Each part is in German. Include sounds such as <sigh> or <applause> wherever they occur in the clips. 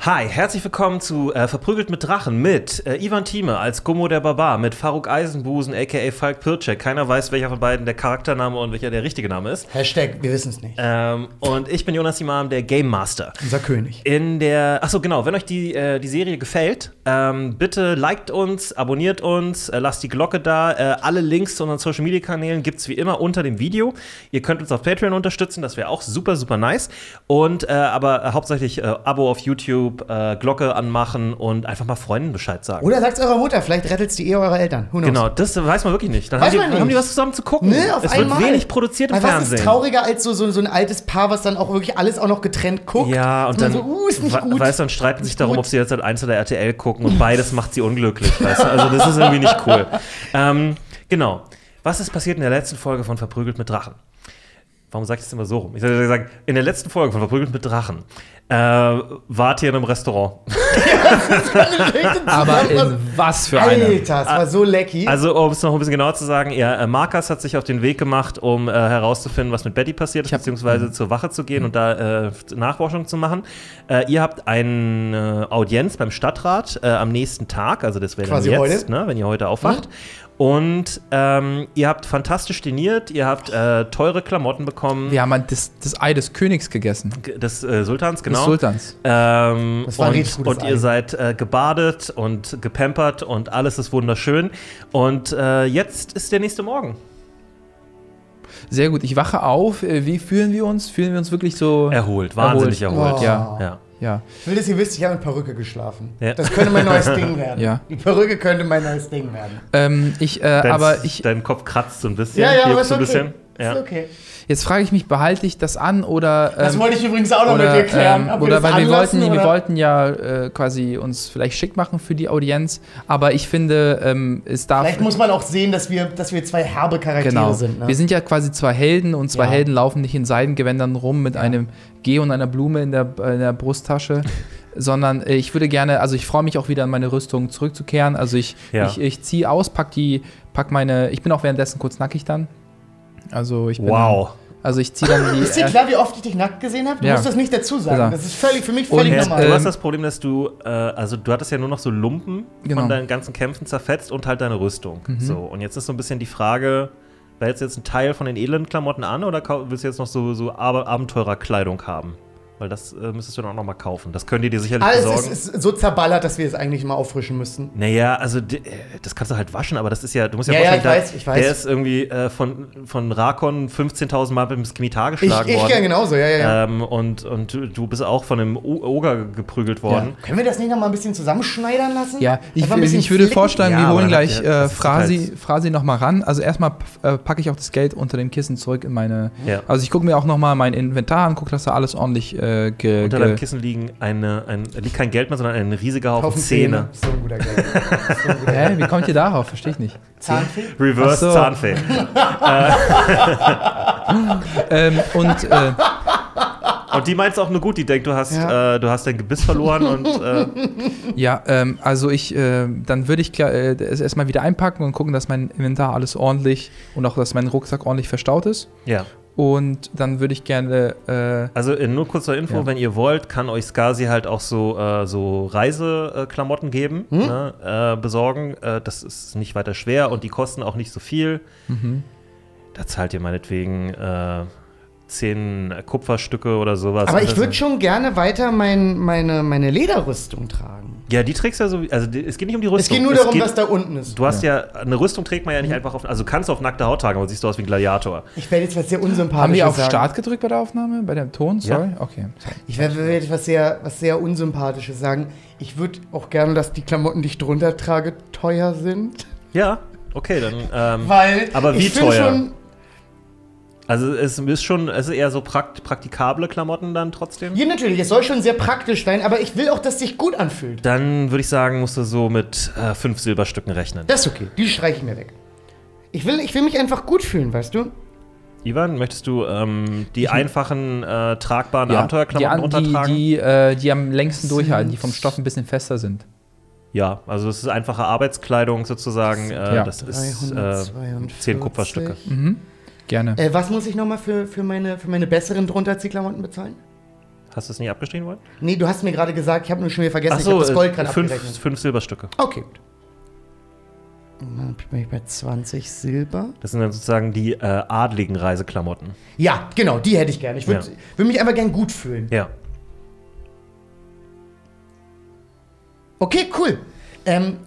Hi, herzlich willkommen zu äh, Verprügelt mit Drachen mit äh, Ivan Thieme als Gummo der Barbar, mit Faruk Eisenbusen aka Falk Pircek. Keiner weiß, welcher von beiden der Charaktername und welcher der richtige Name ist. Hashtag, wir wissen es nicht. Ähm, und ich bin Jonas Imam, der Game Master. Unser König. In der, achso genau, wenn euch die, äh, die Serie gefällt, ähm, bitte liked uns, abonniert uns, äh, lasst die Glocke da. Äh, alle Links zu unseren Social Media Kanälen gibt es wie immer unter dem Video. Ihr könnt uns auf Patreon unterstützen, das wäre auch super, super nice. Und äh, aber hauptsächlich äh, Abo auf YouTube, äh, Glocke anmachen und einfach mal Freunden Bescheid sagen. Oder sagt's eurer Mutter, vielleicht rettet's die Ehe eurer Eltern. Who knows? Genau, das weiß man wirklich nicht. Dann Oh, Weiß haben, die, man nicht. haben die was zusammen zu gucken. Ne, auf es einmal. wird wenig produziert im Weil Fernsehen. Was ist trauriger als so, so, so ein altes Paar, was dann auch wirklich alles auch noch getrennt guckt? <laughs> Ja, und dann, man so, uh, ist nicht we- gut. weißt du, dann streiten sich darum, gut. ob sie jetzt halt eins oder RTL gucken und beides macht sie unglücklich, weißt du? Also das ist irgendwie nicht cool. Ähm, genau. Was ist passiert in der letzten Folge von Verprügelt mit Drachen? Warum sag ich das immer so rum? Ich hätte gesagt, in der letzten Folge von Verprügelt mit Drachen äh, wart ihr in einem Restaurant. Aber in was für eine? Alter, es war so lecky. Also, um es noch ein bisschen genauer zu sagen, ja, äh, Markus hat sich auf den Weg gemacht, um äh, herauszufinden, was mit Betty passiert ist, Mhm. beziehungsweise zur Wache zu gehen und da äh, Nachforschung zu machen. Äh, ihr habt eine Audienz beim Stadtrat äh, am nächsten Tag, also das wäre dann Quasi jetzt, heute. Ne, wenn ihr heute Mhm. aufwacht. Und ähm, ihr habt fantastisch diniert, ihr habt äh, teure Klamotten bekommen, Wir haben halt das, das Ei des Königs gegessen. des äh, Sultans, genau. Des Sultans. Ähm, Das war ein richtig und, gutes und Ei. ihr seid äh, gebadet und gepampert und alles ist wunderschön. Und äh, jetzt ist der nächste Morgen. Sehr gut. Ich wache auf. Äh, Wie fühlen wir uns? Fühlen wir uns wirklich so. Erholt, wahnsinnig erholt. Oh. Ja, Ja. ja, ich will, dass ihr wisst, ich habe mit Perücke geschlafen. Ja. Das könnte mein neues Ding werden. ja. Perücke könnte mein neues Ding werden. Ähm, ich, äh, Dein, aber ich, dein Kopf kratzt so ein bisschen. Ja, ja, aber juckst so ein ist okay. bisschen. Ja. Ist Ähm, okay. jetzt frage ich mich, behalte ich das an oder. Das ähm, wollte ich übrigens auch noch oder, mit dir klären. ähm, ob oder das weil wir anlassen wollten, wir oder- wollten ja äh, quasi uns vielleicht schick machen für die Audienz, aber ich finde, ähm, es darf Vielleicht muss man auch sehen, dass wir, dass wir zwei herbe Charaktere genau. sind. Ne? Wir sind ja quasi zwei Helden und zwei Ja. Helden laufen nicht in Seidengewändern rum mit einem G und einer Blume in der, äh, in <laughs> der Brusttasche. Sondern äh, ich würde gerne, also ich freue mich auch wieder in meine Rüstung zurückzukehren. Also ich, Ja. ich, ich ziehe aus, pack die, pack meine, ich bin auch währenddessen kurz nackig dann. Also ich bin, Wow. also ich <laughs> ziehe dann die. Ist dir äh, klar, wie oft ich dich nackt gesehen habe? Du Ja. musst das nicht dazu sagen. Klar. Das ist völlig, für mich Und, völlig äh, normal. Du Ähm, hast das Problem, dass du, äh, also du hattest ja nur noch so Lumpen Genau. von deinen ganzen Kämpfen zerfetzt und halt deine Rüstung. Mhm. So, und jetzt ist so ein bisschen die Frage, behältst du jetzt einen Teil von den edlen Klamotten an oder kau- willst du jetzt noch so, so Ab Abenteurerkleidung haben? Weil das äh, müsstest du dann auch nochmal kaufen. Das könnt ihr dir sicherlich Alles besorgen. Ah, ist, ist so zerballert, dass wir es eigentlich mal auffrischen müssten. Naja, also d- äh, das kannst du halt waschen, aber das ist ja, du musst ja, Ja, ja, vorstellen, ich da- weiß, ich weiß. der ist irgendwie äh, von, von Rakon 15.000 Mal beim Skimitar Ich, geschlagen ich gern worden. genauso, ja, ja, ja. Ähm, und, und du- du bist auch von einem O- Oger geprügelt worden. Können wir das nicht noch mal ein bisschen zusammenschneidern lassen? Ja, ich, Einfach ein bisschen ich würde flicken? vorschlagen, Ja, wir aber holen dann habt gleich ihr- äh, das ist halt- Frasi, Frasi nochmal ran. Also erstmal p- äh, packe ich auch das Geld unter dem Kissen zurück in meine. Ja. Also ich gucke mir auch nochmal mein Inventar an, gucke, dass da alles ordentlich äh, ge, Unter ge, deinem Kissen liegen eine, ein, liegt kein Geld mehr, sondern ein riesiger Haufen, Haufen Zähne. Zähne. So ein guter Gag. <laughs> Hä, wie kommt ihr darauf? Verstehe ich nicht. Zahnfee? Reverse Ach so. Zahnfee. Ähm, und äh, Und die meint es auch nur gut, die denkt, du hast, Ja. äh, du hast dein Gebiss verloren und <laughs> äh, ja, ähm, also ich, äh, dann würde ich klar, äh, es erstmal wieder einpacken und gucken, dass mein Inventar alles ordentlich und auch, dass mein Rucksack ordentlich verstaut ist. ja. Und dann würde ich gerne, äh, Also äh, nur kurz zur Info, Ja. wenn ihr wollt, kann euch Skasi halt auch so, äh, so Reiseklamotten geben, Hm? ne, äh, besorgen. Äh, das ist nicht weiter schwer und die kosten auch nicht so viel. Mhm. Da zahlt ihr meinetwegen äh, zehn Kupferstücke oder sowas. Also, Aber Und ich das- würde schon gerne weiter mein, meine, meine Lederrüstung tragen. Ja, die trägst du ja so. Also die, es geht nicht um die Rüstung. Es geht nur darum, Mhm. geht, was da unten ist. Du hast ja. eine Rüstung trägt man ja nicht einfach auf. Also du kannst auf nackte Haut tragen, aber siehst du aus wie ein Gladiator. Ich werde jetzt was sehr unsympathisches haben wir auf sagen. Start gedrückt bei der Aufnahme, bei dem Ton? Ja. Sorry, okay. Ich werde werde etwas sehr, was sehr Unsympathisches sagen. Ich würde auch gerne, dass die Klamotten, die ich drunter trage, teuer sind. Ja, okay, dann. Ähm, Weil Aber wie ich bin teuer? Schon, also es ist schon, es ist eher so prakt, praktikable Klamotten dann trotzdem. ja, natürlich, es soll schon sehr praktisch sein, aber ich will auch, dass es sich gut anfühlt. Dann würde ich sagen, musst du so mit äh, fünf Silberstücken rechnen. Das ist okay, die streiche ich mir weg. Ich will, ich will mich einfach gut fühlen, weißt du? Ivan, möchtest du ähm, die einfachen, äh, tragbaren Ja, die, Abenteuerklamotten an- die, runtertragen? die, äh, die am längsten durchhalten, die vom Stoff ein bisschen fester sind. Ja, also es ist einfache Arbeitskleidung sozusagen. Äh, Ja. Das ist äh, zehn Kupferstücke. Mhm. Gerne. Äh, was muss ich nochmal für, für, meine, für meine besseren drunter Ziehklamotten bezahlen? Hast du es nicht abgestrichen wollen? Nee, du hast mir gerade gesagt, ich habe nur schon wieder vergessen, Ach ich so, habe das Gold gerade äh, fünf, abgerechnet. fünf Silberstücke. Okay. gut. Dann bin ich bei 20 Silber. Das sind dann sozusagen die äh, adligen Reiseklamotten. Ja, genau, die hätte ich gerne. Ich würde Ja. würd mich einfach gern gut fühlen. Ja. Okay, cool. Ähm,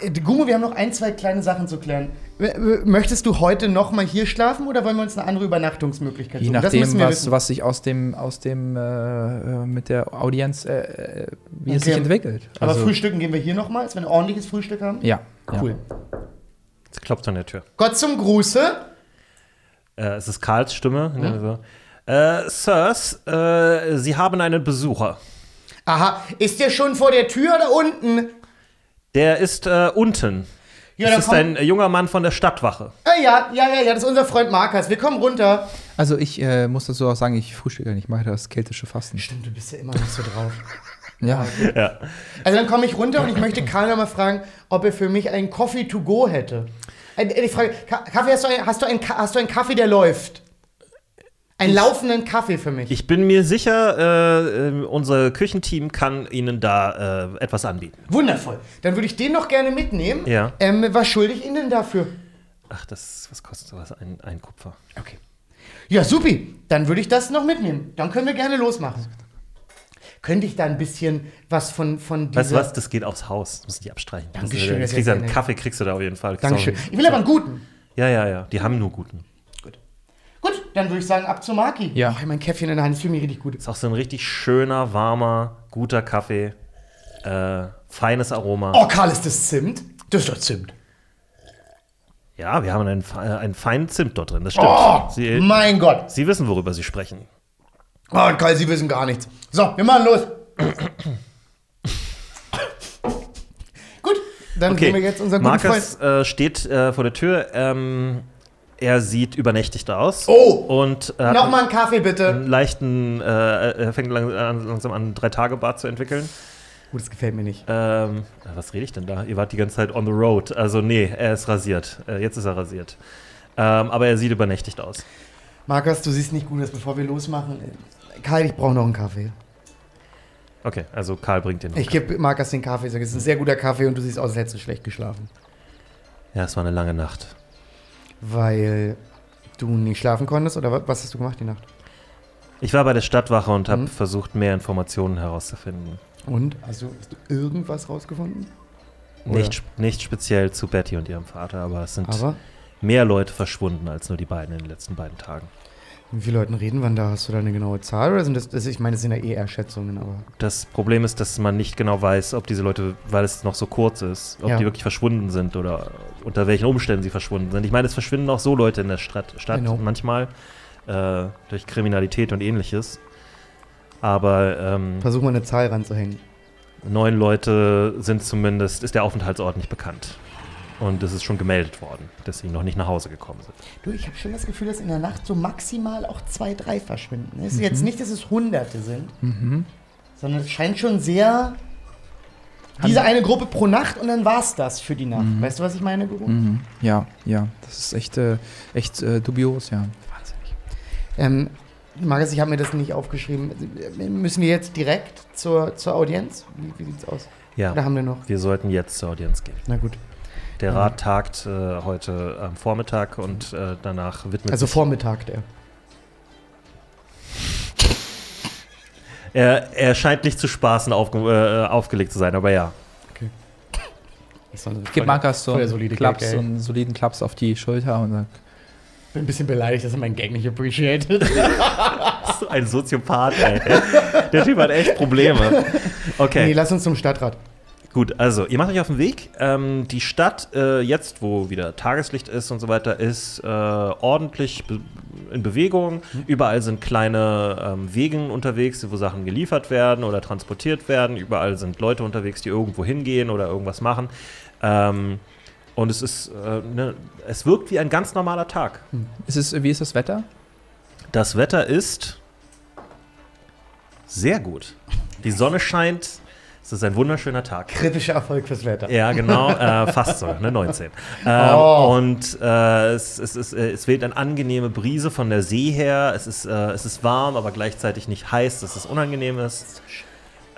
äh, Gumo, wir haben noch ein, zwei kleine Sachen zu klären. W- w- Möchtest du heute nochmal hier schlafen oder wollen wir uns eine andere Übernachtungsmöglichkeit Je suchen? also, das nachdem, müssen wir was, wissen. was sich aus dem, aus dem äh, äh, mit der Audienz, äh, äh, wie es Okay. sich entwickelt. Aber Also- frühstücken gehen wir hier nochmal, als wir ein ordentliches Frühstück haben. Ja. Cool. Ja. Jetzt klopft an der Tür. Gott zum Gruße. Äh, es ist Karls Stimme. Ja, so. Äh, Sirs, äh, Sie haben einen Besucher. Aha, ist der schon vor der Tür da unten? Der ist äh, unten. Ja, das dann ist komm. ein junger Mann von der Stadtwache. Ah, ja, ja, ja, ja, das ist unser Freund Markus. Wir kommen runter. Also ich äh, muss dazu auch sagen, ich frühstücke nicht, ich mache das keltische Fasten. Stimmt, du bist ja immer noch so drauf. Ja. Ja. Also dann komme ich runter und ich möchte Karl nochmal fragen, ob er für mich einen Coffee to go hätte. Ein- Ich frage, Ka- Kaffee, hast du, einen, hast, du einen, Ka- hast du einen Kaffee, der läuft? Einen laufenden Kaffee für mich. Ich bin mir sicher, äh, äh, unser Küchenteam kann Ihnen da äh, etwas anbieten. Wundervoll. Dann würde ich den noch gerne mitnehmen. Ja. Ähm, was schulde ich Ihnen denn dafür? Ach, das was kostet sowas? Ein, ein Kupfer. Okay. Ja, supi. Dann würde ich das noch mitnehmen. Dann können wir gerne losmachen. Könnte ich da ein bisschen was von, von dieser... Weißt du was? Das geht aufs Haus. Das musst du nicht abstreichen. Das ist- Dankeschön, das Kriegst du ist einen ja Kaffee, kriegst du da auf jeden Fall. Kriegst Dankeschön. du auch- Ich will aber einen guten. Ja, ja, ja. Die haben nur guten. Gut. Gut, dann würde ich sagen, ab zu Maki. Ja. Oh, ich hab mein Käffchen in der Hand, das fühlt mich richtig gut. Ist auch so ein richtig schöner, warmer, guter Kaffee. Äh, feines Aroma. Oh, Karl, ist das Zimt? Das ist doch Zimt. Ja, wir haben einen, fe- äh, einen feinen Zimt dort drin. Das stimmt. Oh, Sie, äh, mein Gott. Sie wissen, worüber Sie sprechen. Oh, und Karl, Sie wissen gar nichts. So, wir machen los. gut, dann Okay. gehen wir jetzt unseren guten Marcus Freund. äh, steht äh, vor der Tür. Ähm, er sieht übernächtigt aus. Oh! Und äh, hat Nochmal einen Kaffee, bitte. einen leichten, äh, er fängt lang, an, langsam an, drei Tage Bart zu entwickeln. Gut, das gefällt mir nicht. Ähm, äh, was rede ich denn da? Ihr wart die ganze Zeit on the road. Also nee, er ist rasiert. Äh, jetzt ist er rasiert. Ähm, aber er sieht übernächtigt aus. Markus, du siehst nicht gut aus, bevor wir losmachen. Karl, ich brauche noch einen Kaffee. Okay, also Karl bringt den. Ich gebe Markus den Kaffee. Sag, es ist ein sehr guter Kaffee und du siehst aus, als hättest du schlecht geschlafen. Ja, es war eine lange Nacht. Weil du nicht schlafen konntest oder wa- was hast du gemacht die Nacht? Ich war bei der Stadtwache und habe Mhm. versucht, mehr Informationen herauszufinden. Und? Also hast du irgendwas rausgefunden? Oder? Nicht, sp- nicht speziell zu Betty und ihrem Vater, aber es sind Aber mehr Leute verschwunden als nur die beiden in den letzten beiden Tagen. mit wie vielen Leuten reden wir denn da? Hast du da eine genaue Zahl? Oder sind das, das ich meine, das sind ja eh eher Schätzungen, aber. Mhm. Das Problem ist, dass man nicht genau weiß, ob diese Leute, weil es noch so kurz ist, ob Ja. die wirklich verschwunden sind oder unter welchen Umständen sie verschwunden sind. Ich meine, es verschwinden auch so Leute in der Stadt, Stadt Genau. manchmal äh, durch Kriminalität und ähnliches. Aber ähm, Versuch mal eine Zahl ranzuhängen. neun Leute sind zumindest, ist der Aufenthaltsort nicht bekannt. Und es ist schon gemeldet worden, dass sie noch nicht nach Hause gekommen sind. Du, ich habe schon das Gefühl, dass in der Nacht so maximal auch zwei, drei verschwinden. Es ist jetzt nicht, dass es Hunderte sind, Mhm. sondern es scheint schon sehr. Diese eine Gruppe pro Nacht und dann war's das für die Nacht. Weißt du, was ich meine, Guru? Mhm. Ja, ja. Das ist echt, äh, echt äh, dubios, ja. Wahnsinnig. Ähm, Markus, ich habe mir das nicht aufgeschrieben. Müssen wir jetzt direkt zur, zur Audienz? Wie, wie sieht's aus? Ja, Oder haben wir noch? wir sollten jetzt zur Audienz gehen. Na gut. Der Rat tagt äh, heute am Vormittag und äh, danach widmet Also sich- Vormittag der. Er, er scheint nicht zu Spaßen aufge äh, aufgelegt zu sein, aber ja. <laughs> Gib Markus so, voll der einen solide Klaps, Gag, so ey. einen soliden Klaps auf die Schulter und sagt, Bin ein bisschen beleidigt, dass er meinen Gag nicht appreciated. So ein Soziopath, ey. Der Typ hat echt Probleme. Okay. Nee, lass uns zum Stadtrat. Gut, also ihr macht euch auf den Weg. Ähm, die Stadt, äh, jetzt wo wieder Tageslicht ist und so weiter, ist äh, ordentlich be in Bewegung. Überall sind kleine ähm, Wegen unterwegs, wo Sachen geliefert werden oder transportiert werden. Überall sind Leute unterwegs, die irgendwo hingehen oder irgendwas machen. Ähm, und es ist, äh, ne, es wirkt wie ein ganz normaler Tag. ist es, wie ist das Wetter? Das Wetter ist sehr gut. Die Sonne scheint, Es ist ein wunderschöner Tag. Kritischer Erfolg fürs Wetter. Ja, genau, äh, fast so, ne, 19. Ähm, Oh. Und äh, es, es, es, äh, es weht eine angenehme Brise von der See her. Es ist, äh, es ist warm, aber gleichzeitig nicht heiß, dass es unangenehm ist.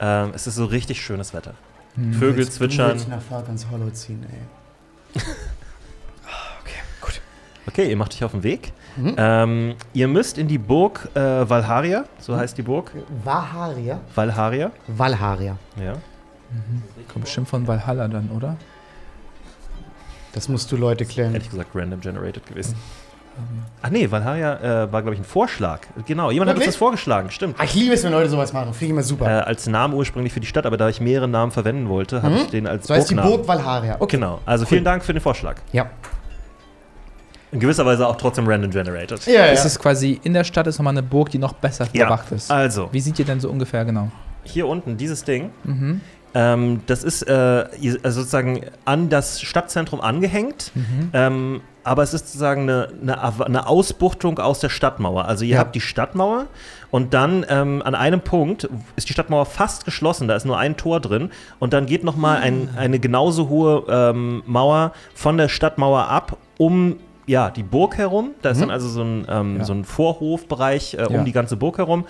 Ähm, es ist so richtig schönes Wetter. Vögel zwitschern. Hm, Ich nach Falcons Hollow ziehen, ey. okay, gut. Okay, ihr macht euch auf den Weg. Hm? Äh, Ähm, ihr müsst in die Burg äh, Valharia, so Hm. heißt die Burg. Vaharia? Valharia, Valharia. ja. Kommt bestimmt von Valhalla dann, oder? Das musst du Leute klären. Ehrlich gesagt, random generated gewesen. Ähm. Ach nee, Valharia äh, war, glaube ich, ein Vorschlag. Genau, jemand hat uns Wirklich? das vorgeschlagen, stimmt. Ah, ich liebe es, wenn Leute sowas machen. Finde ich immer äh, super. als Namen ursprünglich für die Stadt, aber da ich mehrere Namen verwenden wollte, habe ich den als so heißt die Burgnamen. Burg Valharia. Okay. Genau. Also vielen Dank für den Vorschlag. Ja. In gewisser Weise auch trotzdem random generated. Ja, ja. Ah. Ist es quasi in der Stadt ist nochmal eine Burg, die noch besser überwacht ist. Also, Wie sieht ihr denn so ungefähr genau? Mhm. hier unten, dieses Ding, ähm, das ist äh, ihr- also sozusagen an das Stadtzentrum angehängt, Mhm. ähm, aber es ist sozusagen eine, eine, Av- eine Ausbuchtung aus der Stadtmauer. Also ihr Ja. habt die Stadtmauer und dann ähm, an einem Punkt ist die Stadtmauer fast geschlossen, da ist nur ein Tor drin und dann geht nochmal ein, Ah. eine genauso hohe ähm, Mauer von der Stadtmauer ab, um ja, die Burg herum. Da ist dann also so ein, ähm, Mhm. Ja. so ein Vorhofbereich äh, um Ja. die ganze Burg herum.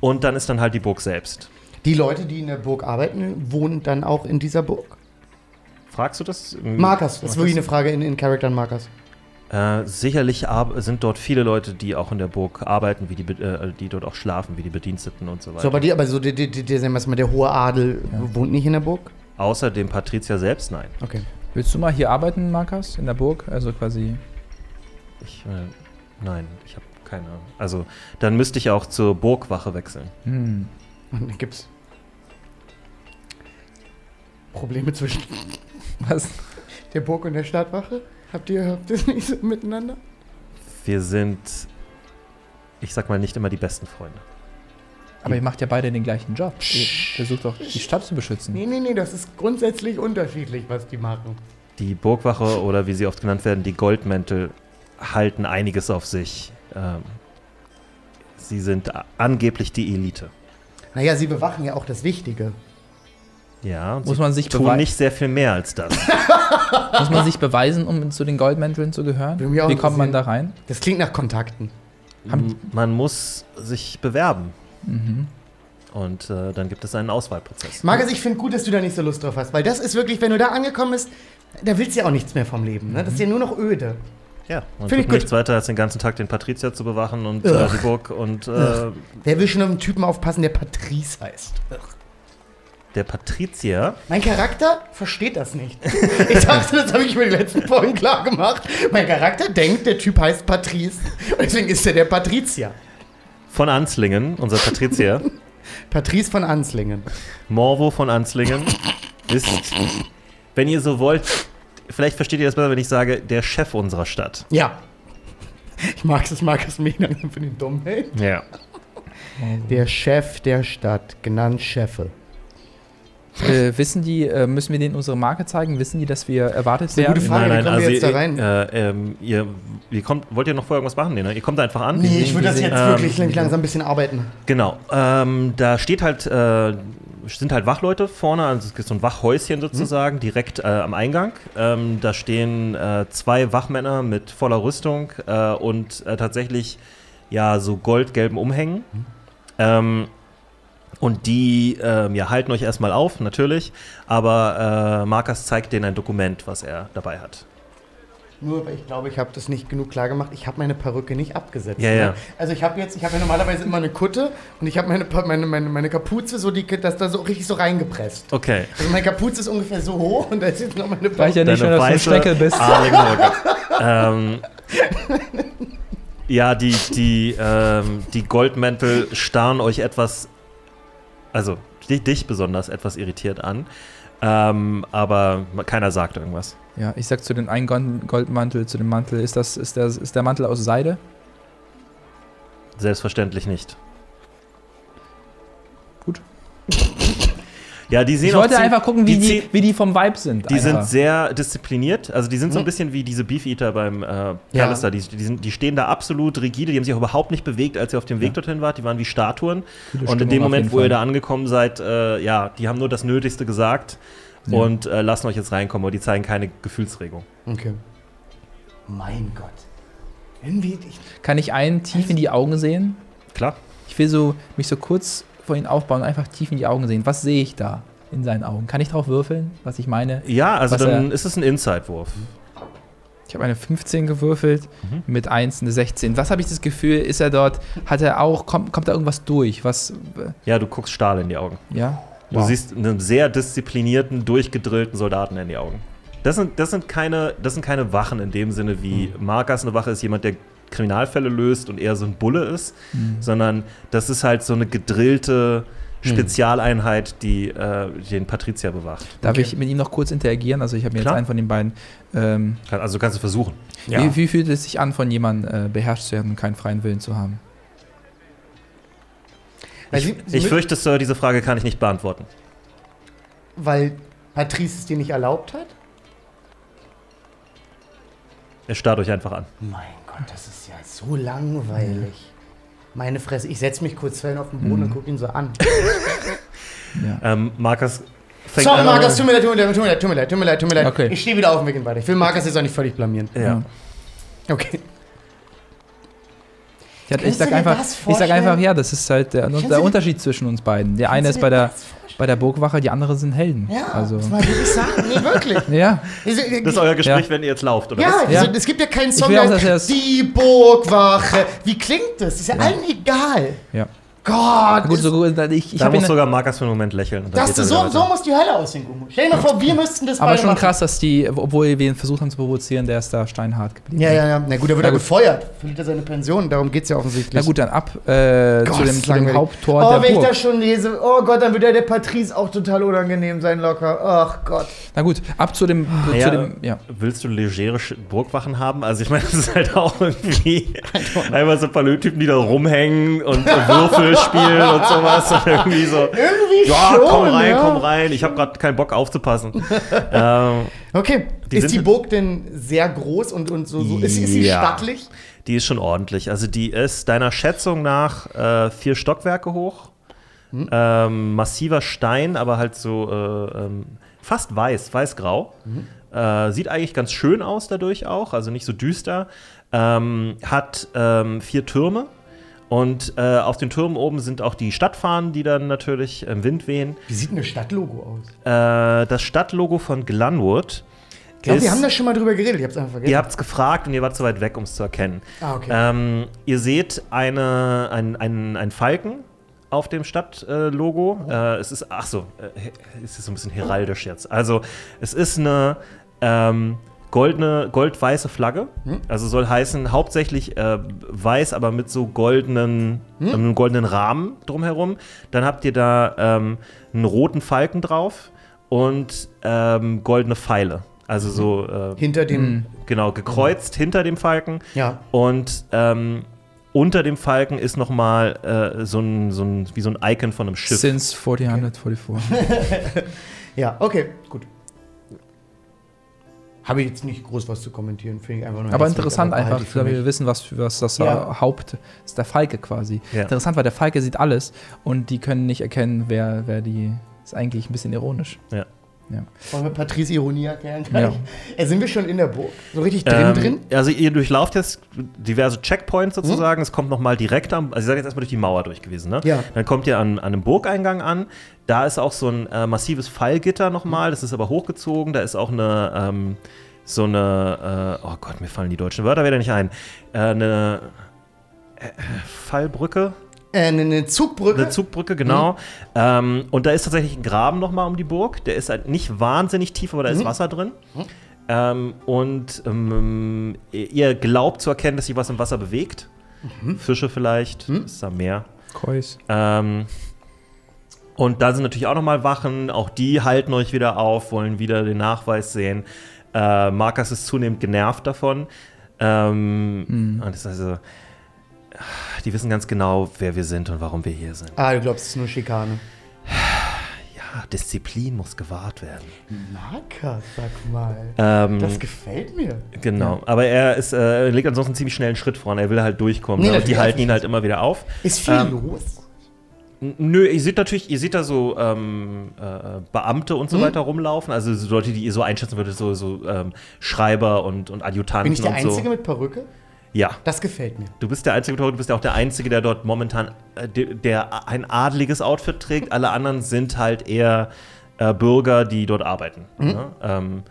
Und dann ist dann halt die Burg selbst. Die Leute, die in der Burg arbeiten, wohnen dann auch in dieser Burg. Fragst du das? Markers, das ist wirklich eine Frage in, in Charaktern Markers. Äh, sicherlich ab- sind dort viele Leute, die auch in der Burg arbeiten, wie die, Be- äh, die dort auch schlafen, wie die Bediensteten und so weiter. So, aber, die, aber so die, die, die, die, sagen wir mal, der hohe Adel wohnt nicht in der Burg? Außer dem Patrizier selbst, nein. Okay. Willst du mal hier arbeiten, Markus, in der Burg? Also quasi. Ich, äh, nein, ich habe keine Ahnung. Also, dann müsste ich auch zur Burgwache wechseln. Hm. <laughs> Und dann gibt's Probleme zwischen Was? der Burg und der Stadtwache. Habt ihr, habt ihr <laughs> das nicht so miteinander? Wir sind, ich sag mal, nicht immer die besten Freunde. Aber ihr macht ja beide den gleichen Job. Ihr versucht doch, die Stadt zu beschützen. Nee, nee, nee, das ist grundsätzlich unterschiedlich, was die machen. Die Burgwache oder wie sie oft genannt werden, die Goldmäntel, halten einiges auf sich. Ähm, sie sind a- angeblich die Elite. Naja, sie bewachen ja auch das Wichtige. Ja, und Muss sie man sich tun beweisen- nicht sehr viel mehr als das. Muss man sich beweisen, um zu den Goldmänteln zu gehören? Würde mich auch Wie kommt man da interessieren. rein? Das klingt nach Kontakten. Haben- Man muss sich bewerben. Mhm. Und äh, dann gibt es einen Auswahlprozess. Markus, ich finde gut, dass du da nicht so Lust drauf hast, weil das ist wirklich, wenn du da angekommen bist, da willst du ja auch nichts mehr vom Leben. Ne? Das ist ja nur noch öde. ja, man Find ich tut gut. nichts weiter, als den ganzen Tag den Patrizier zu bewachen und äh, Ugh. die Burg. Und äh, Wer will schon auf einen Typen aufpassen, der Patrice heißt? der Patrizier, Mein Charakter versteht das nicht. <laughs> Ich dachte, das habe ich mir die letzten Folgen klar gemacht. Mein Charakter denkt, der Typ heißt Patrice. Und deswegen ist er der Patrizier. von Anslingen, unser <laughs> Patrizier, Patrice von Anslingen. Morvo von Anslingen, ist, wenn ihr so wollt, vielleicht versteht ihr das besser, wenn ich sage, der Chef unserer Stadt. Ja. Ich mag es, mag es mega für den dummen Held. Ja. Der Chef der Stadt, genannt Chefe. Äh, wissen die, äh, müssen wir denen unsere Marke zeigen? Wissen die, dass wir erwartet eine werden? gute Frage, wie kommen wir jetzt da rein? also Äh, ähm, ihr, ihr kommt, wollt ihr noch vorher irgendwas machen? Nee, ne? Ihr kommt einfach an. Nee, ich würde das jetzt Ähm, wirklich langsam ein bisschen arbeiten. Genau, ähm, da steht halt, äh, sind halt Wachleute vorne, also es gibt so ein Wachhäuschen sozusagen direkt äh, am Eingang. Ähm, da stehen äh, zwei Wachmänner mit voller Rüstung äh, und äh, tatsächlich ja so goldgelben Umhängen. Ähm, und die ähm, ja, halten euch erstmal auf, natürlich, aber äh, Markus zeigt denen ein Dokument, was er dabei hat. Nur, weil ich glaube, ich habe das nicht genug klar gemacht. Ich habe meine Perücke nicht abgesetzt. Ja, ne? ja. Also ich habe jetzt, ich habe ja normalerweise immer eine Kutte und ich habe meine, Pa- meine, meine, meine Kapuze so, die, das da so richtig so reingepresst. Okay. Also meine Kapuze ist ungefähr so hoch und da ist jetzt noch meine Weiß ja Perücke. nicht, Deine nur, dass du ein weiße- Steckel bist. Adlige Mucke. <laughs> ähm, ja, die, die, ähm, die Goldmäntel starren euch etwas, also dich, dich besonders etwas irritiert an. Ähm, aber keiner sagt irgendwas. Ja, ich sag zu den einen Gon- Goldmantel, zu dem Mantel, ist, das, ist, der, ist der Mantel aus Seide? Selbstverständlich nicht. Gut. Ja, die sehen Ich wollte auch ziemlich- einfach gucken, wie die, ziehen- wie die vom Vibe sind. Die einfach. sind sehr diszipliniert. Also die sind so ein Mhm. bisschen wie diese Beefeater beim äh, Pallister. Die, die, sind, die stehen da absolut rigide. Die haben sich auch überhaupt nicht bewegt, als ihr auf dem Weg dorthin wart. Die waren wie Statuen. Und Coole in Stimmung dem auf Moment, jeden wo ihr Fall. da angekommen seid, äh, ja, die haben nur das Nötigste gesagt und äh, lassen euch jetzt reinkommen. Aber die zeigen keine Gefühlsregung. Okay. Mein Gott. Irgendwie. Ich, Kann ich einen tief in die Augen sehen? Klar. Ich will so, mich so kurz vor ihnen aufbauen, einfach tief in die Augen sehen. Was sehe ich da in seinen Augen? Kann ich drauf würfeln, was ich meine? Ja, also Was, äh? dann ist es ein Inside-Wurf. Ich habe eine 15 gewürfelt Mhm. mit 1 eine 16. Was habe ich das Gefühl, ist er dort, hat er auch, kommt, kommt da irgendwas durch? Was, äh, Ja, du guckst Stahl in die Augen. ja? Du siehst einem sehr disziplinierten, durchgedrillten Soldaten in die Augen. Das sind, das sind, keine, das sind keine Wachen in dem Sinne, wie Mhm. Markas eine Wache ist, jemand, der Kriminalfälle löst und eher so ein Bulle ist, Mhm. sondern das ist halt so eine gedrillte Spezialeinheit, die äh, den Patrizier bewacht. Darf Okay. ich mit ihm noch kurz interagieren? Also ich habe mir Klar. jetzt einen von den beiden. Ähm, Kann- Also kannst du versuchen. wie, wie fühlt es sich an, von jemandem äh, beherrscht zu werden und keinen freien Willen zu haben? weil Ich, sie- sie ich mü- fürchte, Sir, diese Frage kann ich nicht beantworten. Weil Patrice es dir nicht erlaubt hat? Er starrt euch einfach an. Mein Gott, das ist ja so langweilig. Meine Fresse, ich setze mich kurz fern auf den Boden Mhm. und gucke ihn so an. Ja. Ähm, Markus fängt Sorry, an. Markus, tut mir leid, tut mir leid, tut mir leid, tut mir leid, tut mir leid, tut mir leid. Okay. Ich stehe wieder auf und wir gehen weiter. Ich will Markus jetzt auch nicht völlig blamieren. ja. Okay. Ich, hab- ich Kannst du sag dir einfach, das ich sag vorstellen? einfach, ja, das ist halt der, du der dir- Unterschied zwischen uns beiden. Der eine Kannst du ist bei dir der, das vorstellen? bei der Burgwache, die andere sind Helden. Ja, also, das mal wirklich sagen. Nee, <laughs> wirklich. ja. Das ist- Das ist euer Gespräch, Ja. wenn ihr jetzt lauft, oder ja, was? also, Ja. es gibt ja keinen Song, will auch, der dass er es- heißt Die Burgwache. Wie klingt das? Ist ja, allen egal. ja. Gott, Gut, ist- so gut, ich, ich Da hab ihn, muss sogar Markus für einen Moment lächeln. und dann das geht er ist so, wieder so weiter. muss die Hölle aussehen, Gumo. Stell dir mal vor, wir müssten das aber beide schon machen. krass, dass die, obwohl wir ihn versucht haben zu provozieren, der ist da steinhart geblieben. Ja, ja, ja. Na gut, er wird Na ja gut. gefeuert. Verliert er seine Pension, darum geht es ja offensichtlich. Na gut, dann ab äh, Gott, zu dem, ist zu dem langweilig. Haupttor Oh, der wenn ich Burg. das schon lese, oh Gott, dann wird ja der Patrice auch total unangenehm sein, locker. Ach Gott. Na gut, ab zu dem, Ah, Ja, zu dem ja. Willst du legere Sch- Burgwachen haben? Also ich meine, <laughs> das ist halt auch irgendwie einmal so ein paar Löttypen, die da rumhängen und <laughs> Würfel spielen und sowas. Und irgendwie so, Irgendwie ja, schon. ne? komm rein, ja. komm rein. Ich habe gerade keinen Bock <laughs> aufzupassen. ähm, Okay, Die ist sind- die Burg denn sehr groß und, und so, so? Ist, ist sie Ja. stattlich? die ist schon ordentlich. Also die ist deiner Schätzung nach äh, vier Stockwerke hoch. Hm. Ähm, massiver Stein, aber halt so äh, ähm, fast weiß, weiß-grau. Mhm. Äh, sieht eigentlich ganz schön aus dadurch auch, also nicht so düster. Ähm, hat ähm, vier Türme. Und äh, auf den Türmen oben sind auch die Stadtfahnen, die dann natürlich im Wind wehen. Wie sieht denn das Stadtlogo aus? Äh, das Stadtlogo von Glanwood. Ich glaube, ist- wir haben da schon mal drüber geredet. Ich hab's einfach vergessen. Ihr habt es gefragt und ihr wart zu weit weg, um es zu erkennen. Ah, okay. Ähm, ihr seht eine, ein, ein, ein Falken auf dem Stadtlogo. Oh. Äh, es ist, ach so, äh, es ist so ein bisschen heraldisch jetzt. Also, es ist eine ähm, goldene, goldweiße Flagge. Hm? Also soll heißen, hauptsächlich äh, weiß, aber mit so goldenen, Hm? einem goldenen Rahmen drumherum. Dann habt ihr da ähm, einen roten Falken drauf und ähm, goldene Pfeile. Also so Mhm. äh, Hinter dem. Genau, gekreuzt hinter dem Falken. Mhm. Ja. Und ähm, unter dem Falken ist nochmal äh, so, ein, so ein, wie so ein Icon von einem Schiff. Since <laughs> 1444. Ja, okay, gut. Habe ich jetzt nicht groß was zu kommentieren, finde ich einfach nur aber hässlich, interessant aber einfach, behalte ich für damit mich. wir wissen, was, für- was das Ja. äh, Haupt ist, der Falke quasi. Ja. Interessant, weil der Falke sieht alles und die können nicht erkennen, wer, wer die. Ist eigentlich ein bisschen ironisch. Ja. Ja. Wollen wir Patrice Ironie erklären? Ja. Äh, sind wir schon in der Burg? So richtig drin Ähm, drin? Mhm. Also ihr durchlauft jetzt diverse Checkpoints sozusagen. Es kommt nochmal direkt am, also ihr seid jetzt erstmal durch die Mauer durch gewesen, ne? Ja. Dann kommt ihr an, an einem Burgeingang an. Da ist auch so ein äh, massives Fallgitter nochmal. Das ist aber hochgezogen. Da ist auch eine, ähm, so eine, äh, oh Gott, mir fallen die deutschen Wörter wieder nicht ein. Äh, eine äh, Fallbrücke. Äh, eine, eine Zugbrücke? Eine Zugbrücke, genau. Ähm, und da ist tatsächlich ein Graben nochmal um die Burg. Der ist halt nicht wahnsinnig tief, aber da ist Wasser drin. Ähm, und ähm, ihr glaubt zu erkennen, dass sich was im Wasser bewegt. Fische vielleicht, ist da mehr. Keus. Ähm, und da sind natürlich auch nochmal Wachen. Auch die halten euch wieder auf, wollen wieder den Nachweis sehen. Äh, Markus ist zunehmend genervt davon. Ähm, Und ist also, die wissen ganz genau, wer wir sind und warum wir hier sind. Ah, du glaubst, es ist nur Schikane. Ja, Disziplin muss gewahrt werden. Marker, sag mal. Ähm, Das gefällt mir. Genau, aber er ist, äh, legt ansonsten einen ziemlich schnellen Schritt voran. Er will halt durchkommen. Nee, ne? Und die natürlich. halten ihn halt immer wieder auf. Ist viel Ähm, los? N- Nö, ihr seht natürlich, ihr seht da so ähm, äh, Beamte und so Mhm. weiter rumlaufen. Also so Leute, die ihr so einschätzen würdet, so, so ähm, Schreiber und, und Adjutanten Bin ich der und so. Einzige mit Perücke? Ja. Das gefällt mir. Du bist der einzige Torhüter, du bist ja auch der einzige, der dort momentan äh, de- der ein adliges Outfit trägt. Alle anderen sind halt eher äh, Bürger, die dort arbeiten. Ne? Ähm,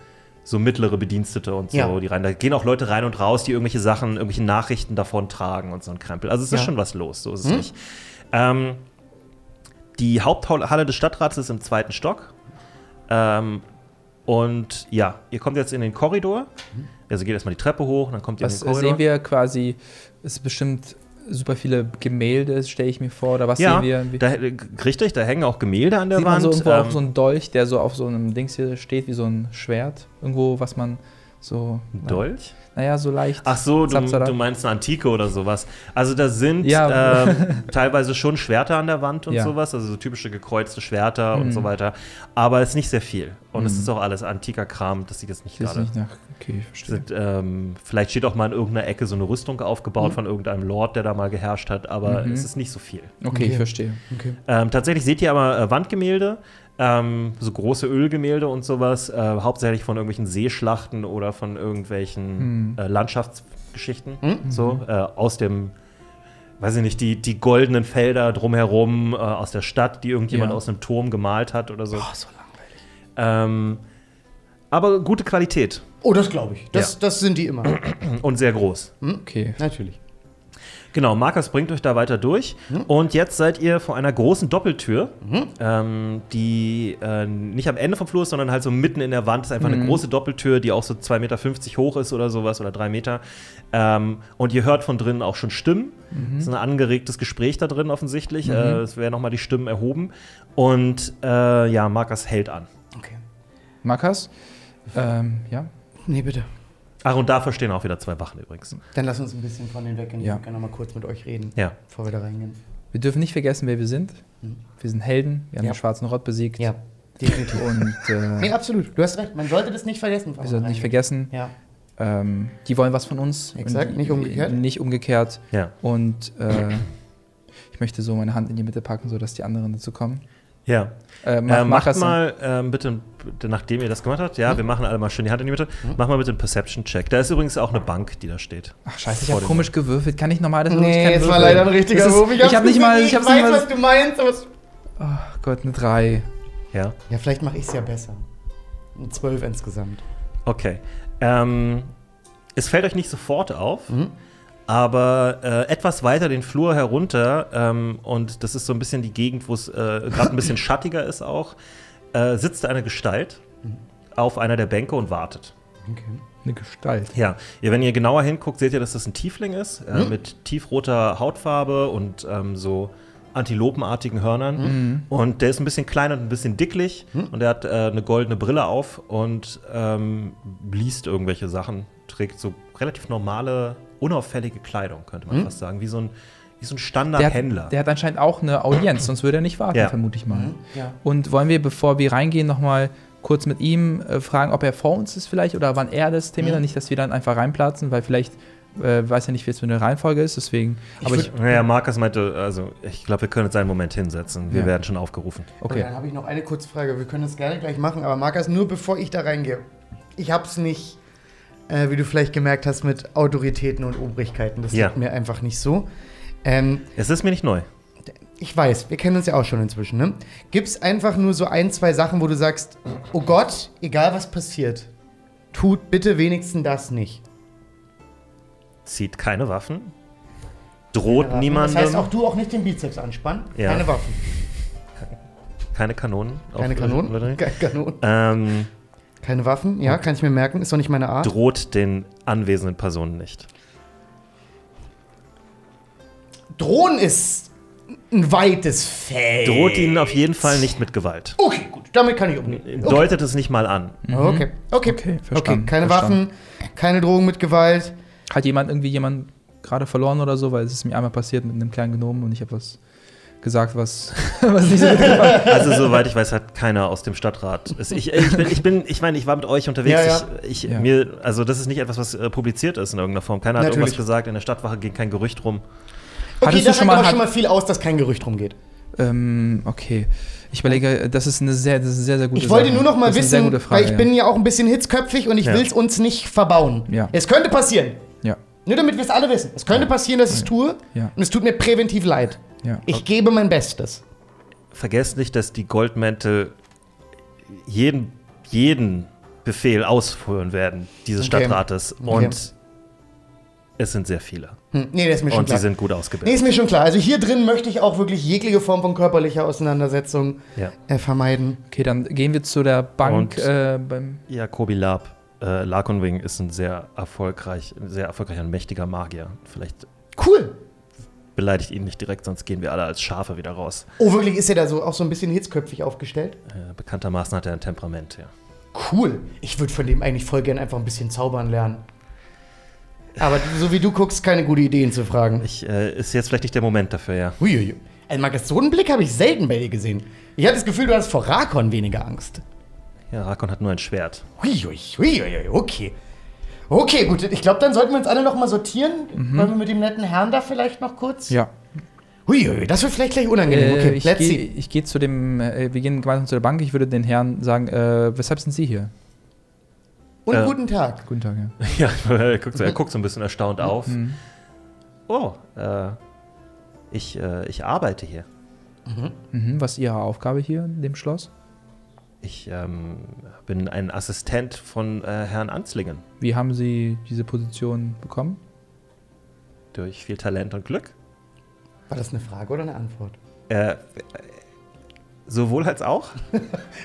so mittlere Bedienstete und so, Ja. die rein. Da gehen auch Leute rein und raus, die irgendwelche Sachen, irgendwelche Nachrichten davon tragen und so ein Krempel. Also es ist Ja. schon was los, so ist es nicht. Ähm, die Haupthalle des Stadtrats ist im zweiten Stock. Ähm, und ja, ihr kommt jetzt in den Korridor. Also geht erstmal die Treppe hoch, dann kommt ihr Was in äh, den Korridor. sehen wir quasi? Es ist bestimmt super viele Gemälde, stelle ich mir vor. Oder was Ja, sehen wir? Wie, da, richtig, da hängen auch Gemälde an der sieht man Wand. so irgendwo auch ähm, so einen Dolch, der so auf so einem Dings hier steht, wie so ein Schwert. Irgendwo, was man so. Dolch? Naja, so leicht. Ach so, du, Zapfsalat. du meinst eine Antike oder sowas. Also da sind Ja. <laughs> ähm, teilweise schon Schwerter an der Wand und Ja. Mhm. sowas, also so typische gekreuzte Schwerter und so weiter. Aber es ist nicht sehr viel. Und es ist auch alles antiker Kram, das sieht jetzt nicht Ich weiß gerade. Mhm. nicht nach. Okay, ich verstehe. Sind, ähm, vielleicht steht auch mal in irgendeiner Ecke so eine Rüstung Mhm. aufgebaut von irgendeinem Lord, der da mal geherrscht hat, aber es ist nicht so viel. Okay, ich verstehe. Okay. Ähm, tatsächlich seht ihr aber äh, Wandgemälde, ähm, so große Ölgemälde und sowas, äh, hauptsächlich von irgendwelchen Seeschlachten oder von irgendwelchen äh, Landschaftsgeschichten, Hm? so äh, aus dem, weiß ich nicht, die, die goldenen Felder drumherum äh, aus der Stadt, die irgendjemand Ja. aus einem Turm gemalt hat oder so. Oh, so langweilig. Ähm, aber gute Qualität Oh, das glaube ich. Das, Ja. das sind die <clears throat> immer. und sehr groß. Okay. Natürlich. Genau, Markus bringt euch da weiter durch. Und jetzt seid ihr vor einer großen Doppeltür, ähm, die äh, nicht am Ende vom Flur ist, sondern halt so mitten in der Wand ist einfach eine große Doppeltür, die auch so 2,50 Meter hoch ist oder sowas oder 3 Meter. Ähm, und ihr hört von drinnen auch schon Stimmen. Es ist ein angeregtes Gespräch da drin offensichtlich. Äh, es werden nochmal die Stimmen erhoben. Und äh, ja, Markus hält an. Okay. Makas? Ähm, ja. Nee, bitte. Ach, und da verstehen auch wieder zwei Wachen übrigens. Dann lass uns ein bisschen von denen weggehen. Ja. Ich kann noch mal kurz mit euch reden, Ja. bevor wir da reingehen. Wir dürfen nicht vergessen, wer wir sind. Wir sind Helden. Wir haben Mhm. Ja. den schwarzen Rott besiegt. definitiv. Und <laughs> äh, Nee, absolut. Du hast recht. Man sollte das nicht vergessen. wir sollten nicht vergessen, Ja. ähm, die wollen was von uns. Exakt, Und die- nicht umgekehrt. Nicht umgekehrt. Ja. Und äh, ich möchte so meine Hand in die Mitte packen, sodass die anderen dazu kommen. Ja. Äh, Äh, mach- mach macht das dann. mal ähm, bitte, bitte, nachdem ihr das gemacht habt, ja, wir machen alle mal schön die Hand in die Mitte, mach mal bitte einen Perception-Check. Da ist übrigens auch eine Bank, die da steht. Ach scheiße, ich Vor habe dem- komisch gewürfelt. Kann ich normal das ich Nee, kann es war würfeln. leider ein richtiger Das ist- Wurf. Ich habe nicht mal, gesehen, ich habe weiß, nicht mal. was du meinst. Aber es- Ach Gott, eine 3. Ja, ja, vielleicht mache ich es ja besser. Ein 12 insgesamt. okay. Ähm, es fällt euch nicht sofort auf, aber äh, etwas weiter den Flur herunter, ähm, und das ist so ein bisschen die Gegend, wo es äh, gerade ein bisschen schattiger ist auch, äh, sitzt eine Gestalt auf einer der Bänke und wartet. Okay. Eine Gestalt. Ja, ja, wenn ihr genauer hinguckt, seht ihr, dass das ein Tiefling ist, Mhm. äh, mit tiefroter Hautfarbe und ähm, so antilopenartigen Hörnern. Mhm. Und der ist ein bisschen klein und ein bisschen dicklich und er hat äh, eine goldene Brille auf und ähm, liest irgendwelche Sachen, trägt so relativ normale, unauffällige Kleidung, könnte man fast sagen, wie so ein, wie so ein Mhm. Der Standardhändler. hat, der hat anscheinend auch eine Audienz, sonst würde er nicht warten, Ja. vermute ich mal. Ja. Und wollen wir, bevor wir reingehen, nochmal kurz mit ihm äh, fragen, ob er vor uns ist vielleicht oder wann er das Mhm. Thema, nicht, dass wir dann einfach reinplatzen, weil vielleicht äh, weiß er nicht, wie es mit der Reihenfolge ist, deswegen. aber ich, naja, Markus meinte, also ich glaube, wir können jetzt einen Moment hinsetzen. Wir Ja. werden schon aufgerufen. Okay. okay. Dann habe ich noch eine kurze Frage. Wir können das gerne gleich machen, aber Markus, nur bevor ich da reingehe. Ich hab's nicht, äh, wie du vielleicht gemerkt hast, mit Autoritäten und Obrigkeiten. Das Ja. liegt mir einfach nicht so. Ähm, Es ist mir nicht neu. ich weiß, wir kennen uns ja auch schon inzwischen, ne? Gibt's einfach nur so ein, zwei Sachen, wo du sagst, oh Gott, egal was passiert, tut bitte wenigstens das nicht. Zieht keine Waffen, droht Keine Waffen. niemandem. Das heißt, auch du auch nicht den Bizeps anspannen. Ja. Keine Waffen. Keine Kanonen. auf- Keine Kanonen. oder- Keine Kanonen. Ähm, Keine Waffen, ja, kann ich mir merken. Ist doch nicht meine Art. droht den anwesenden Personen nicht. Drohen ist ein weites Feld. Droht ihnen auf jeden Fall nicht mit Gewalt. Okay, gut, damit kann ich umgehen. Okay, Mhm. Deutet es nicht mal an. okay, okay. Okay, verstanden, okay. keine verstanden. Waffen, keine Drogen mit Gewalt. Hat jemand irgendwie jemand gerade verloren oder so, weil es ist mir einmal <laughs> passiert mit einem kleinen Gnomen und ich habe <laughs> was gesagt, was, was nicht so gut war. Also, soweit ich weiß, hat keiner aus dem Stadtrat. Es- Ich, ich, bin, ich bin, ich meine, ich war mit euch unterwegs. Ja, ja. Ich, ich, Ja. Mir, also das ist nicht etwas, was äh, publiziert ist in irgendeiner Form. Keiner hat Natürlich. irgendwas gesagt. In der Stadtwache ging kein Gerücht rum. Okay, Hattest du das schon sagt mal- aber schon hat- mal viel aus, dass kein Gerücht rumgeht. Ähm, okay. Ich überlege, das ist eine sehr, das ist eine sehr, sehr gute Ich wollte Sache. nur noch mal das wissen, ist eine sehr gute Frage, weil ich ja. bin ja auch ein bisschen hitzköpfig und ich Ja. will es uns nicht verbauen. Ja. Es könnte passieren. Ja, Nur damit wir es alle wissen. Es könnte passieren, dass ich es tue. Ja. Und es tut mir präventiv leid. ja. Ich gebe mein Bestes. Vergesst nicht, dass die Goldmäntel jeden, jeden Befehl ausführen werden, dieses Okay. Stadtrates. Und Okay. es sind sehr viele. Hm. Nee, das ist mir schon Und sie klar. sind gut Nee, ausgebildet. ist mir schon klar. Also hier drin möchte ich auch wirklich jegliche Form von körperlicher Auseinandersetzung Ja. äh, vermeiden. Okay, dann gehen wir zu der Bank. Und- Äh, beim Jacobi Lab. Äh, Larkonwing ist ein sehr erfolgreich, ein sehr erfolgreicher und mächtiger Magier. Vielleicht Cool. beleidigt ihn nicht direkt, sonst gehen wir alle als Schafe wieder raus. Oh, wirklich ist er da so auch so ein bisschen hitzköpfig aufgestellt? Äh, bekanntermaßen hat er ein Temperament, ja. Cool. Ich würde von dem eigentlich voll gern einfach ein bisschen zaubern lernen. Aber so wie du guckst, keine gute Ideen zu fragen. Ich, äh, ist jetzt vielleicht nicht der Moment dafür, ja. Huiuiui. Also, Markus, so einen Blick habe ich selten bei dir gesehen. Ich hatte das Gefühl, du hast vor Rakon weniger Angst. Ja, Rakon hat nur ein Schwert. <laughs> Huiuiui, huiuiui, okay. Okay, gut. Ich glaube, dann sollten wir uns alle noch mal sortieren. Wollen wir mit dem netten Herrn da vielleicht noch kurz? ja. Huiuiui, das wird vielleicht gleich unangenehm. Äh, Genau, Okay, ich let's gehe see. ich geh zu dem, äh, wir gehen gemeinsam zu der Bank. Ich würde den Herrn sagen, äh, weshalb sind Sie hier? Und äh, guten Tag. Guten Tag, ja. Ja, er guckt, Mhm. so, er guckt so ein bisschen erstaunt auf. Oh, äh, ich, äh, ich arbeite hier. Mhm, was ist Ihre Aufgabe hier in dem Schloss? Ich ähm, bin ein Assistent von äh, Herrn Anzlingen. Wie haben Sie diese Position bekommen? Durch viel Talent und Glück. War das eine Frage oder eine Antwort? Äh, äh, sowohl als auch.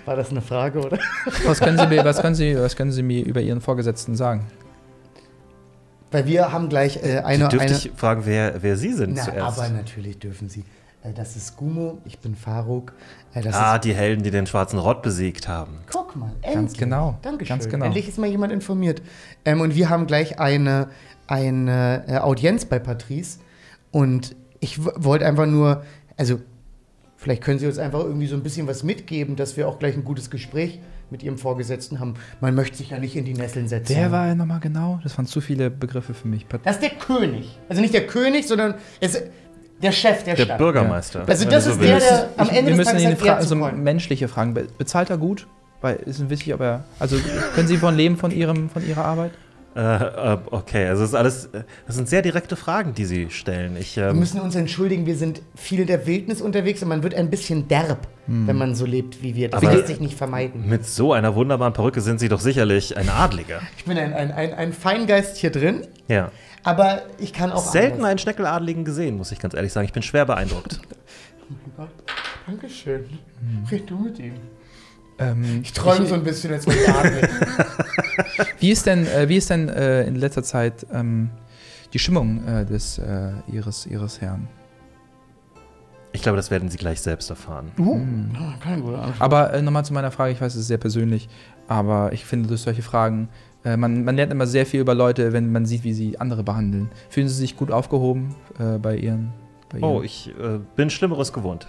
War das eine Frage oder? Was können Sie mir, was können Sie, was können Sie mir über Ihren Vorgesetzten sagen? Weil wir haben gleich äh, eine. Dürfte eine ich fragen, wer, wer Sie sind na, zuerst? aber natürlich dürfen sie. Äh, Das ist Gumo, ich bin Faruk. Äh, Das ah, ist. die Helden, die den schwarzen Rott besiegt haben. Guck mal, endlich. genau, Dankeschön. ganz genau. Endlich ist mal jemand informiert. Ähm, und wir haben gleich eine, eine äh, Audienz bei Patrice. Und ich w- wollte einfach nur, also vielleicht können Sie uns einfach irgendwie so ein bisschen was mitgeben, dass wir auch gleich ein gutes Gespräch mit Ihrem Vorgesetzten haben. Man möchte sich ja nicht in die Nesseln setzen. Wer war er nochmal genau? Das waren zu viele Begriffe für mich. Pat- Das ist der König. Also nicht der König, sondern es, der Chef der, Der Stadt. Bürgermeister. Also wenn das du ist willst. der, der am Ich- Ende wir des müssen Tages ihn halt fra- eher also zu callen. menschliche Fragen. Be- Bezahlt er gut? Weil es ist wichtig, ob er. Also können Sie davon leben von ihrem, von ihrer Arbeit? Äh, äh, okay, also das ist alles. äh, Das sind sehr direkte Fragen, die Sie stellen. Ich, Wir ähm, müssen uns entschuldigen, wir sind viel in der Wildnis unterwegs und man wird ein bisschen derb, wenn man so lebt wie Hm. wir. Das Aber- lässt sich nicht vermeiden. mit so einer wunderbaren Perücke sind Sie doch sicherlich ein Adliger. Ich bin ein, ein, ein, ein Feingeist hier drin, Ja. aber ich kann auch Selten anders. einen Schneckeladligen gesehen, muss ich ganz ehrlich sagen. Ich bin schwer beeindruckt. Dankeschön. Hm. Red du mit ihm. Ähm, Ich träume so ein bisschen, als wäre ich adelig. <laughs> Wie ist denn, äh, wie ist denn äh, in letzter Zeit ähm, die Stimmung äh, des, äh, ihres, ihres Herrn? Ich glaube, das werden Sie gleich selbst erfahren. Ah, Keine gute Antwort. Aber äh, nochmal zu meiner Frage, ich weiß, es ist sehr persönlich, aber ich finde durch solche Fragen, äh, man, man lernt immer sehr viel über Leute, wenn man sieht, wie sie andere behandeln. Fühlen sie sich gut aufgehoben äh, bei ihren? Bei Oh, ihren? ich äh, bin Schlimmeres gewohnt.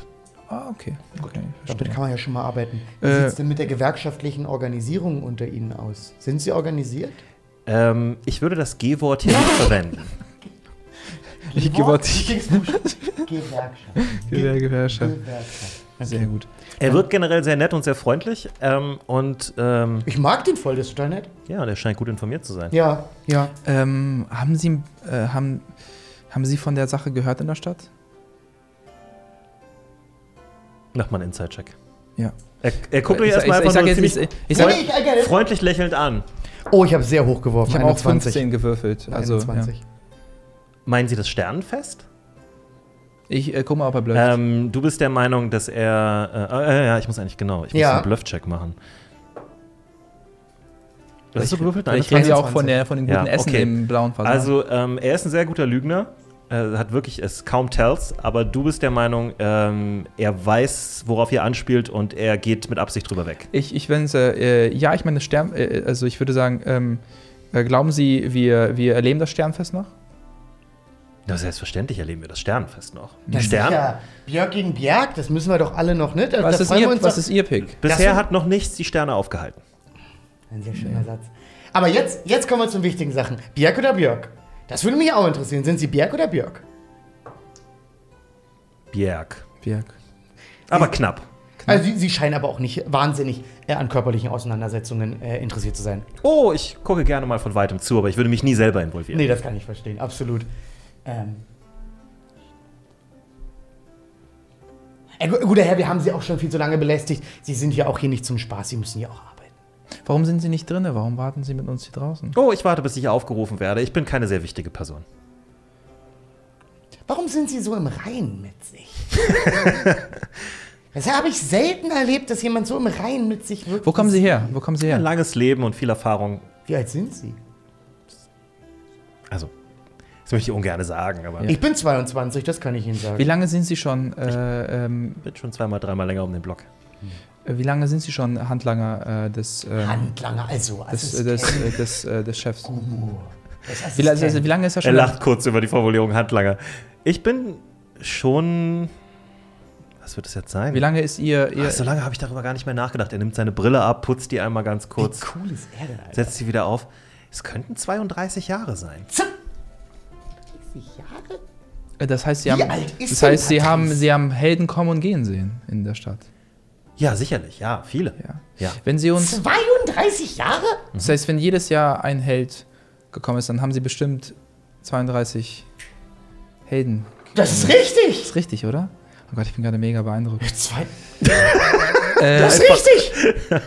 Ah, okay. okay Damit verstehe. kann man ja schon mal arbeiten. Wie Äh. sieht es denn mit der gewerkschaftlichen Organisierung unter Ihnen aus? Sind Sie organisiert? Ähm, ich würde das G-Wort hier <laughs> nicht verwenden. Ich gewollt- <laughs> Gewerkschaft. Gewerkschaft. Gewerkschaft. Sehr gut. Er wird generell sehr nett und sehr freundlich. Ähm, und ähm, Ich mag den voll, das ist total nett. ja, und er scheint gut informiert zu sein. Ja, ja. Ähm, haben, sie, äh, haben, haben Sie von der Sache gehört in der Stadt? Mach mal einen Inside-Check. Ja. Er, er guckt euch ich, erstmal ich, ich einfach sag nur jetzt ziemlich nicht, ich, ich sag, Nee, ich, ich äh, freundlich lächelnd an. oh, ich habe sehr hoch geworfen. habe auch 15 gewürfelt. Also, Also, ja. 21. Meinen Sie das Sternenfest? Ich äh, guck mal, ob er blöd Ähm, du bist der Meinung, dass er. Äh, äh, ja, ich muss eigentlich genau. Ich muss Ja. einen Bluff-Check machen. Was hast du gewürfelt? Ich 21? rede ja auch von, der, von den guten Ja, Essen okay. im blauen Fasan. Also, ähm, er ist ein sehr guter Lügner. Er hat wirklich es kaum Tells, aber du bist der Meinung, ähm, er weiß, worauf ihr anspielt und er geht mit Absicht drüber weg. ich, ich wenn's, äh, äh, ja, ich meine, Stern, äh, also ich würde sagen, ähm, äh, glauben Sie, wir, wir erleben das Sternfest noch? Na, selbstverständlich erleben wir das Sternenfest noch. Das Stern? ist ja Björk gegen Björk, das müssen wir doch alle noch nicht. Also, Was, da ist freuen wir ihr, uns was doch- ist ihr Pick? Bisher Das- hat noch nichts die Sterne aufgehalten. Ein sehr schöner Satz. Aber jetzt, jetzt kommen wir zu wichtigen Sachen. Björk oder Björk? Das würde mich auch interessieren. Sind Sie Björk oder Björk? Bjerg. Björk. Aber knapp. Genau. Also sie, sie scheinen aber auch nicht wahnsinnig äh, an körperlichen Auseinandersetzungen äh, interessiert zu sein. Oh, ich gucke gerne mal von weitem zu, aber ich würde mich nie selber involvieren. Nee, das kann ich verstehen, absolut. Ähm. Äh, gu- guter Herr, wir haben Sie auch schon viel zu lange belästigt. Sie sind ja auch hier nicht zum Spaß, Sie müssen ja auch arbeiten. Warum sind sie nicht drinne? Warum warten sie mit uns hier draußen? Oh, ich warte, bis ich aufgerufen werde. Ich bin keine sehr wichtige Person. Warum sind Sie so im Reinen mit <laughs> sich? das habe ich selten erlebt, dass jemand so im Reinen mit sich wirkt. Wo kommen sie her? Wo kommen sie Ein her? langes Leben und viel Erfahrung. Wie alt sind Sie? Also, das möchte ich ungern sagen, aber Ich bin 22, das kann ich Ihnen sagen. Wie lange sind sie schon, äh, ähm, ich bin schon zweimal, dreimal länger um den Block. Äh, wie lange sind sie schon Handlanger äh, des, ähm, Handlanger, also des, Assistent. äh, des, äh, des, äh, des Chefs? Das Wie, la- also, wie lange ist er Er schon? lacht kurz über die Formulierung Handlanger. Ich bin schon. Was wird es jetzt sein? Wie lange ist ihr, ihr Ach, so lange habe ich darüber gar nicht mehr nachgedacht. Er nimmt seine Brille ab, putzt die einmal ganz Wie kurz, cool ist er denn, Alter? setzt sie wieder auf. Es könnten 32 Jahre sein. 60 Jahre? Äh, Das heißt, sie Wie haben, alt ist das denn heißt, sie Patrice? haben, sie haben Helden kommen und gehen sehen in der Stadt. Ja, sicherlich. Ja, viele. Ja. Ja. Wenn sie uns, 32 Jahre? das heißt, wenn jedes Jahr ein Held gekommen ist, dann haben sie bestimmt 32 Helden. Das ist richtig! Ist richtig, oder? Oh Gott, ich bin gerade mega beeindruckt. Zwei- Äh, Das ist richtig!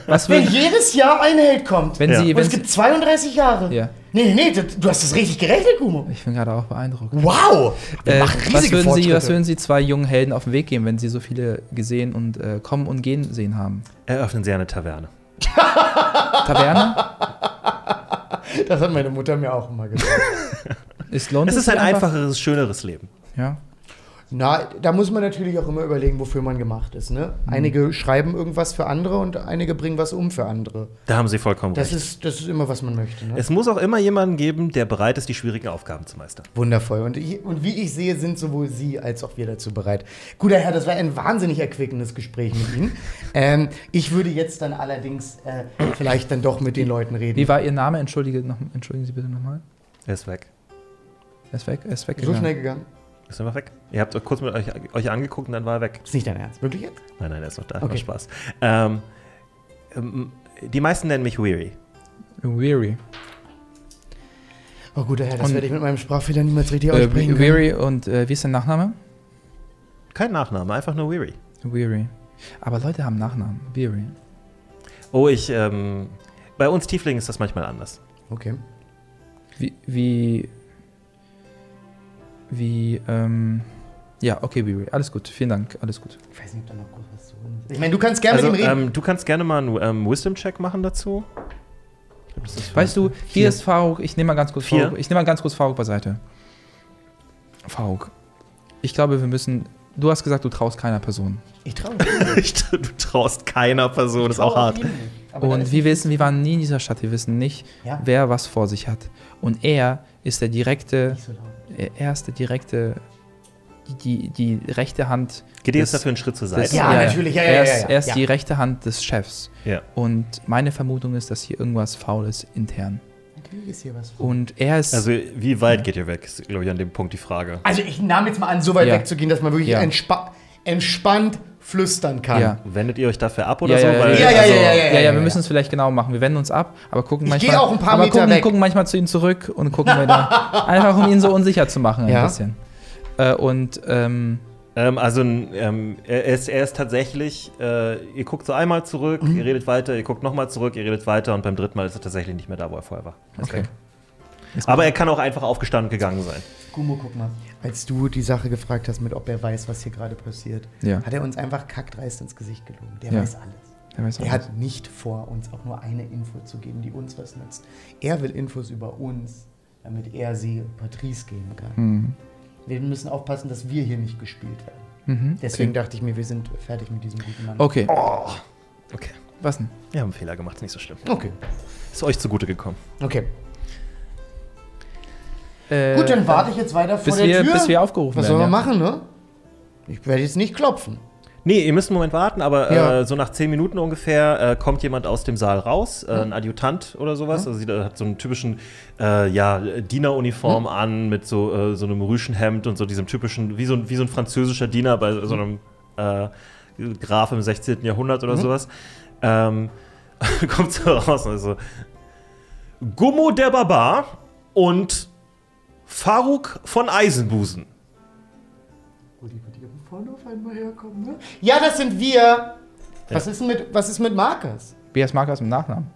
was Wenn würden, jedes Jahr ein Held kommt. wenn Ja. sie, Und es wenn sie, gibt 32 Jahre. ja, Nee, nee, nee, das- du hast das richtig gerechnet, Gumo. ich bin gerade auch beeindruckt. Wow! Wir Äh, machen was, riesige würden sie, Fortschritte. was würden Sie zwei jungen Helden auf den Weg geben, wenn Sie so viele gesehen und äh, kommen und gehen sehen haben? Eröffnen Sie eine Taverne. Taverne? das hat meine Mutter mir auch immer gesagt. Ist lohnt Es ist ein halt sich einfacheres, schöneres Leben. Ja. Na, da muss man natürlich auch immer überlegen, wofür man gemacht ist. Ne? Einige schreiben irgendwas für andere und einige bringen was um für andere. Da haben Sie vollkommen Das recht. ist, das ist immer, was man möchte. Ne? Es muss auch immer jemanden geben, der bereit ist, die schwierigen Aufgaben zu meistern. Wundervoll. Und, ich, und wie ich sehe, sind sowohl Sie als auch wir dazu bereit. Guter Herr, das war ein wahnsinnig erquickendes Gespräch mit <laughs> Ihnen. ähm, ich würde jetzt dann allerdings äh, vielleicht dann doch mit den Leuten reden. Wie war Ihr Name? Entschuldige noch, entschuldigen Sie bitte nochmal. Er ist weg. Er ist weg, er ist So weggegangen. schnell gegangen? Ist einfach weg. Ihr habt kurz mit euch, euch angeguckt und dann war er weg. Ist nicht dein Ernst. Wirklich jetzt? Nein, nein, er ist noch da. Okay. Macht Spaß. Ähm, ähm, die meisten nennen mich Weary. Weary. Oh, guter Herr, das Und- werde ich mit meinem Sprachfehler niemals richtig Äh, aussprechen. können. Weary und äh, wie ist dein Nachname? Kein Nachname, einfach nur Weary. Weary. Aber Leute haben Nachnamen. Weary. Oh, ich, ähm, bei uns Tieflingen ist das manchmal anders. Okay. Wie, wie, wie, ähm, ja, okay, Weary. Alles gut, vielen Dank, alles gut. Ich weiß nicht, ob da noch groß was zu holen ist. Ich meine, du kannst gerne Also, mit ihm reden. ähm, du kannst gerne mal einen ähm, Wisdom-Check machen dazu. Ich glaub, das ist- Weißt du, hier ist Faruk, ich nehme mal ganz kurz Vier. Faruk, ich nehme mal ganz kurz Faruk beiseite. Faruk, ich glaube, wir müssen, du hast gesagt, du traust keiner Person. ich traue <laughs> Ich- du traust keiner Person, das ist auch hart. Und wir wissen, wir waren nie in dieser Stadt, wir wissen nicht, Ja. wer was vor sich hat. Und er ist der direkte, Nicht so laut. er er ist der direkte, die, die, die rechte Hand Gede ist Das- dafür einen Schritt zur des, Seite. Ja, natürlich, ja, ja, er ja, ist, ja, Er ist ja. die rechte Hand des Chefs. Ja. Und meine Vermutung ist, dass hier irgendwas faul ist intern. Natürlich ist hier was. Und er ist, Also, wie weit geht ihr weg, ist, glaube ich, an dem Punkt die Frage. Also ich nahm jetzt mal an, so weit Ja. wegzugehen, dass man wirklich Ja. entspa entspannt flüstern kann. ja. Wendet ihr euch dafür ab oder so? ja, Weil- Ja, ja, ja, also, ja, ja, ja, ja, ja, wir ja. müssen es vielleicht genau machen. Wir wenden uns ab, aber gucken Ich manchmal. gehe auch ein paar aber Meter gucken, weg. gucken manchmal zu ihm zurück und gucken <laughs> wieder. einfach um ihn so unsicher zu machen ein Ja. bisschen. Äh, und ähm, Ähm, also n- ähm, er, er ist, er ist tatsächlich, äh, ihr guckt so einmal zurück, ihr redet weiter, ihr guckt nochmal zurück, ihr redet weiter und beim dritten Mal ist er tatsächlich nicht mehr da, wo er vorher war. Er ist okay. weg. Aber er kann auch einfach aufgestanden und gegangen sein. Gummo, guck mal. Als du die Sache gefragt hast, mit ob er weiß, was hier gerade passiert, Ja. hat er uns einfach kackdreist ins Gesicht gelogen. Der Ja. weiß alles. Er weiß Er auch hat nicht vor, uns auch nur eine Info zu geben, die uns was nützt. Er will Infos über uns, damit er sie Patrice geben kann. Mhm. Wir müssen aufpassen, dass wir hier nicht gespielt werden. Mhm. Deswegen dachte ich mir, wir sind fertig mit diesem guten Mann. Okay, Okay. was denn? Wir haben einen Fehler gemacht, ist nicht so schlimm. Okay. Ist euch zugute gekommen. Okay. Äh, Gut, dann warte ich jetzt weiter vor bis der wir, Tür. bis wir aufgerufen Was soll werden. man ja. machen, ne? Ich werde jetzt nicht klopfen. Nee, ihr müsst einen Moment warten, aber Ja. äh, so nach zehn Minuten ungefähr äh, kommt jemand aus dem Saal raus, äh, ein Adjutant oder sowas. Also sie da- hat so einen typischen äh, ja, Dieneruniform an mit so, äh, so einem Rüschenhemd und so diesem typischen, wie so, ein- wie so ein französischer Diener bei so einem äh, Graf im 16. Jahrhundert oder sowas. Ähm, <laughs> kommt so raus und ist so. Gummo der Barbar und Faruk von Eisenbusen. Ja, das sind wir. Was, ist denn mit, was ist mit Markus? BS Markers mit Nachnamen.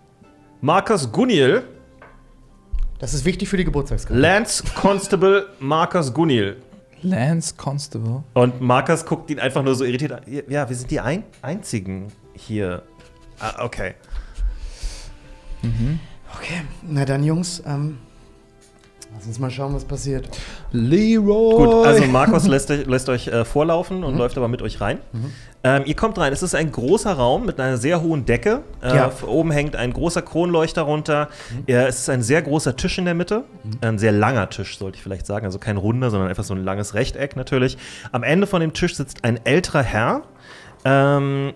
Markus Guniel Das ist wichtig für die Geburtstagskarte. Lance Constable Markus Gunil. Lance Constable. Und Markus guckt ihn einfach nur so irritiert an. Ja, wir sind die ein einzigen hier. Ah, okay. Okay, na dann, Jungs. Ähm, lass uns mal schauen, was passiert. Leroy. Gut, also Markus lässt euch, lässt euch äh, vorlaufen und läuft aber mit euch rein. Ähm, ihr kommt rein. Es ist ein großer Raum mit einer sehr hohen Decke. Äh, Ja. Oben hängt ein großer Kronleuchter runter. Äh, es ist ein sehr großer Tisch in der Mitte. Ein sehr langer Tisch, sollte ich vielleicht sagen. Also kein runder, sondern einfach so ein langes Rechteck natürlich. Am Ende von dem Tisch sitzt ein älterer Herr. Ähm,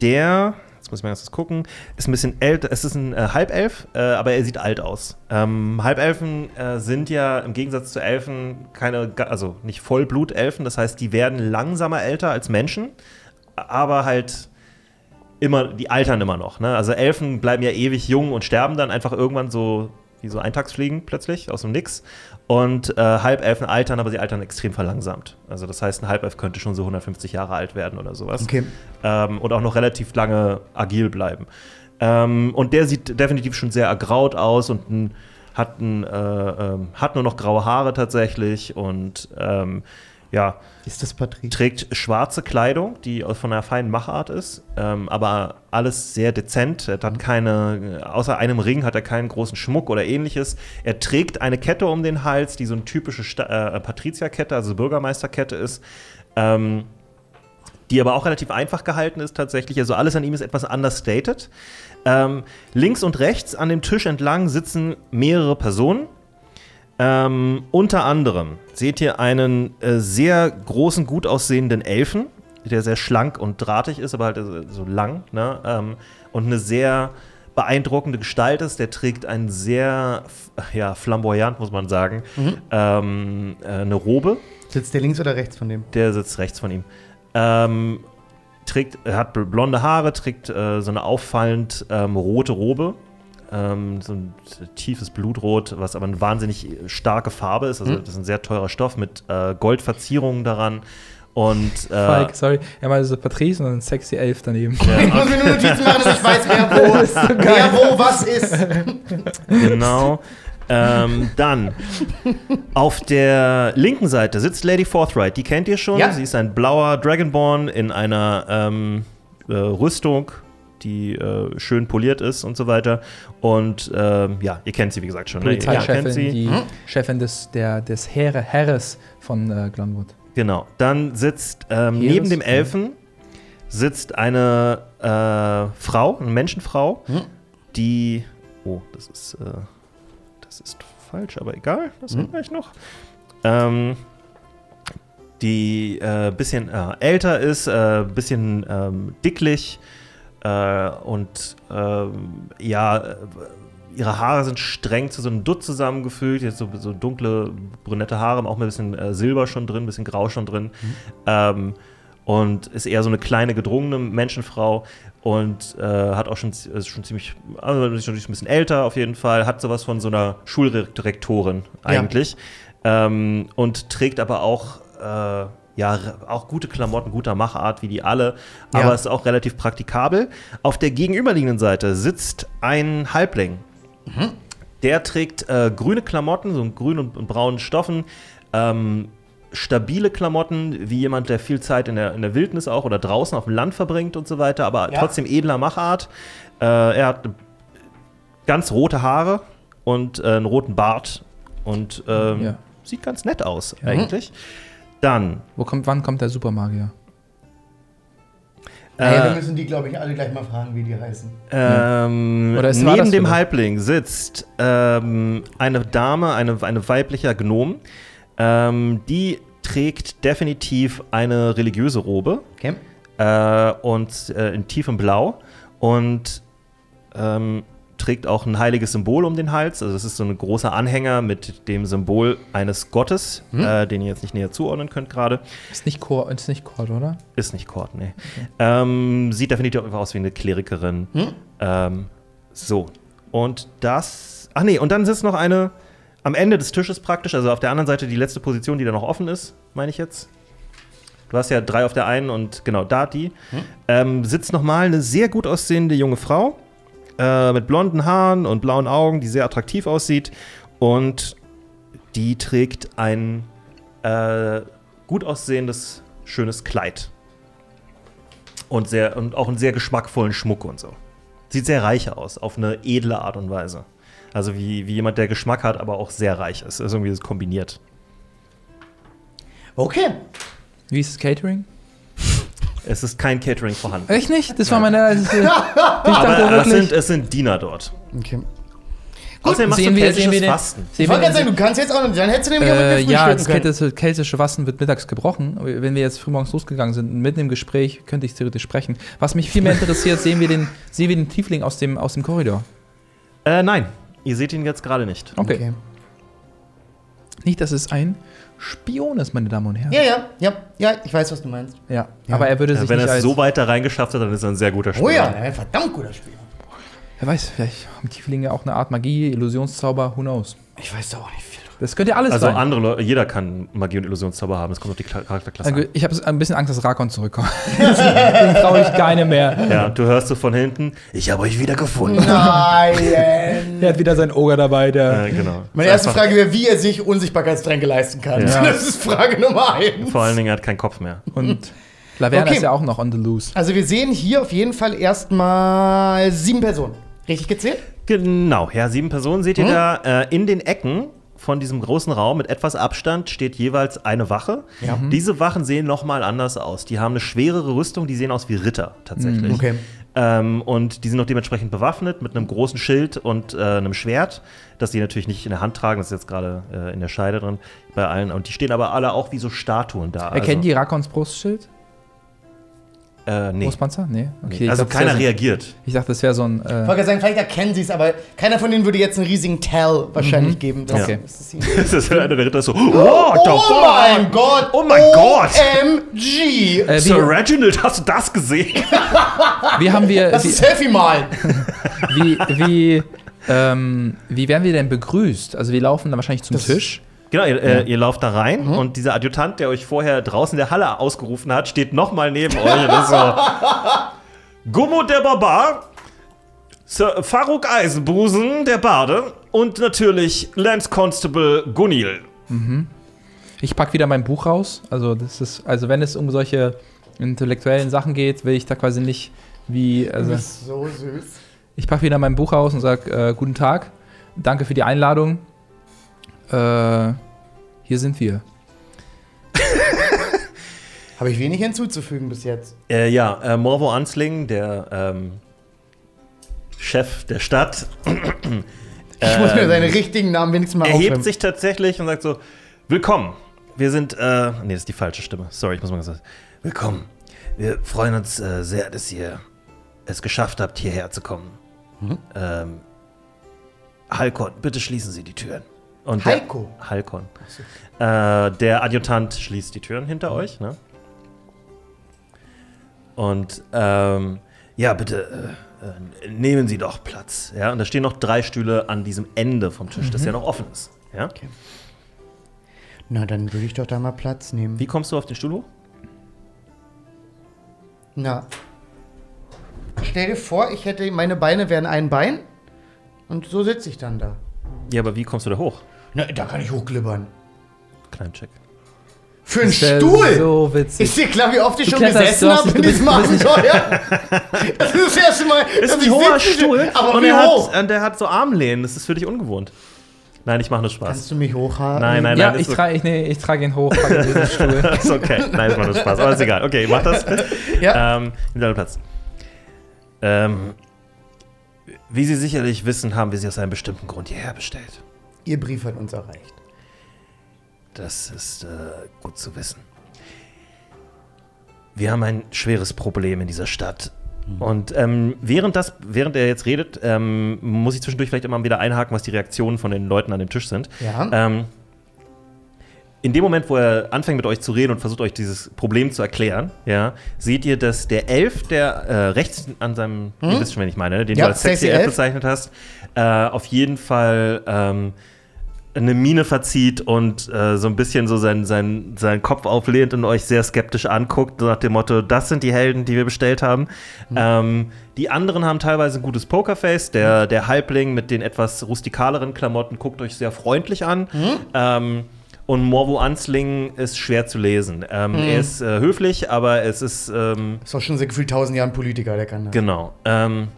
der, jetzt muss ich mal ganz kurz gucken, ist ein bisschen älter, es ist ein äh, Halbelf, äh, aber er sieht alt aus. Ähm, Halbelfen äh, sind ja im Gegensatz zu Elfen keine, ga- also nicht Vollblutelfen, das heißt, die werden langsamer älter als Menschen, aber halt immer, die altern immer noch. Ne? Also Elfen bleiben ja ewig jung und sterben dann einfach irgendwann so wie so Eintagsfliegen plötzlich aus dem Nix. Und äh, Halbelfen altern, aber sie altern extrem verlangsamt. Also das heißt, ein Halbelf könnte schon so 150 Jahre alt werden oder sowas Okay. ähm, und auch noch relativ lange agil bleiben. Ähm, und der sieht definitiv schon sehr ergraut aus und n, hat, n, äh, ähm, hat nur noch graue Haare tatsächlich und ähm, ja, Ist das Patrick? trägt schwarze Kleidung, die aus- von einer feinen Machart ist, ähm, aber alles sehr dezent. Er hat keine, außer einem Ring hat er keinen großen Schmuck oder ähnliches. Er trägt eine Kette um den Hals, die so eine typische Sta äh, Patrizierkette, also Bürgermeisterkette ist. Ähm, die aber auch relativ einfach gehalten ist tatsächlich. Also alles an ihm ist etwas understated. Ähm, links und rechts an dem Tisch entlang sitzen mehrere Personen. Ähm, unter anderem seht ihr einen äh, sehr großen, gut aussehenden Elfen, der sehr schlank und drahtig ist, aber halt äh, so lang. Ne? Ähm, und eine sehr beeindruckende Gestalt ist. Der trägt einen sehr, f- ja, flamboyant, muss man sagen, ähm, äh, eine Robe Sitzt der links oder rechts von dem? der sitzt rechts von ihm. Ähm, trägt, er hat bl- blonde Haare, trägt äh, so eine auffallend ähm, rote Robe. Ähm, so ein tiefes Blutrot, was aber eine wahnsinnig äh, starke Farbe ist. Also, das ist ein sehr teurer Stoff mit äh, Goldverzierungen daran. Und äh, Falk, sorry. Er meinte so Patrice und dann sexy Elf daneben. Ich muss mir nur Notizen machen, dass ich weiß, wer <laughs> wo, Das ist so geil. wer wo was ist. Äh. genau. ähm, dann auf der linken Seite sitzt Lady Forthright. Die kennt ihr schon. Ja. Sie ist ein blauer Dragonborn in einer ähm, äh, Rüstung, die äh, schön poliert ist und so weiter. Und ähm, ja, ihr kennt sie, wie gesagt, schon. ne? Ihr Polizeichefin, kennt sie. die Hm? Chefin des, der, des Heere, Heeres von äh, Glenwood. Genau. Dann sitzt ähm, Hier neben ist- dem Elfen sitzt eine äh, Frau, eine Menschenfrau, Hm. die. Oh, das ist äh, das ist falsch, aber egal. Das hm? ich noch. Ähm, die ein äh, bisschen äh, älter ist, ein äh, bisschen ähm, dicklich äh, und ähm, ja, äh, ihre Haare sind streng zu so einem Dutt zusammengefügt, jetzt so, so dunkle, brünette Haare, auch mit ein bisschen äh, Silber schon drin, ein bisschen Grau schon drin. Ähm, und ist eher so eine kleine, gedrungene Menschenfrau und äh, hat auch schon, zi- ist schon ziemlich, also ist schon ein bisschen älter auf jeden Fall, hat sowas von so einer Schuldirektorin eigentlich. Ähm, und trägt aber auch, äh, ja, r- auch gute Klamotten, guter Machart, wie die alle, aber Ja. ist auch relativ praktikabel. Auf der gegenüberliegenden Seite sitzt ein Halbling. Der trägt äh, grüne Klamotten, so grün und, und braunen Stoffen. Ähm, stabile Klamotten, wie jemand, der viel Zeit in der, in der Wildnis auch oder draußen auf dem Land verbringt und so weiter, aber Ja. trotzdem edler Machart. Äh, er hat ganz rote Haare und äh, einen roten Bart und ähm, Ja. sieht ganz nett aus eigentlich. Dann Wo kommt, wann kommt der Supermagier? Naja, wir Äh, müssen die, glaube ich, alle gleich mal fragen, wie die heißen. ähm, Oder ist- war das neben dem vielleicht? Halbling sitzt ähm, eine Dame, eine, eine weibliche Gnom, ähm, die trägt definitiv eine religiöse Robe. Okay. äh, und äh, in tiefem Blau und ähm, trägt auch ein heiliges Symbol um den Hals. Also es ist so ein großer Anhänger mit dem Symbol eines Gottes, Hm. äh, den ihr jetzt nicht näher zuordnen könnt gerade. Ist nicht Chor, ist nicht Chor, oder? Ist nicht Kord, nee. Ähm, sieht definitiv aus wie eine Klerikerin. Ähm, so. Und das. Ach nee, und dann sitzt noch eine am Ende des Tisches praktisch, also auf der anderen Seite die letzte Position, die da noch offen ist, meine ich jetzt. Du hast ja drei auf der einen und genau da die. Ähm, sitzt nochmal eine sehr gut aussehende junge Frau äh, mit blonden Haaren und blauen Augen, die sehr attraktiv aussieht. Und die trägt ein äh, gut aussehendes, schönes Kleid. Und, sehr, und auch einen sehr geschmackvollen Schmuck und so. Sieht sehr reich aus, auf eine edle Art und Weise. Also wie, wie jemand, der Geschmack hat, aber auch sehr reich ist. Also irgendwie das kombiniert. Okay. Wie ist das Catering? Es ist kein Catering vorhanden. Echt nicht? Das war meine. Äh, Ich Aber dachte es sind, wirklich. es sind Diener dort. okay. Außerdem machst du keltisches Fasten. Ich Sehen wollte wir gerade sagen, den, du kannst jetzt auch noch, dann hättest du nämlich auch äh, mit mir ja, frühstücken das können. keltische, keltische Wassen wird mittags gebrochen. Wenn wir jetzt frühmorgens losgegangen sind, mitten im Gespräch, könnte ich theoretisch sprechen. Was mich viel mehr interessiert, sehen wir den, sehen wir den Tiefling aus dem, aus dem Korridor. Äh, nein, ihr seht ihn jetzt gerade nicht. Okay. okay. Nicht, dass es ein Spion ist, meine Damen und Herren. Ja, ja, ja, ja, ich weiß, was du meinst. Ja, aber er würde Ja, sich Äh, wenn nicht er es als, so weit da reingeschafft hat, dann ist er ein sehr guter Spieler. Oh ja, ein verdammt guter Spieler. Wer weiß, vielleicht haben Tieflinge auch eine Art Magie, Illusionszauber, who knows. Ich weiß da auch nicht viel. Das könnte ja alles Also sein. andere Leute, jeder kann Magie und Illusionszauber haben. Es kommt auf die Kla- Charakterklasse Also, an. ich habe ein bisschen Angst, dass Rakon zurückkommt. <laughs> Dem traue ich keine mehr. Ja, du hörst so von hinten, ich habe euch wieder <laughs> gefunden. <laughs> Nein. Er hat wieder seinen Oger dabei, der. Äh, genau. Meine Ist erste einfach- Frage wäre, wie er sich Unsichtbarkeitstränke leisten kann. Ja. <laughs> Das ist Frage Nummer eins. Vor allen Dingen, er hat keinen Kopf mehr. Und Laverna Okay. ist ja auch noch on the loose. Also wir sehen hier auf jeden Fall erstmal sieben Personen. Richtig gezählt? Genau, ja, sieben Personen seht ihr da. Äh, in den Ecken von diesem großen Raum mit etwas Abstand steht jeweils eine Wache. Diese Wachen sehen nochmal anders aus. Die haben eine schwerere Rüstung, die sehen aus wie Ritter tatsächlich. Okay. Ähm, und die sind auch dementsprechend bewaffnet mit einem großen Schild und äh, einem Schwert, das die natürlich nicht in der Hand tragen, das ist jetzt gerade äh, in der Scheide drin bei allen. Und die stehen aber alle auch wie so Statuen da. Erkennt die Rakons Brustschild? also, äh, nee. Brustpanzer? Nee. Okay, ich Also dachte, das keiner wär so- reagiert. <laughs> Ich dachte, das wäre so ein. Ich Äh, wollte gerade sagen, vielleicht erkennen sie es, aber keiner von denen würde jetzt einen riesigen Tell wahrscheinlich geben. Das Okay. ist das das ist einer der Ritter ist so, oh, Oh mein Gott! Oh mein Gott! OMG! äh, Sir wie, Reginald, hast du das gesehen? wie haben wir. Das Wie, ist Selfie mal! wie, wie, ähm, wie werden wir denn begrüßt? Also, wir laufen dann wahrscheinlich zum Tisch. Genau, ihr, äh, ihr lauft da rein und dieser Adjutant, der euch vorher draußen in der Halle ausgerufen hat, steht nochmal neben euch und ist <laughs> so. Gummo der Barbar, Sir Faruk Eisenbusen, der Bade und natürlich Lance Constable Gunil. Ich packe wieder mein Buch raus. Also, das ist, also wenn es um solche intellektuellen Sachen geht, will ich da quasi nicht wie. Also, ist so süß. ich packe wieder mein Buch raus und sage: äh, Guten Tag, danke für die Einladung. Äh, hier sind wir. Habe ich wenig hinzuzufügen bis jetzt. Äh, ja, äh, Morvo Ansling, der ähm, Chef der Stadt, Ich muss mir seine richtigen Namen wenigstens mal Ähm, erhebt aufschreiben. sich tatsächlich und sagt so: Willkommen. Wir sind, äh, nee, das ist die falsche Stimme. Sorry, ich muss mal ganz kurz- Willkommen. Wir freuen uns äh, sehr, dass ihr es geschafft habt, hierher zu kommen. Ähm, Halkon, bitte schließen Sie die Türen. Und der- Heiko? Halkon. Äh, der Adjutant schließt die Türen hinter euch, ne? Und ähm, ja, bitte äh, äh, nehmen Sie doch Platz. Ja, und da stehen noch drei Stühle an diesem Ende vom Tisch, das ja noch offen ist. Ja? Na, dann würde ich doch da mal Platz nehmen. Wie kommst du auf den Stuhl hoch? Na. Stell dir vor, ich hätte, meine Beine wären ein Bein und so sitze ich dann da. Ja, aber wie kommst du da hoch? Na, da kann ich hochklibbern. Kleincheck. Für einen Das wär Stuhl! So witzig. Ist dir klar, wie oft ich Du schon kletterst, gesessen du hast habe nicht- in du bist- diesem du bist Abenteuer? Das ist das erste Mal, Ist dass ein ich hoher sitze, Stuhl, aber und wie er hoch? Hat, und der hat so Armlehnen. Das ist für dich ungewohnt. Nein, ich mache nur Spaß. Kannst du mich hochhaben? Nein, nein, ja, nein. ich ist- trage ich, nee, ich trage ihn hoch. pack ihn in <laughs> den Stuhl. <laughs> ist okay. Nein, ich mache nur Spaß. Aber ist egal. Okay, mach das. Ja. Ähm, nimm deinen Platz. Ähm, wie Sie sicherlich wissen, haben wir Sie aus einem bestimmten Grund hierher bestellt. Ihr Brief hat uns erreicht. Das ist äh, gut zu wissen. Wir haben ein schweres Problem in dieser Stadt. Mhm. Und ähm, während, das, während er jetzt redet, ähm, muss ich zwischendurch vielleicht immer wieder einhaken, was die Reaktionen von den Leuten an dem Tisch sind. Ja. Ähm, in dem Moment, wo er anfängt mit euch zu reden und versucht euch dieses Problem zu erklären, ja, seht ihr, dass der Elf, der äh, rechts an seinem, ihr wisst schon, wen ich meine, ne, den Hm? Ja, du als sexy sexy Elf Elf. bezeichnet hast, äh, auf jeden Fall ähm, eine Miene verzieht und äh, so ein bisschen so seinen sein, sein Kopf auflehnt und euch sehr skeptisch anguckt, so nach dem Motto, das sind die Helden, die wir bestellt haben. Ähm, die anderen haben teilweise ein gutes Pokerface. Der, der Halbling mit den etwas rustikaleren Klamotten guckt euch sehr freundlich an. Ähm, und Morvo Ansling ist schwer zu lesen. Ähm, Er ist äh, höflich, aber es ist ähm, Ist doch schon seit gefühlt tausend Jahren Politiker, der kann das. Genau. Ähm,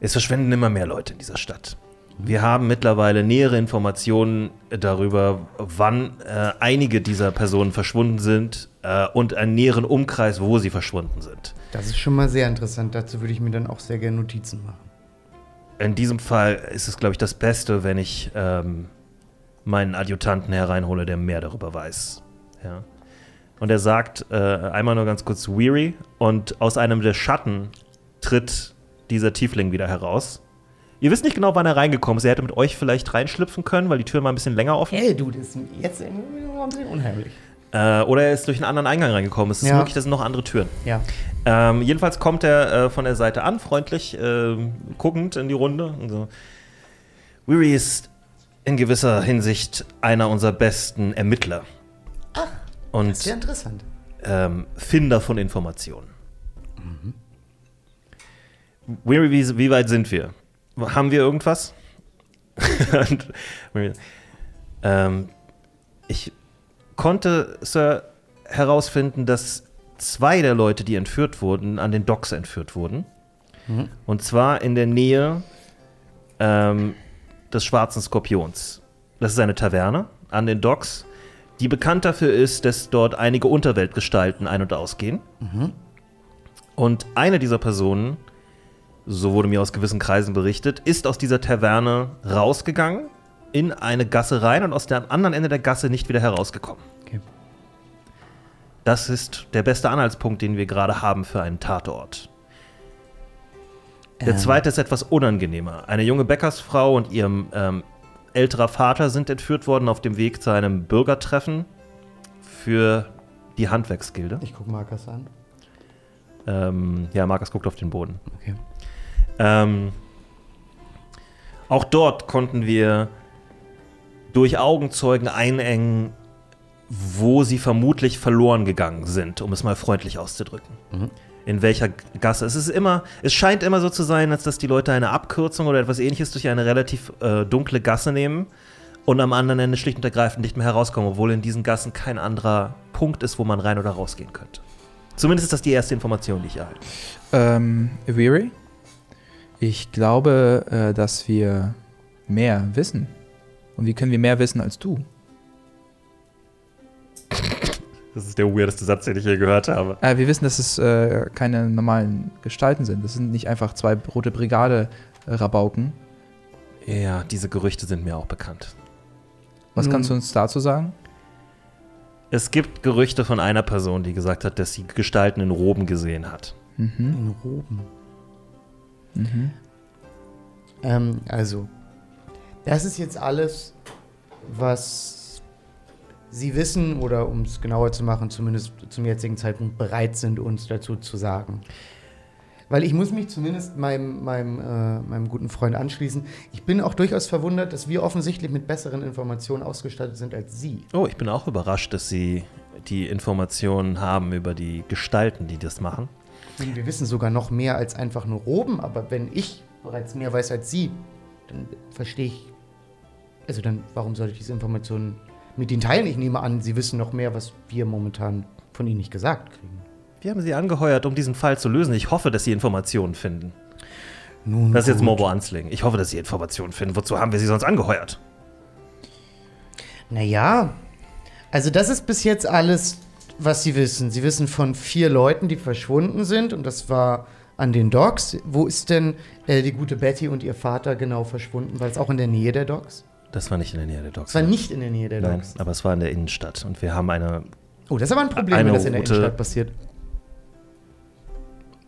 es verschwinden immer mehr Leute in dieser Stadt. Wir haben mittlerweile nähere Informationen darüber, wann äh, einige dieser Personen verschwunden sind äh, und einen näheren Umkreis, wo sie verschwunden sind. Das ist schon mal sehr interessant. Dazu würde ich mir dann auch sehr gerne Notizen machen. In diesem Fall ist es, glaube ich, das Beste, wenn ich ähm, meinen Adjutanten hereinhole, der mehr darüber weiß. Ja. Und er sagt äh, einmal nur ganz kurz Weary und aus einem der Schatten tritt dieser Tiefling wieder heraus. Ihr wisst nicht genau, wann er reingekommen ist. Er hätte mit euch vielleicht reinschlüpfen können, weil die Tür mal ein bisschen länger offen Hey, du, das ist jetzt wahnsinnig unheimlich. äh, Oder er ist durch einen anderen Eingang reingekommen. Es ist Ja. möglich, das sind noch andere Türen. Ja. Ähm, jedenfalls kommt er äh, von der Seite an, freundlich ähm, guckend in die Runde. Und so. Weary ist in gewisser Hinsicht einer unserer besten Ermittler Sehr und interessant. ähm, Finder von Informationen. Weary, wie, wie weit sind wir? Haben wir irgendwas? <laughs> Und Weary, ähm, ich konnte, Sir, herausfinden, dass zwei der Leute, die entführt wurden, an den Docks entführt wurden. Und zwar in der Nähe ähm, des Schwarzen Skorpions. Das ist eine Taverne an den Docks, die bekannt dafür ist, dass dort einige Unterweltgestalten ein- und ausgehen. Und eine dieser Personen, so wurde mir aus gewissen Kreisen berichtet, ist aus dieser Taverne rausgegangen, in eine Gasse rein und aus dem anderen Ende der Gasse nicht wieder herausgekommen. Okay. Das ist der beste Anhaltspunkt, den wir gerade haben für einen Tatort. Der Ähm. zweite ist etwas unangenehmer. Eine junge Bäckersfrau und ihr ähm, älterer Vater sind entführt worden auf dem Weg zu einem Bürgertreffen für die Handwerksgilde. Ich gucke Markus an. Ähm, ja, Markus guckt auf den Boden. Okay. Ähm, auch dort konnten wir durch Augenzeugen einengen, wo sie vermutlich verloren gegangen sind, um es mal freundlich auszudrücken. In welcher Gasse. Es ist immer, es scheint immer so zu sein, als dass die Leute eine Abkürzung oder etwas ähnliches durch eine relativ äh, dunkle Gasse nehmen und am anderen Ende schlicht und ergreifend nicht mehr herauskommen, obwohl in diesen Gassen kein anderer Punkt ist, wo man rein oder rausgehen könnte. Zumindest ist das die erste Information, die ich erhalte. Ähm, Weary, ich glaube, äh, dass wir mehr wissen. Und wie können wir mehr wissen als du? Das ist der weirdeste Satz, den ich je gehört habe. Äh, wir wissen, dass es äh, keine normalen Gestalten sind. Das sind nicht einfach zwei rote Brigade-Rabauken. Ja, diese Gerüchte sind mir auch bekannt. Was Nun. kannst du uns dazu sagen? Es gibt Gerüchte von einer Person, die gesagt hat, dass sie Gestalten in Roben gesehen hat. Mhm. In Roben. Mhm. Ähm, also, das ist jetzt alles, was Sie wissen oder um es genauer zu machen, zumindest zum jetzigen Zeitpunkt bereit sind, uns dazu zu sagen. Weil ich muss mich zumindest meinem, meinem, äh, meinem guten Freund anschließen. Ich bin auch durchaus verwundert, dass wir offensichtlich mit besseren Informationen ausgestattet sind als Sie. Oh, ich bin auch überrascht, dass sie die Informationen haben über die Gestalten, die das machen. Und wir wissen sogar noch mehr als einfach nur Roben, aber wenn ich bereits mehr weiß als Sie, dann verstehe ich. Also dann, warum sollte ich diese Informationen mit Ihnen teilen? Ich nehme an, Sie wissen noch mehr, was wir momentan von Ihnen nicht gesagt kriegen. Wir haben sie angeheuert, um diesen Fall zu lösen. Ich hoffe, dass sie Informationen finden. Nun Das ist jetzt gut. Mobo Ansling. Ich hoffe, dass Sie Informationen finden. Wozu haben wir Sie sonst angeheuert? Naja, also das ist bis jetzt alles, was sie wissen. Sie wissen von vier Leuten, die verschwunden sind und das war an den Docks. Wo ist denn äh, die gute Betty und ihr Vater genau verschwunden? War es auch in der Nähe der Docks? Das war nicht in der Nähe der Docks. Es war nicht in der Nähe der Nein, Docks. aber es war in der Innenstadt. Und wir haben eine. Oh, das ist aber ein Problem, Eine wenn das in der Route. Innenstadt passiert.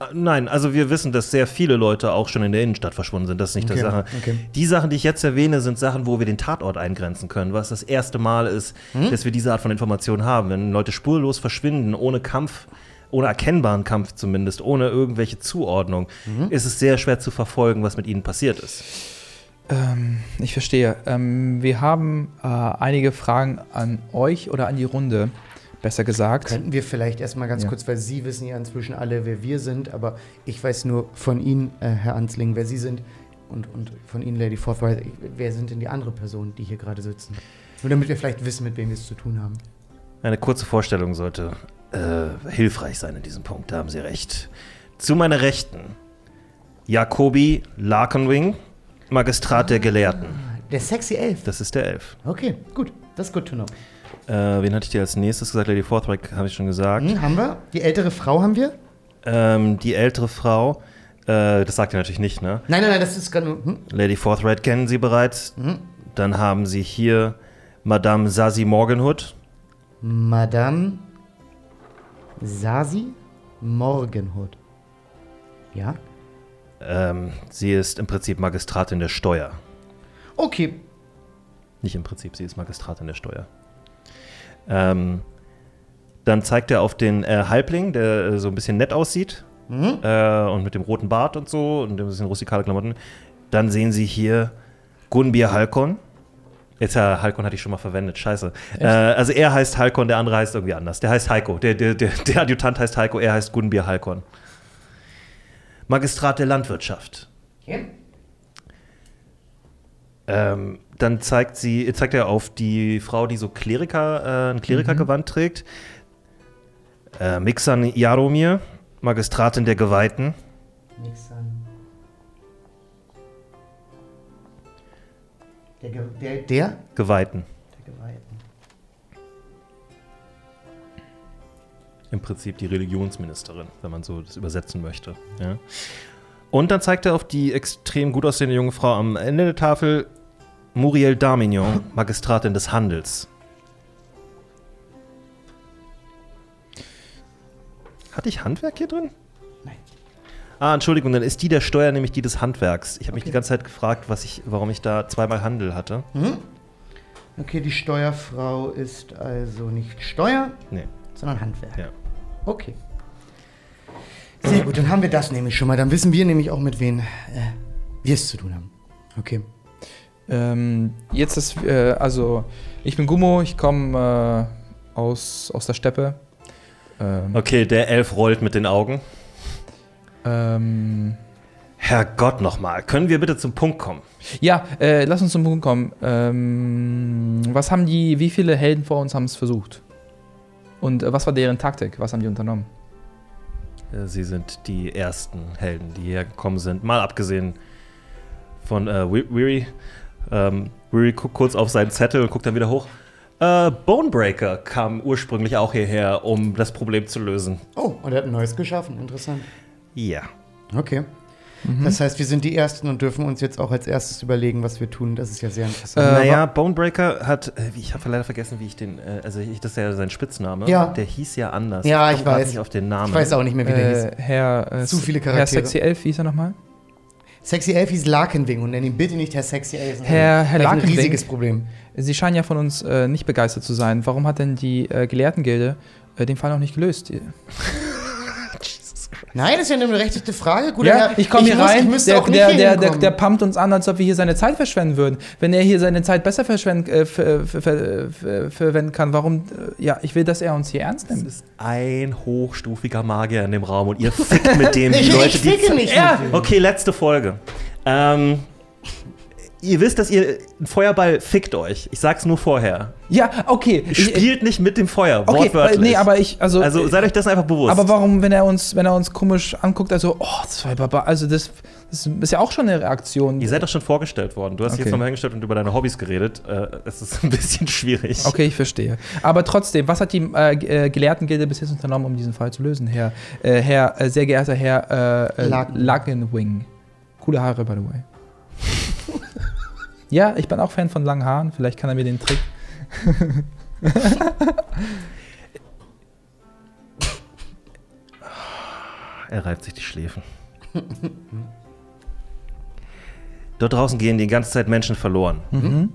Äh, Nein, also wir wissen, dass sehr viele Leute auch schon in der Innenstadt verschwunden sind. Das ist nicht die Okay, Sache. okay. Die Sachen, die ich jetzt erwähne, sind Sachen, wo wir den Tatort eingrenzen können, was das erste Mal ist, dass wir diese Art von Informationen haben. Wenn Leute spurlos verschwinden, ohne Kampf, ohne erkennbaren Kampf zumindest, ohne irgendwelche Zuordnung, ist es sehr schwer zu verfolgen, was mit ihnen passiert ist. Ähm, ich verstehe. Ähm, wir haben äh, einige Fragen an euch oder an die Runde, besser gesagt. Könnten wir vielleicht erstmal ganz Ja. kurz, weil Sie wissen ja inzwischen alle, wer wir sind, aber ich weiß nur von Ihnen, äh, Herr Ansling, wer Sie sind und, und von Ihnen, Lady Forthright, ich- wer sind denn die andere Personen, die hier gerade sitzen? Nur damit wir vielleicht wissen, mit wem wir es zu tun haben. Eine kurze Vorstellung sollte äh, hilfreich sein in diesem Punkt, da haben Sie recht. Zu meiner Rechten, Jacobi Larkenwing, Magistrat der Gelehrten. Der Sexy Elf. Das ist der Elf. Okay, gut. Das ist gut to know. Äh, wen hatte ich dir als nächstes gesagt? Lady Forthright habe ich schon gesagt. Hm, haben wir? Die ältere Frau haben wir? Ähm, die ältere Frau, äh, das sagt ihr natürlich nicht, ne? Nein, nein, nein, das ist gerade nur. Hm? Lady Forthright kennen Sie bereits. Dann haben Sie hier Madame Sassy Morgenhood. Madame Sasi Morgenhood. Ja? Ähm, sie ist im Prinzip Magistratin der Steuer. Okay. Nicht im Prinzip, sie ist Magistratin der Steuer. Ähm, dann zeigt er auf den äh, Halbling, der äh, so ein bisschen nett aussieht äh, und mit dem roten Bart und so und ein bisschen rustikale Klamotten. Dann sehen sie hier Gunbir Halkon. Jetzt, ja, Halkon hatte ich schon mal verwendet, scheiße. Äh, also er heißt Halkon, der andere heißt irgendwie anders. Der heißt Heiko, der, der, der, der Adjutant heißt Heiko, er heißt Gunbir Halkon. Magistrat der Landwirtschaft. Ähm, dann zeigt sie, zeigt er auf die Frau, die so Kleriker, äh, ein Klerikergewand trägt. Äh, Mixan Jaromir, Magistratin der Geweihten. Nix an. Der, Ge der, der? Der Geweihten, Geweihten. im Prinzip die Religionsministerin, wenn man so das übersetzen möchte. Ja. Und dann zeigt er auf die extrem gut aussehende junge Frau am Ende der Tafel, Muriel Darmignon, Magistratin des Handels. Hatte ich Handwerk hier drin? Nein. Ah, Entschuldigung, dann ist die der Steuer nämlich die des Handwerks. Ich habe mich die ganze Zeit gefragt, was ich, warum ich da zweimal Handel hatte. Okay, die Steuerfrau ist also nicht Steuer, Nee, sondern Handwerk. ja. Okay. Sehr gut, dann haben wir das nämlich schon mal. Dann wissen wir nämlich auch, mit wem äh, wir es zu tun haben. Okay. Ähm, jetzt ist, äh, also, ich bin Gummo, ich komme äh, aus, aus der Steppe. Ähm, Okay, der Elf rollt mit den Augen. ähm, Herrgott nochmal, können wir bitte zum Punkt kommen? ja, äh, lass uns zum Punkt kommen. Ähm, was haben die, wie viele Helden vor uns haben es versucht? Und äh, was war deren Taktik? Was haben die unternommen? Äh, Sie sind die ersten Helden, die hergekommen sind. Mal abgesehen von äh, Wi- Weary. Ähm, Weary guckt kurz auf seinen Zettel und guckt dann wieder hoch. Äh, Bonebreaker kam ursprünglich auch hierher, um das Problem zu lösen. Oh, und er hat ein neues geschaffen. Interessant. Ja. Okay. Das heißt, wir sind die Ersten und dürfen uns jetzt auch als erstes überlegen, was wir tun. Das ist ja sehr interessant. Äh, naja, Bonebreaker hat, äh, ich habe leider vergessen, wie ich den, äh, also ich, das ist ja sein Spitzname. Ja. Der hieß ja anders. Ja, komm ich grad weiß. nicht auf den Namen. ich weiß auch nicht mehr, wie der hieß. Äh, Herr, äh, Zu viele Herr Charaktere. Sexy Elf, wie hieß er nochmal? Sexy Elf hieß Larkenwing und nenn ihn bitte nicht Herr Sexy Elf. sonst Herr- haben wir Herr gleich Larkenwing? Ein riesiges Problem. Sie scheinen ja von uns äh, nicht begeistert zu sein. Warum hat denn die äh, Gelehrtengilde äh, den Fall noch nicht gelöst? Nein, das ist ja eine berechtigte Frage. Guter Ja, Herr, ich komme hier muss- rein, Ich müsste der, auch nicht der, hier der, der, hinkommen. der pumpt uns an, als ob wir hier seine Zeit verschwenden würden. Wenn er hier seine Zeit besser verschwenden, äh, ver, ver, ver, ver, verwenden kann, warum, äh, ja, ich will, dass er uns hier ernst Es nimmt. ist ein hochstufiger Magier in dem Raum und ihr <laughs> fickt mit dem die ich, Leute, ich die ficke nicht. Ja. mit ihm. Okay, letzte Folge. Ähm, Ihr wisst, dass ihr ein Feuerball fickt euch. Ich sag's nur vorher. Ja, okay. Ich- Spielt nicht mit dem Feuer, Okay, weil- wortwörtlich. nee, aber ich, also, also seid euch das einfach bewusst. aber warum, wenn er uns, wenn er uns komisch anguckt, also, oh, zwei Baba, also das, das ist ja auch schon eine Reaktion. Ihr seid doch schon vorgestellt worden. Du hast dich Okay. jetzt nochmal hingestellt und über deine Hobbys geredet. Äh, Es ist ein bisschen <laughs> schwierig. Okay, ich verstehe. Aber trotzdem, was hat die äh, G- äh, Gelehrtengilde bis jetzt unternommen, um diesen Fall zu lösen, Herr, äh, Herr äh, sehr geehrter Herr äh, äh, Laken. Lagenwing? Coole Haare, by the way. ja, ich bin auch Fan von langen Haaren. Vielleicht kann er mir den Trick. Er reibt sich die Schläfen. Dort draußen gehen die ganze Zeit Menschen verloren. Mhm.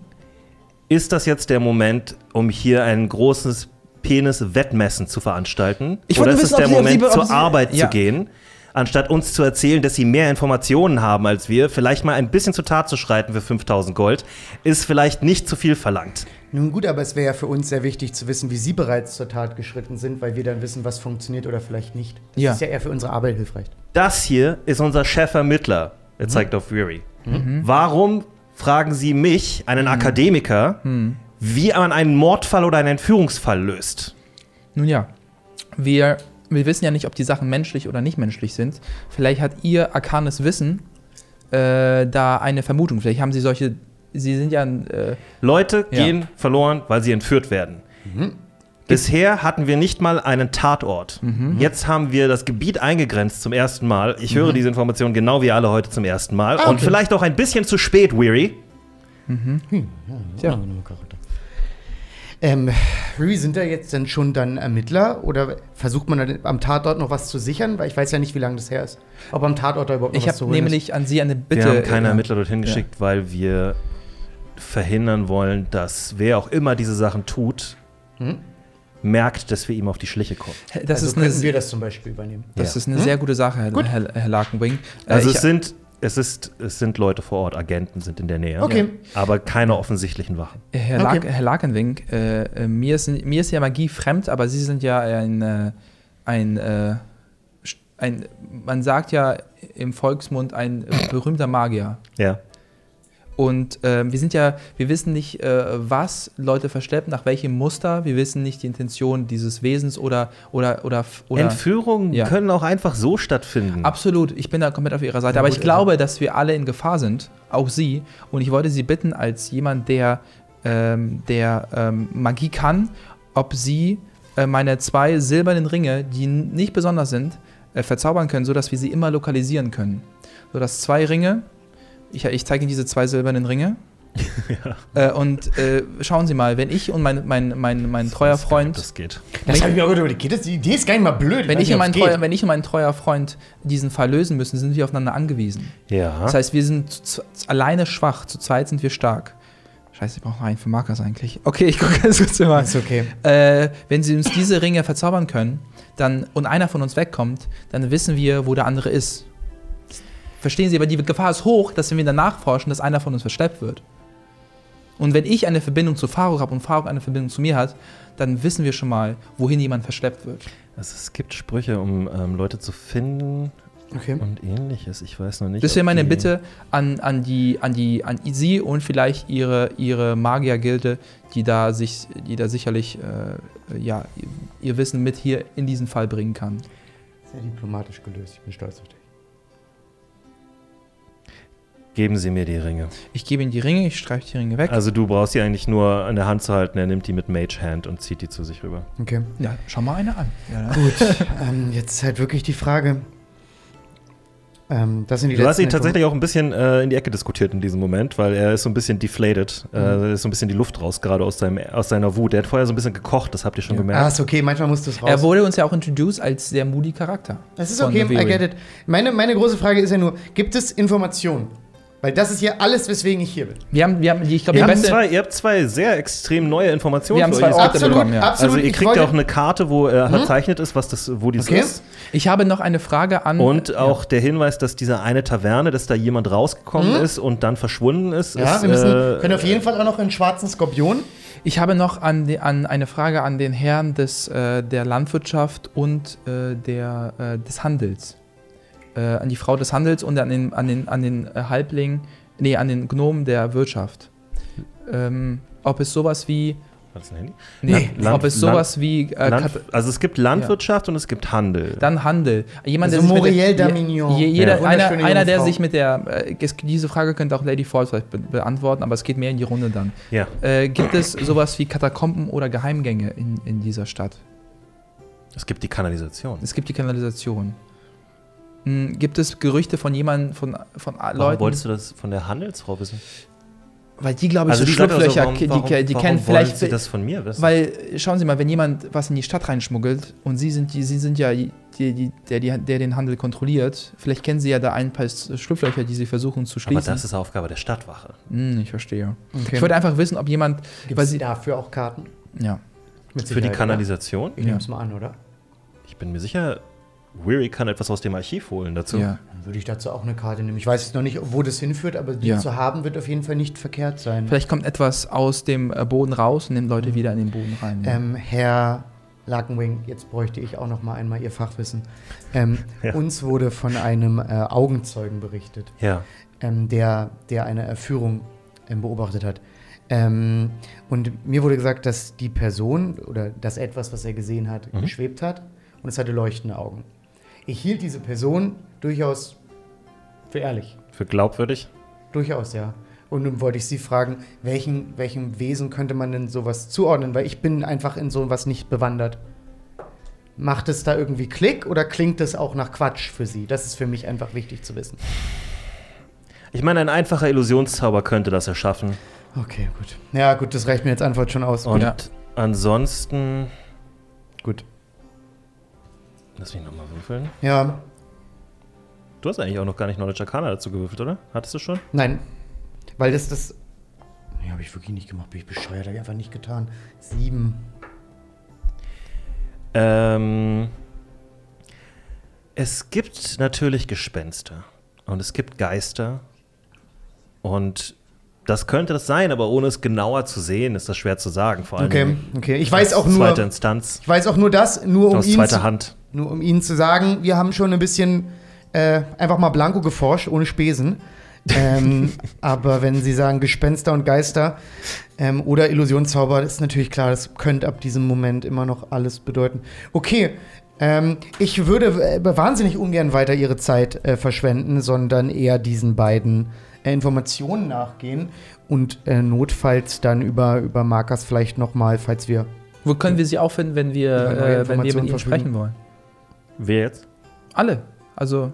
Ist das jetzt der Moment, um hier ein großes Penis-Wettmessen zu veranstalten? Ich Oder wollte ist wissen, es der ob sie- ob sie- Moment, ob zur sie- Arbeit Ja. zu gehen? Anstatt uns zu erzählen, dass sie mehr Informationen haben als wir, vielleicht mal ein bisschen zur Tat zu schreiten für 5000 Gold, ist vielleicht nicht zu viel verlangt. Nun gut, aber es wäre ja für uns sehr wichtig zu wissen, wie Sie bereits zur Tat geschritten sind, weil wir dann wissen, was funktioniert oder vielleicht nicht. Das Ja. ist ja eher für unsere Arbeit hilfreich. Das hier ist unser Chefvermittler. Mhm. Er zeigt auf Weary. Warum fragen Sie mich, Mhm. einen Akademiker, wie man einen Mordfall oder einen Entführungsfall löst? Nun ja, wir, wir wissen ja nicht, ob die Sachen menschlich oder nicht menschlich sind. Vielleicht hat ihr arkanes Wissen äh, da eine Vermutung. Vielleicht haben sie solche. Sie sind ja. ein, Äh, Leute Ja. gehen verloren, weil sie entführt werden. Mhm. Bisher hatten wir nicht mal einen Tatort. Mhm. Jetzt haben wir das Gebiet eingegrenzt zum ersten Mal. Ich höre diese Information genau wie alle heute zum ersten Mal. Ah, Und okay. vielleicht auch ein bisschen zu spät, Weary. Tja. Ähm, Rui, sind da jetzt denn schon dann Ermittler oder versucht man dann am Tatort noch was zu sichern? Weil ich weiß ja nicht, wie lange das her ist. Ob am Tatort da überhaupt noch ich was zu habe holen nämlich an sie eine Bitte. wir haben keine äh, Ermittler dorthin geschickt, weil wir verhindern wollen, dass wer auch immer diese Sachen tut, Hm? merkt, dass wir ihm auf die Schliche kommen. Das also ist eine, könnten wir das zum Beispiel übernehmen. das Ja. Hm? ist eine sehr gute Sache, Herr, Herr, Herr Larkenwing. Äh, Also ich- es sind, es, ist, es sind Leute vor Ort, Agenten sind in der Nähe, Okay. aber keine offensichtlichen Wachen. Herr, Okay. Lark, Herr Larkenwing, äh, äh, mir, ist, mir ist ja Magie fremd, aber Sie sind ja ein, äh, ein, äh, st- ein, man sagt ja im Volksmund, ein äh, berühmter Magier. Ja. Und ähm, wir sind ja, wir wissen nicht, äh, was Leute verschleppen, nach welchem Muster, wir wissen nicht die Intention dieses Wesens oder, oder, oder, oder Entführungen Ja. können auch einfach so stattfinden. Absolut, ich bin da komplett auf Ihrer Seite. Aber ich glaube, dass wir alle in Gefahr sind, auch Sie. Und ich wollte Sie bitten, als jemand, der, ähm, der ähm, Magie kann, ob Sie äh, meine zwei silbernen Ringe, die n- nicht besonders sind, äh, verzaubern können, sodass wir sie immer lokalisieren können. Sodass zwei Ringe, ich, ich zeige Ihnen diese zwei silbernen Ringe. äh, und äh, schauen Sie mal, wenn ich und mein, mein, mein, mein treuer Ich weiß gar nicht, ob Freund Das geht. Das habe ich mir auch gedacht, geht das, die Idee ist gar nicht mal blöd. wenn weiß ich, nicht, und mein ob's geht. treuer, wenn ich und mein treuer Freund diesen Fall lösen müssen, sind wir aufeinander angewiesen. Ja. Das heißt, wir sind zu, zu, alleine schwach, zu zweit sind wir stark. Scheiße, ich brauche noch einen für Markers eigentlich. Okay, ich gucke jetzt kurz mal. Ist okay. Äh, wenn sie uns diese Ringe verzaubern können dann, und einer von uns wegkommt, dann wissen wir, wo der andere ist. Verstehen Sie, aber die Gefahr ist hoch, dass wenn wir danach forschen, dass einer von uns versteppt wird. Und wenn ich eine Verbindung zu Faruk habe und Faruk eine Verbindung zu mir hat, dann wissen wir schon mal, wohin jemand versteppt wird. Also es gibt Sprüche, um ähm, Leute zu finden okay. und ähnliches. Ich weiß noch nicht. Das ob wäre meine die- Bitte an, an, die, an, die, an Sie und vielleicht Ihre, ihre Magier-Gilde, die da sich, die da sicherlich äh, ja, ihr Wissen mit hier in diesen Fall bringen kann. Sehr diplomatisch gelöst. Ich bin stolz auf dich. Geben Sie mir die Ringe. Ich gebe Ihnen die Ringe, ich streife die Ringe weg. Also du brauchst die eigentlich nur an der Hand zu halten. Er nimmt die mit Mage Hand und zieht die zu sich rüber. Okay. ja, schau mal eine an. Ja, Gut, ähm, jetzt ist halt wirklich die Frage. Ähm, das sind die Du hast ihn letzten tatsächlich auch ein bisschen äh, in die Ecke diskutiert in diesem Moment, weil er ist so ein bisschen deflated. Äh, da ist so ein bisschen die Luft raus, gerade aus, seinem, aus seiner Wut. Er hat vorher so ein bisschen gekocht, das habt ihr schon Ja. Ah, gemerkt. ist okay, manchmal musst du es raus. <laughs> er wurde uns ja auch introduced als sehr moody Charakter. Es ist von okay, Avery. I get it. Meine, meine große Frage ist ja nur, gibt es Informationen? Weil das ist ja alles, weswegen ich hier bin. Wir haben, wir haben die- ich glaube, Ihr die habt, beste. zwei, ihr habt zwei sehr extrem neue Informationen Wir haben für zwei euch. Orte bekommen, ja. Also ihr ich kriegt wollte- ja auch eine Karte, wo äh, verzeichnet ist, was das, wo dieses Okay. ist. Ich habe noch eine Frage an. Und auch der Hinweis, dass diese eine Taverne, dass da jemand rausgekommen ist und dann verschwunden ist. Ja, ist, wir müssen, äh, können auf jeden Fall auch noch einen schwarzen Skorpion. Ich habe noch an die, an eine Frage an den Herrn des, äh, der Landwirtschaft und äh, der, äh, des Handels. Äh, an die Frau des Handels und an den, an den, an den äh, Halbling nee, an den Gnomen der Wirtschaft. Ähm, ob es sowas wie, War das ein Handy? nee, Land- ob es sowas wie äh, Kat- Land, also es gibt Landwirtschaft und es gibt Handel. Dann Handel. Jemand, der So sich mit Muriel der, Damignon. Je, jeder, Ja. einer, Wunderschöne einer, junge der Frau. sich mit der. Äh, es, diese Frage könnte auch Lady Falls vielleicht be beantworten, aber es geht mehr in die Runde dann. ja. Äh, gibt es sowas wie Katakomben oder Geheimgänge in, in dieser Stadt? Es gibt die Kanalisation. Es gibt die Kanalisation. Hm, gibt es Gerüchte von jemandem, von, von a- Warum Leuten? wolltest du das von der Handelsfrau wissen? weil die, glaube ich, so die Leute- also Schlupflöcher, warum- die, warum- die, die warum kennen wollen vielleicht. Sie das von mir wissen? Weil, schauen Sie mal, wenn jemand was in die Stadt reinschmuggelt und Sie sind, die, Sie sind ja die, die, der, die, der den Handel kontrolliert, vielleicht kennen Sie ja da ein paar Schlupflöcher, die Sie versuchen zu Aber schließen. das ist Aufgabe der Stadtwache. Hm, ich verstehe. Okay. Ich wollte einfach wissen, ob jemand. Gibt weil es sie, dafür auch Karten? ja. Mit Für die Sicherheit, oder? Kanalisation? Ich Ja. nehme es mal an, oder? Ich bin mir sicher, Weary kann etwas aus dem Archiv holen dazu. ja. Dann würde ich dazu auch eine Karte nehmen. Ich weiß jetzt noch nicht, wo das hinführt, aber die Ja. zu haben wird auf jeden Fall nicht verkehrt sein. Vielleicht kommt etwas aus dem äh, Boden raus und nimmt Leute wieder in den Boden rein. Mhm. Ähm, Herr Lakenwing, jetzt bräuchte ich auch noch mal einmal Ihr Fachwissen. <laughs> Ähm, Ja. Uns wurde von einem äh, Augenzeugen berichtet, Ja. ähm, der, der eine Entführung ähm, beobachtet hat. Ähm, und mir wurde gesagt, dass die Person oder das etwas, was er gesehen hat, Mhm. geschwebt hat und es hatte leuchtende Augen. Ich hielt diese Person durchaus für ehrlich. Für glaubwürdig. Durchaus, ja. Und nun wollte ich Sie fragen, welchen, welchem Wesen könnte man denn sowas zuordnen? Weil ich bin einfach in sowas nicht bewandert. Macht es da irgendwie Klick oder klingt es auch nach Quatsch für Sie? Das ist für mich einfach wichtig zu wissen. Ich meine, ein einfacher Illusionszauber könnte das erschaffen. Okay, gut. Ja, gut, das reicht mir jetzt Antwort schon aus. Und Ja. ansonsten. Gut. Lass mich nochmal würfeln. Ja, Du hast eigentlich auch noch gar nicht Knowledge Arcana dazu gewürfelt, oder? Hattest du schon? nein. Weil das das. Nee, habe ich wirklich nicht gemacht. Bin ich bescheuert, habe ich einfach nicht getan. Sieben. Ähm, es gibt natürlich Gespenster und es gibt Geister und das könnte das sein, aber ohne es genauer zu sehen, ist das schwer zu sagen. Vor allem Okay, okay. Ich weiß als auch nur. zweite Instanz Ich weiß auch nur das, nur um aus ihn zweiter zu, Hand. Nur um Ihnen zu sagen, wir haben schon ein bisschen äh, einfach mal blanko geforscht, ohne Spesen. <laughs> ähm, aber wenn Sie sagen Gespenster und Geister ähm, oder Illusionszauber, ist natürlich klar, das könnte ab diesem Moment immer noch alles bedeuten. Okay, ähm, ich würde äh, wahnsinnig ungern weiter Ihre Zeit äh, verschwenden, sondern eher diesen beiden äh, Informationen nachgehen und äh, notfalls dann über, über Markers vielleicht nochmal, falls wir Wo können wir sie auffinden, wenn wir, Über neue äh, wenn wir mit Informationen ihnen sprechen verfügen. wollen? Wer jetzt? Alle. Also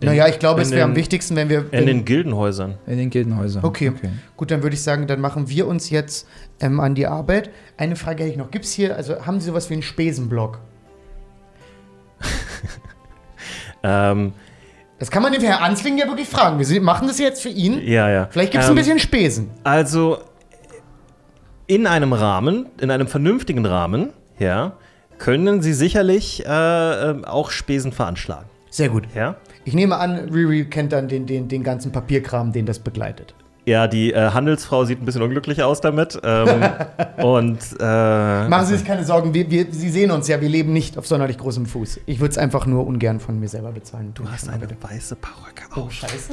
In- naja, ich glaube, in es wäre am den- wichtigsten, wenn wir In den Gildenhäusern. in den Gildenhäusern. Okay. Gut, dann würde ich sagen, dann machen wir uns jetzt ähm, an die Arbeit. Eine Frage hätte ich noch. Gibt es hier, also haben Sie sowas wie einen Spesenblock? Ähm, Das kann man dem Herrn Ansling ja wirklich fragen. Wir sind- machen das jetzt für ihn. ja, ja. Vielleicht gibt es ähm, ein bisschen Spesen. Also in einem Rahmen, in einem vernünftigen Rahmen, ja, können Sie sicherlich äh, ähm, auch Spesen veranschlagen, Sehr gut. ja. Ich nehme an, Riri kennt dann den, den, den ganzen Papierkram, den das begleitet. Ja, die äh, Handelsfrau sieht ein bisschen unglücklich aus damit. Ähm, <laughs> und äh, Machen Sie sich keine Sorgen, wir, wir, Sie sehen uns ja, wir leben nicht auf sonderlich großem Fuß. Ich würde es einfach nur ungern von mir selber bezahlen. du hast eine weiße Perücke auf Scheiße.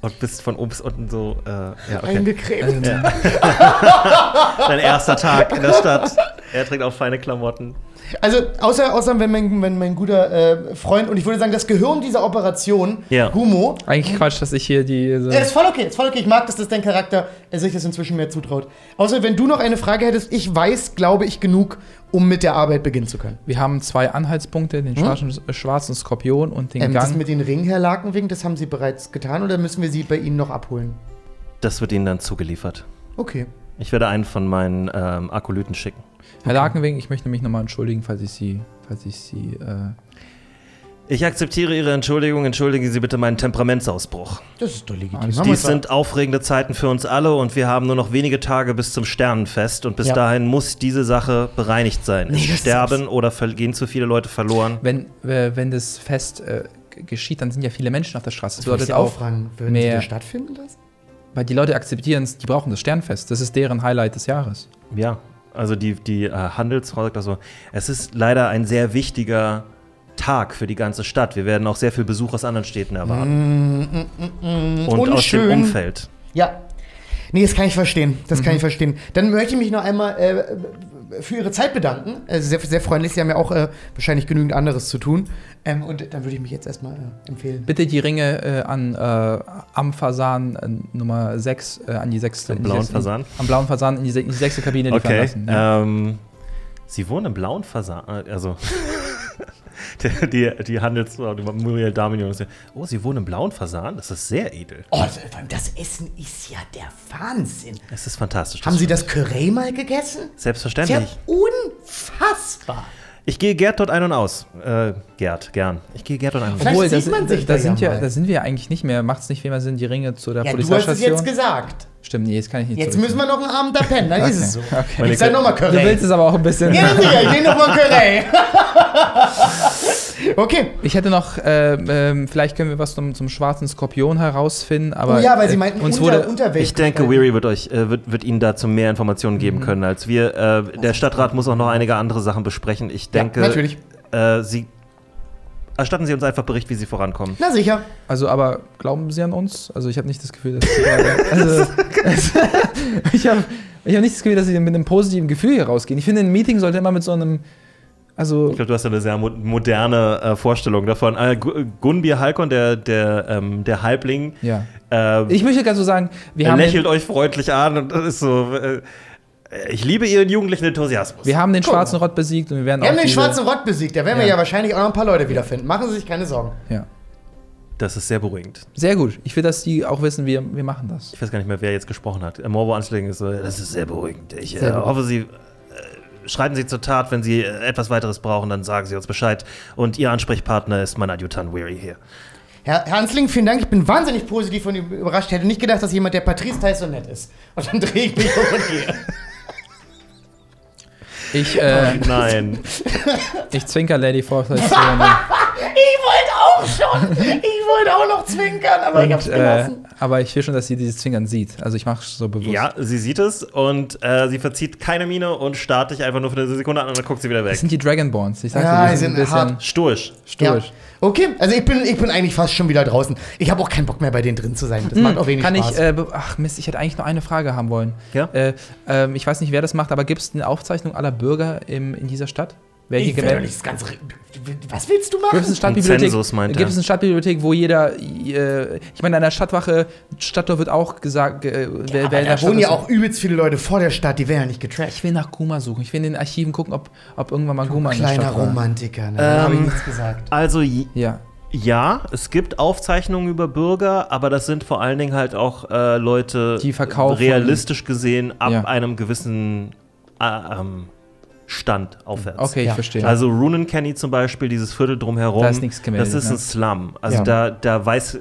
und bist von oben bis unten so. Äh, ja, okay. Eingecremt. Dein erster Tag <laughs> in der Stadt. Er trägt auch feine Klamotten. Also, außer, außer wenn, mein, wenn mein guter äh, Freund, und ich würde sagen, das Gehirn dieser Operation, Ja. Gumo, <laughs> Eigentlich Quatsch, dass ich hier die. So Ja, ist voll okay, ist voll okay. Ich mag, dass das dein Charakter äh, sich das inzwischen mehr zutraut. Außer wenn du noch eine Frage hättest, ich weiß, glaube ich, genug, um mit der Arbeit beginnen zu können. wir haben zwei Anhaltspunkte, den schwarzen, äh, schwarzen Skorpion und den Hm? Ähm, das Gang. mit den Ringen, Herr Lakenwing, das haben Sie bereits getan oder müssen wir sie bei Ihnen noch abholen? Das wird ihnen dann zugeliefert. Okay. Ich werde einen von meinen ähm, Akolyten schicken. Herr Lakenwing, ich möchte mich nochmal entschuldigen, falls ich sie, falls ich sie äh, Ich akzeptiere Ihre Entschuldigung. Entschuldigen Sie bitte meinen Temperamentsausbruch. Das ist doch legitim. Alles Haben wir Dies zwar- sind aufregende Zeiten für uns alle und wir haben nur noch wenige Tage bis zum Sternenfest und bis Ja. dahin muss diese Sache bereinigt sein. Nee, das es ist sterben oder ver- gehen zu viele Leute verloren. wenn, äh, wenn das Fest äh, g- geschieht, dann sind ja viele Menschen auf der Straße. Das Soll ich bedeutet Sie auch, auch fragen, würden Sie mehr- das stattfinden lassen? weil die Leute akzeptieren es, die brauchen das Sternfest. Das ist deren Highlight des Jahres. Ja, also die, die äh, Handelsfrau sagt also, es ist leider ein sehr wichtiger Tag für die ganze Stadt. Wir werden auch sehr viel Besuch aus anderen Städten erwarten. Und aus dem Unschön. Umfeld. Ja. Nee, das kann ich verstehen. Das kann ich Mhm. verstehen. Dann möchte ich mich noch einmal äh, für Ihre Zeit bedanken. Äh, sehr, sehr freundlich. Sie haben ja auch äh, wahrscheinlich genügend anderes zu tun. Ähm, und dann würde ich mich jetzt erstmal äh, empfehlen. Bitte die Ringe äh, an äh, am Fasan äh, Nummer 6, äh, an die sechste. Am in die blauen sechste- Fasan? Am blauen Fasan in die, se- in die sechste Kabine liefern Okay. lassen. Ja. Ähm, sie wohnen im blauen Fasan. äh, Also. <laughs> die, die, die Handelsfrau, die Muriel Daminion. ist ja, Oh, sie wohnen im blauen Fasan? Das ist sehr edel. Oh, das, vor allem das Essen ist ja der Wahnsinn. Es ist fantastisch. Haben Sie das Curry mal gegessen? Ja, Selbstverständlich. unfassbar. Ich gehe Gerd dort ein und aus. Äh, Gerd, gern. Ich gehe Gerd dort ein und aus. Vielleicht sieht man sich da, da ja sind ja, mal. da sind wir ja eigentlich nicht mehr. Macht es nicht viel mehr Sinn, die Ringe zu der Ja, du hast es Polizeistation. jetzt gesagt. Stimmt, nee, jetzt kann ich nicht Jetzt zurück. müssen wir noch einen Abend da pennen, dann ist es so. Ich sag nochmal Du Curry. willst es aber auch ein bisschen. Ja, sicher, ich nehme nochmal Curry. <laughs> okay. Ich hätte noch, ähm, ähm, vielleicht können wir was zum, zum schwarzen Skorpion herausfinden, aber äh, Oh ja, weil sie meinten, uns unter, wurde Unterwelt. Ich denke, Weary wird, euch, äh, wird, wird Ihnen dazu mehr Informationen geben Mhm. können als wir. Äh, der Stadtrat muss auch noch einige andere Sachen besprechen. Ich denke, natürlich. Äh, Sie erstatten Sie uns einfach Bericht, wie Sie vorankommen. Na sicher. also aber glauben Sie an uns? Also ich habe nicht das Gefühl, dass <laughs> Sie gerade- also, <laughs> ich habe ich hab nicht das Gefühl, dass Sie mit einem positiven Gefühl hier rausgehen. Ich finde, ein Meeting sollte immer mit so einem, also Ich glaube, du hast ja eine sehr mo moderne äh, Vorstellung davon. Äh, Gu- Gunbir Halkon, der, der, ähm, der Halbling, ja. äh, Ich möchte ganz so sagen, wir er haben lächelt euch freundlich an und das ist so. Äh, ich liebe Ihren jugendlichen Enthusiasmus. den, wir haben den Guck mal. schwarzen Rott besiegt und wir werden Wir auch haben den diese- schwarzen Rott besiegt, da werden wir Ja. ja wahrscheinlich auch noch ein paar Leute wiederfinden. Machen Sie sich keine Sorgen. Ja. Das ist sehr beruhigend. Sehr gut. Ich will, dass die auch wissen, wir, wir machen das. Ich weiß gar nicht mehr, wer jetzt gesprochen hat. Äh, Morbo Anschlägen ist so, das ist sehr beruhigend. Ich äh, Sehr gut. hoffe, Sie äh, schreiten Sie zur Tat. Wenn Sie äh, etwas weiteres brauchen, dann sagen Sie uns Bescheid. Und Ihr Ansprechpartner ist mein Adjutant Weary hier. Herr, Herr Ansling, vielen Dank. Ich bin wahnsinnig positiv und überrascht. Ich hätte nicht gedacht, dass jemand, der Patrice Theis so nett ist. Und dann drehe ich mich um und gehe. <laughs> <laughs> Ich, äh, Nein. ich zwinker Lady Forsyth. <laughs> zu Ich wollte auch schon. Ich wollte auch noch zwinkern, aber ich hab's Und, äh, gelassen. aber ich will schon, dass sie dieses Zwingern sieht. Also ich mache es so bewusst. <laughs> ja, sie sieht es und äh, sie verzieht keine Miene und starrt dich einfach nur für eine Sekunde an und dann guckt sie wieder Das weg. sind die Dragonborns. Ich sag's Ja, dir, die die sind ein sind bisschen hart. Stoisch. Ja. sturz. Okay, also ich bin, ich bin eigentlich fast schon wieder draußen. Ich habe auch keinen Bock mehr, bei denen drin zu sein. Das macht auch wenig Hm, Kann Spaß. ich, äh, be- ach Mist, ich hätte eigentlich noch eine Frage haben wollen. Ja? Äh, ähm, ich weiß nicht, wer das macht, aber gibt es eine Aufzeichnung aller Bürger im, in dieser Stadt? Wer hier ich will doch gemeldet nicht das ganze. Was willst du Gibt es machen? eine Stadtbibliothek? Zensus meint er. Gibt es eine Stadtbibliothek, wo jeder, äh, ich meine, an der Stadtwache, Stadttor wird auch gesagt, äh, wer, Aber wer in der da Stadt wohnen ja ist. auch übelst viele Leute vor der Stadt, die werden ja nicht getrashed. Ich will nach Guma suchen. Ich will in den Archiven gucken, ob, ob irgendwann mal Guma in der Kleiner Stadt war. Romantiker, ne? Da habe ich Ähm. nichts gesagt. Also j- Ja. ja, es gibt Aufzeichnungen über Bürger, aber das sind vor allen Dingen halt auch äh, Leute, Die verkaufen. realistisch gesehen ab Ja. einem gewissen äh, ähm, Stand aufwärts. Okay, ich Ja. verstehe. Also Runenkenny zum Beispiel, dieses Viertel drumherum, Da ist nichts gemeldet, das ist ein ne? Slum. Also Ja. da, da weiß,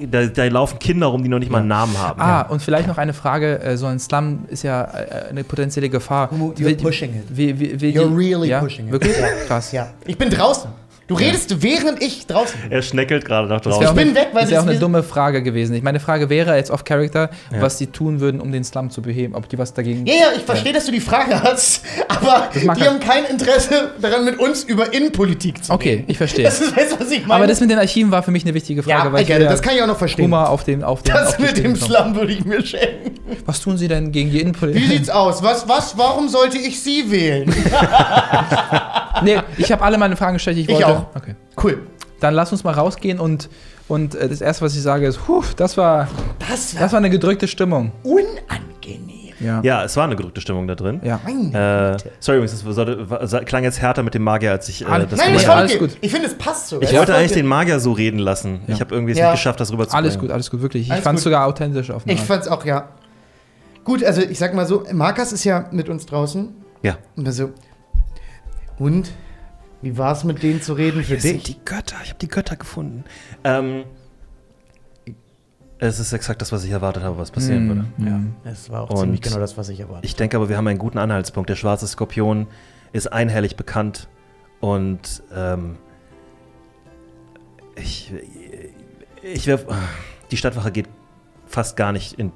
da, da laufen Kinder rum, die noch nicht mal einen Namen haben. Ah, und vielleicht noch eine Frage. äh, So ein Slum ist ja äh, eine potenzielle Gefahr. You're pushing it. Will, will, will You're die- really ja? pushing it. Wirklich? Ja. Krass. Ja, ich bin draußen. Du redest, während ich draußen bin. Er schneckelt gerade nach Das wär auch draußen. bin eine- weg, weil Das sie wäre es auch eine wissen. dumme Frage gewesen. Ich meine Frage wäre jetzt off Character, Ja. was sie tun würden, um den Slum zu beheben. Ob die was dagegen. Ja, ja, ich verstehe, dass du die Frage hast, <laughs> aber die mag er. haben kein Interesse daran, mit uns über Innenpolitik zu Okay, ich verstehe. Das ist, weißt du, was ich meine? Aber das mit den Archiven war für mich eine wichtige ja, Frage, weil egal, ich das kann ich auch noch verstehen. Kummer auf dem auf dem, auf <laughs> Das die mit Stirn dem bekomme. Slum würde ich mir schenken. Was tun sie denn gegen die Wie Innenpolitik? sieht's aus? Was, was, warum sollte ich sie wählen? nee, ich habe alle meine Fragen gestellt, die ich Ich wollte. auch. Okay. Cool. Dann lass uns mal rausgehen und und äh, das erste, was ich sage, ist, puh, das war Das war das war eine gedrückte Stimmung. unangenehm. Ja. Ja, es war eine gedrückte Stimmung da drin. Ja. Meine Äh, sorry, übrigens, das sollte, war, sa- klang jetzt härter mit dem Magier, als ich äh, Alles- das Nein, gemeint ich Ja, habe. alles wollte. gut. Ich finde, es passt so. Ich wollte eigentlich den Magier so reden lassen. Ich habe irgendwie es Ja. nicht geschafft, das rüberzubringen. Alles gut, alles gut, wirklich. Ich Alles fand es gut. sogar authentisch auf eine Ich Art. fand's auch, ja. Gut, also ich sag mal so, Markus ist ja mit uns draußen. Ja. Und dann so, und? Wie war's mit denen zu reden für Das sind dich? die Götter. Ich habe die Götter gefunden. Ähm, es ist exakt das, was ich erwartet habe, was passieren würde. Mhm. Ja. Das war auch Und- ziemlich genau das, was ich erwartet Ich denke aber, wir haben einen guten Anhaltspunkt. Der schwarze Skorpion ist einhellig bekannt und ähm, ich, ich wär, die Stadtwache geht fast gar nicht in.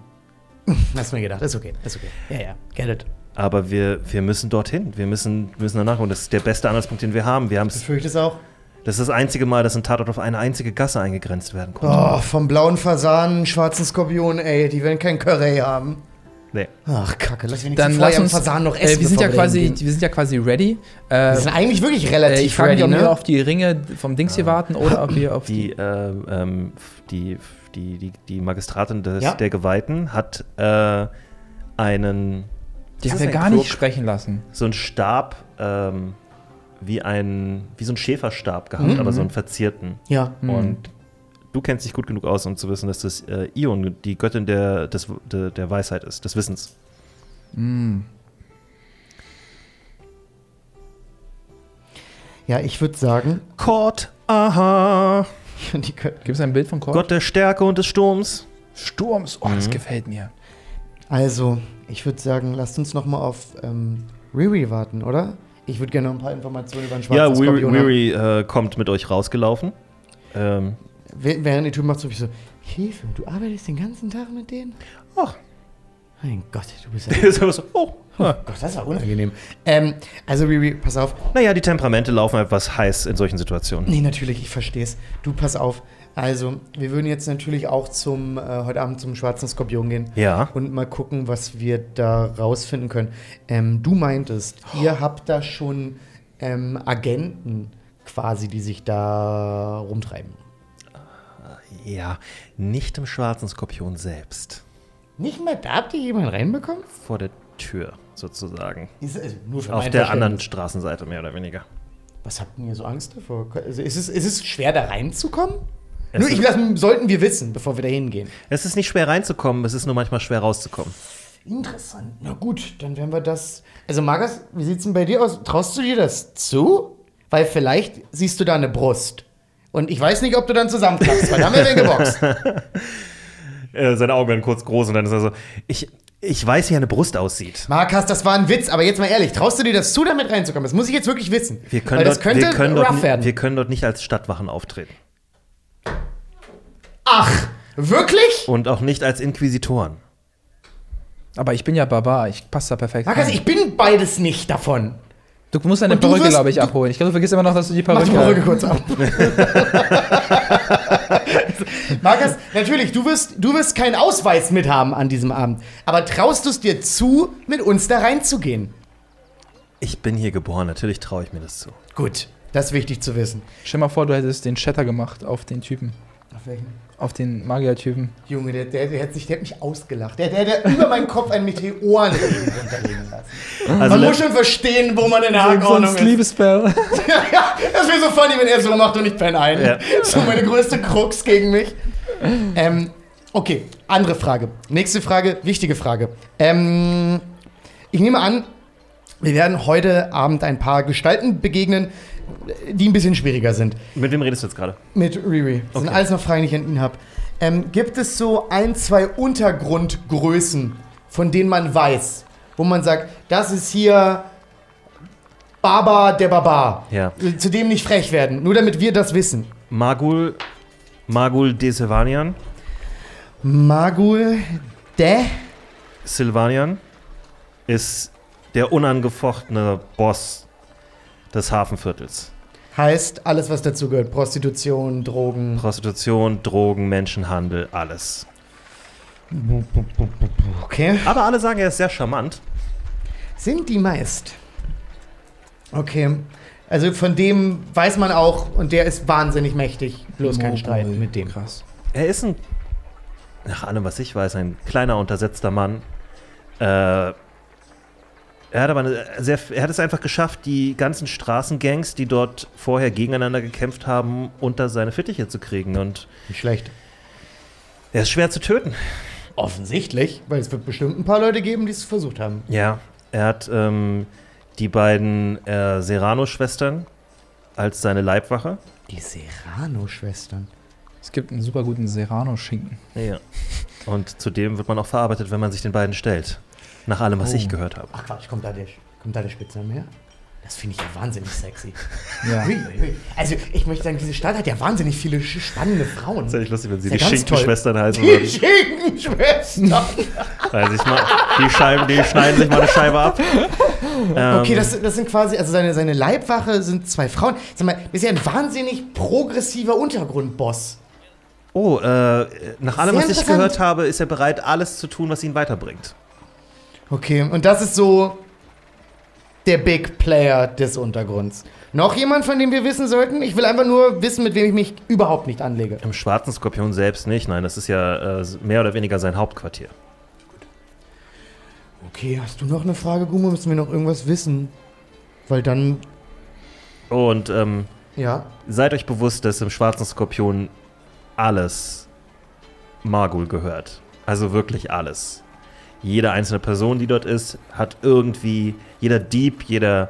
habe. Hast du mir gedacht, ist okay, ist okay. Ja, ja, get it. Aber wir, wir müssen dorthin. Wir müssen, müssen danach. Und das ist der beste Anhaltspunkt, den wir haben. Wir haben es Ich fürchte es auch. Das ist das einzige Mal, dass ein Tatort auf eine einzige Gasse eingegrenzt werden konnte. Oh, vom blauen Fasanen, schwarzen Skorpion, ey, die werden kein Curry haben. Nee. Ach, Kacke, lass mich Dann lass uns. Fasanen noch essen. äh, wir, sind bevor ja quasi, dahin gehen. wir sind ja quasi ready. Äh, Wir sind eigentlich wirklich äh, ich relativ frage mich, ready, ob wir ne? auf die Ringe vom Dings hier warten oder ob wir auf die. Die, ähm, ähm, f- die, f- die, die, die Magistratin des, Ja. der Geweihten hat äh, einen, Die Das haben ist wir ein gar nicht Krug. sprechen lassen. so einen Stab, ähm, wie, ein, wie so einen Schäferstab gehabt, aber so einen verzierten. Ja. Und du kennst dich gut genug aus, um zu wissen, dass das äh, Ion die Göttin der, des, der, der Weisheit ist, des Wissens. Ja, ich würde sagen, <laughs> Kord, aha, die können- Gibt es ein Bild von Korb? Gott Mhm. der Stärke und des Sturms. Sturms. Oh, das gefällt mir. also, ich würde sagen, lasst uns noch mal auf ähm, Riri warten, oder? Ich würde gerne noch ein paar Informationen über den schwarzen Ja, Weary, Skorpion haben. Weary äh, kommt mit euch rausgelaufen. Ähm, Wäh- Während die Tür macht so ich so, Hefe, du arbeitest den ganzen Tag mit denen? <laughs> ach, Mein Gott, du bist <laughs> ja... ist aber so, oh. ah. Gott, das war unangenehm. Ähm, also Riri, pass auf. Naja, die Temperamente laufen etwas heiß in solchen Situationen. Nee, natürlich, ich verstehe es. Du, pass auf. Also, wir würden jetzt natürlich auch zum, äh, heute Abend zum Schwarzen Skorpion gehen. Ja. Und mal gucken, was wir da rausfinden können. Ähm, du meintest, Oh. ihr habt da schon ähm, Agenten quasi, die sich da rumtreiben. Ja, nicht im schwarzen Skorpion selbst. Nicht mal da habt ihr jemanden reinbekommen? Vor der Tür, sozusagen. Ist, also nur für Auf mein der anderen Verständnis. Straßenseite, mehr oder weniger. Was habt denn ihr so Angst davor? Also ist, es, ist es schwer, da reinzukommen? Es nur ich ist- lass, sollten wir wissen, bevor wir da hingehen. Es ist nicht schwer reinzukommen, es ist nur manchmal schwer rauszukommen. Interessant. Na gut, dann werden wir das. Also, Magas, wie sieht's denn bei dir aus? Traust du dir das zu? Weil vielleicht siehst du da eine Brust. Und ich weiß nicht, ob du dann zusammenklappst, weil dann werden wir geboxt. <laughs> Äh, seine Augen werden kurz groß und dann ist er so, ich, ich weiß, wie eine Brust aussieht. Markas, das war ein Witz, aber jetzt mal ehrlich, traust du dir das zu, damit reinzukommen? Das muss ich jetzt wirklich wissen. Wir weil können, das dort, könnte wir, können rough dort, ni- werden. wir können dort nicht als Stadtwachen auftreten. Ach, wirklich? Und auch nicht als Inquisitoren. Aber ich bin ja Barbar, ich passe da perfekt. Markas, rein. ich bin beides nicht davon. du musst deine Und du Perücke, wirst- glaube ich, abholen. Ich glaube, du vergisst immer noch, dass du die Mach Perücke. die Perücke kurz ab. Markus, natürlich, du wirst, du wirst keinen Ausweis mithaben an diesem Abend. Aber traust du es dir zu, mit uns da reinzugehen? Ich bin hier geboren, natürlich traue ich mir das zu. Gut, das ist wichtig zu wissen. Stell mal vor, du hättest den Shatter gemacht auf den Typen. Auf welchen? Auf den Magier-Typen. Junge, der, der, der, hätte sich, der hat mich ausgelacht. Der, der, der über meinen Kopf einen Meteoren runterlegen lassen. Also Man le- muss schon verstehen, wo man in der So ein Haarordnung ist. Sleep-Spell. Ja, ja, das wäre so funny, wenn er so macht und ich penne ein. Ja. So meine größte Krux gegen mich. Ähm, okay, andere Frage. Nächste Frage, wichtige Frage. Ähm, ich nehme an, wir werden heute Abend ein paar Gestalten begegnen, die ein bisschen schwieriger sind. mit wem redest du jetzt gerade? Mit Riri. Das sind Okay. alles noch Fragen, die ich an ihn habe. Ähm, gibt es so ein, zwei Untergrundgrößen, von denen man weiß, wo man sagt, das ist hier Barbar der Barbar, Ja. äh, zu dem nicht frech werden, nur damit wir das wissen. Magul, Magul de Silvanian, Magul de Silvanian ist der unangefochtene Boss des Hafenviertels. heißt alles, was dazu gehört. Prostitution, Drogen. Prostitution, Drogen, Menschenhandel, alles. Okay. Aber alle sagen, er ist sehr charmant. Sind die meist. Okay. Also von dem weiß man auch, und der ist wahnsinnig mächtig. Bloß kein Streit mit dem. Krass. Er ist ein, nach allem, was ich weiß, ein kleiner, untersetzter Mann. Äh, er hat aber eine sehr, er hat es einfach geschafft, die ganzen Straßengangs, die dort vorher gegeneinander gekämpft haben, unter seine Fittiche zu kriegen. Und Nicht schlecht. er ist schwer zu töten. Offensichtlich, weil es wird bestimmt ein paar Leute geben, die es versucht haben. Ja, er hat ähm, die beiden äh, Serrano-Schwestern als seine Leibwache. Die Serrano-Schwestern. Es gibt einen super guten Serrano-Schinken. Ja. Und zudem wird man auch verarbeitet, wenn man sich den beiden stellt. Nach allem, was Oh. ich gehört habe. Ach Quatsch, kommt da der, kommt da der Spitzname her? Das finde ich ja wahnsinnig sexy. <laughs> Ja. Hui, hui. Also, ich möchte sagen, diese Stadt hat ja wahnsinnig viele sch- spannende Frauen. Das ist echt lustig, wenn sie Ist ja die ganz toll. Schinkenschwestern heißen Die würden. Schinkenschwester. Weiß ich mal. Die, Scheiben, die schneiden sich mal eine Scheibe ab. Ähm, <laughs> Okay, das, das sind quasi, also seine, seine Leibwache sind zwei Frauen. Sag mal, das ist ja ein wahnsinnig progressiver Untergrundboss. oh, äh, nach allem, Sehr was ich interessant. gehört habe, ist er bereit, alles zu tun, was ihn weiterbringt. Okay, und das ist so der Big Player des Untergrunds. Noch jemand, von dem wir wissen sollten? Ich will einfach nur wissen, mit wem ich mich überhaupt nicht anlege. Im schwarzen Skorpion selbst nicht. Nein, das ist ja äh, mehr oder weniger sein Hauptquartier. Okay, hast du noch eine Frage, Gumo? Müssen wir noch irgendwas wissen? Weil dann, Und ähm, ja. seid euch bewusst, dass im schwarzen Skorpion alles Margul gehört. Also wirklich alles. Jede einzelne Person, die dort ist, hat irgendwie, jeder Dieb, jeder,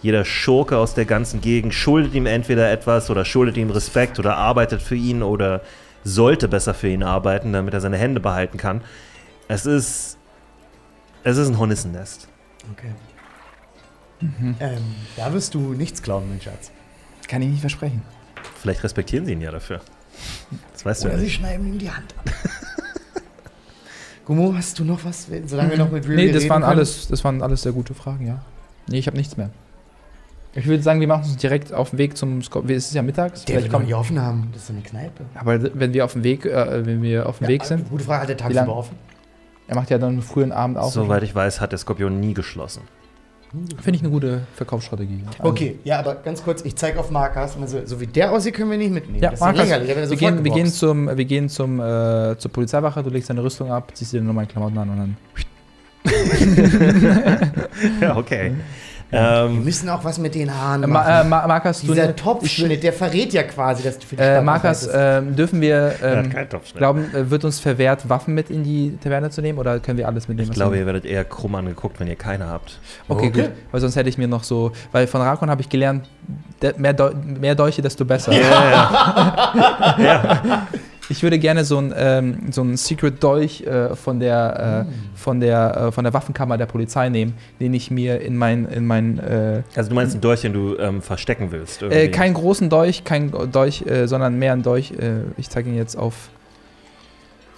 jeder Schurke aus der ganzen Gegend schuldet ihm entweder etwas oder schuldet ihm Respekt oder arbeitet für ihn oder sollte besser für ihn arbeiten, damit er seine Hände behalten kann. Es ist, es ist ein Hornissennest. Okay. Mhm. Ähm, da wirst du nichts glauben, mein Schatz. Kann ich nicht versprechen. Vielleicht respektieren sie ihn ja dafür. Das weißt du ja Oder sie nicht. schneiden ihm die Hand <laughs> ab. Gummo, hast du noch was, solange wir noch mit Riri Mhm. Nee, das reden waren, können? alles, das waren alles sehr gute Fragen, ja. Nee, ich habe nichts mehr. Ich würde sagen, wir machen uns direkt auf den Weg zum Skorpion. Es ist ja mittags. Der Vielleicht will doch kommen, nicht offen haben. Das ist so eine Kneipe. aber wenn wir auf dem Weg, äh, wenn wir auf dem Weg sind, Gute Frage, hat der Wie lang- tagsüber offen? er macht ja dann einen frühen Abend auf. Soweit ich weiß, hat der Skorpion nie geschlossen. Finde ich eine gute Verkaufsstrategie. Also- Okay, ja, aber ganz kurz, ich zeige auf Markas. Also, so wie der aussieht, können wir nicht mitnehmen. Ja, das ist Markus, lächerlich. da wird er wir, sofort gehen, wir gehen geboxt. zum, wir gehen zum, äh, zur Polizeiwache, du legst deine Rüstung ab, ziehst dir dann nochmal Klamotten an und dann. <laughs> Ja, okay. Wir Ähm, müssen auch was mit den Haaren Äh, machen. Ma, äh, Ma, Markus, du. Dieser ich will- Topfschnitt, der verrät ja quasi, dass du für die Äh, Stadt Markus, arbeitest. äh, dürfen wir er hat ähm, keinen Topfschnitt. glauben, äh, wird uns verwehrt, Waffen mit in die Taverne zu nehmen oder können wir alles mitnehmen? ich was glaube, wir- ihr werdet eher krumm angeguckt, wenn ihr keine habt. Okay, Okay. gut. Weil sonst hätte ich mir noch so. Weil von Rakon habe ich gelernt, de, mehr, Deu mehr Dolche, desto besser. Yeah. <laughs> Ich würde gerne so ein, ähm, so ein Secret Dolch äh, von der, Hm. äh, von, der, äh, von der Waffenkammer der Polizei nehmen, den ich mir in mein. In mein äh, Also du meinst ein Dolch, den du ähm, verstecken willst? äh, irgendwie. keinen großen Dolch, kein Dolch, äh, sondern mehr ein Dolch. Äh, ich zeige ihn jetzt auf.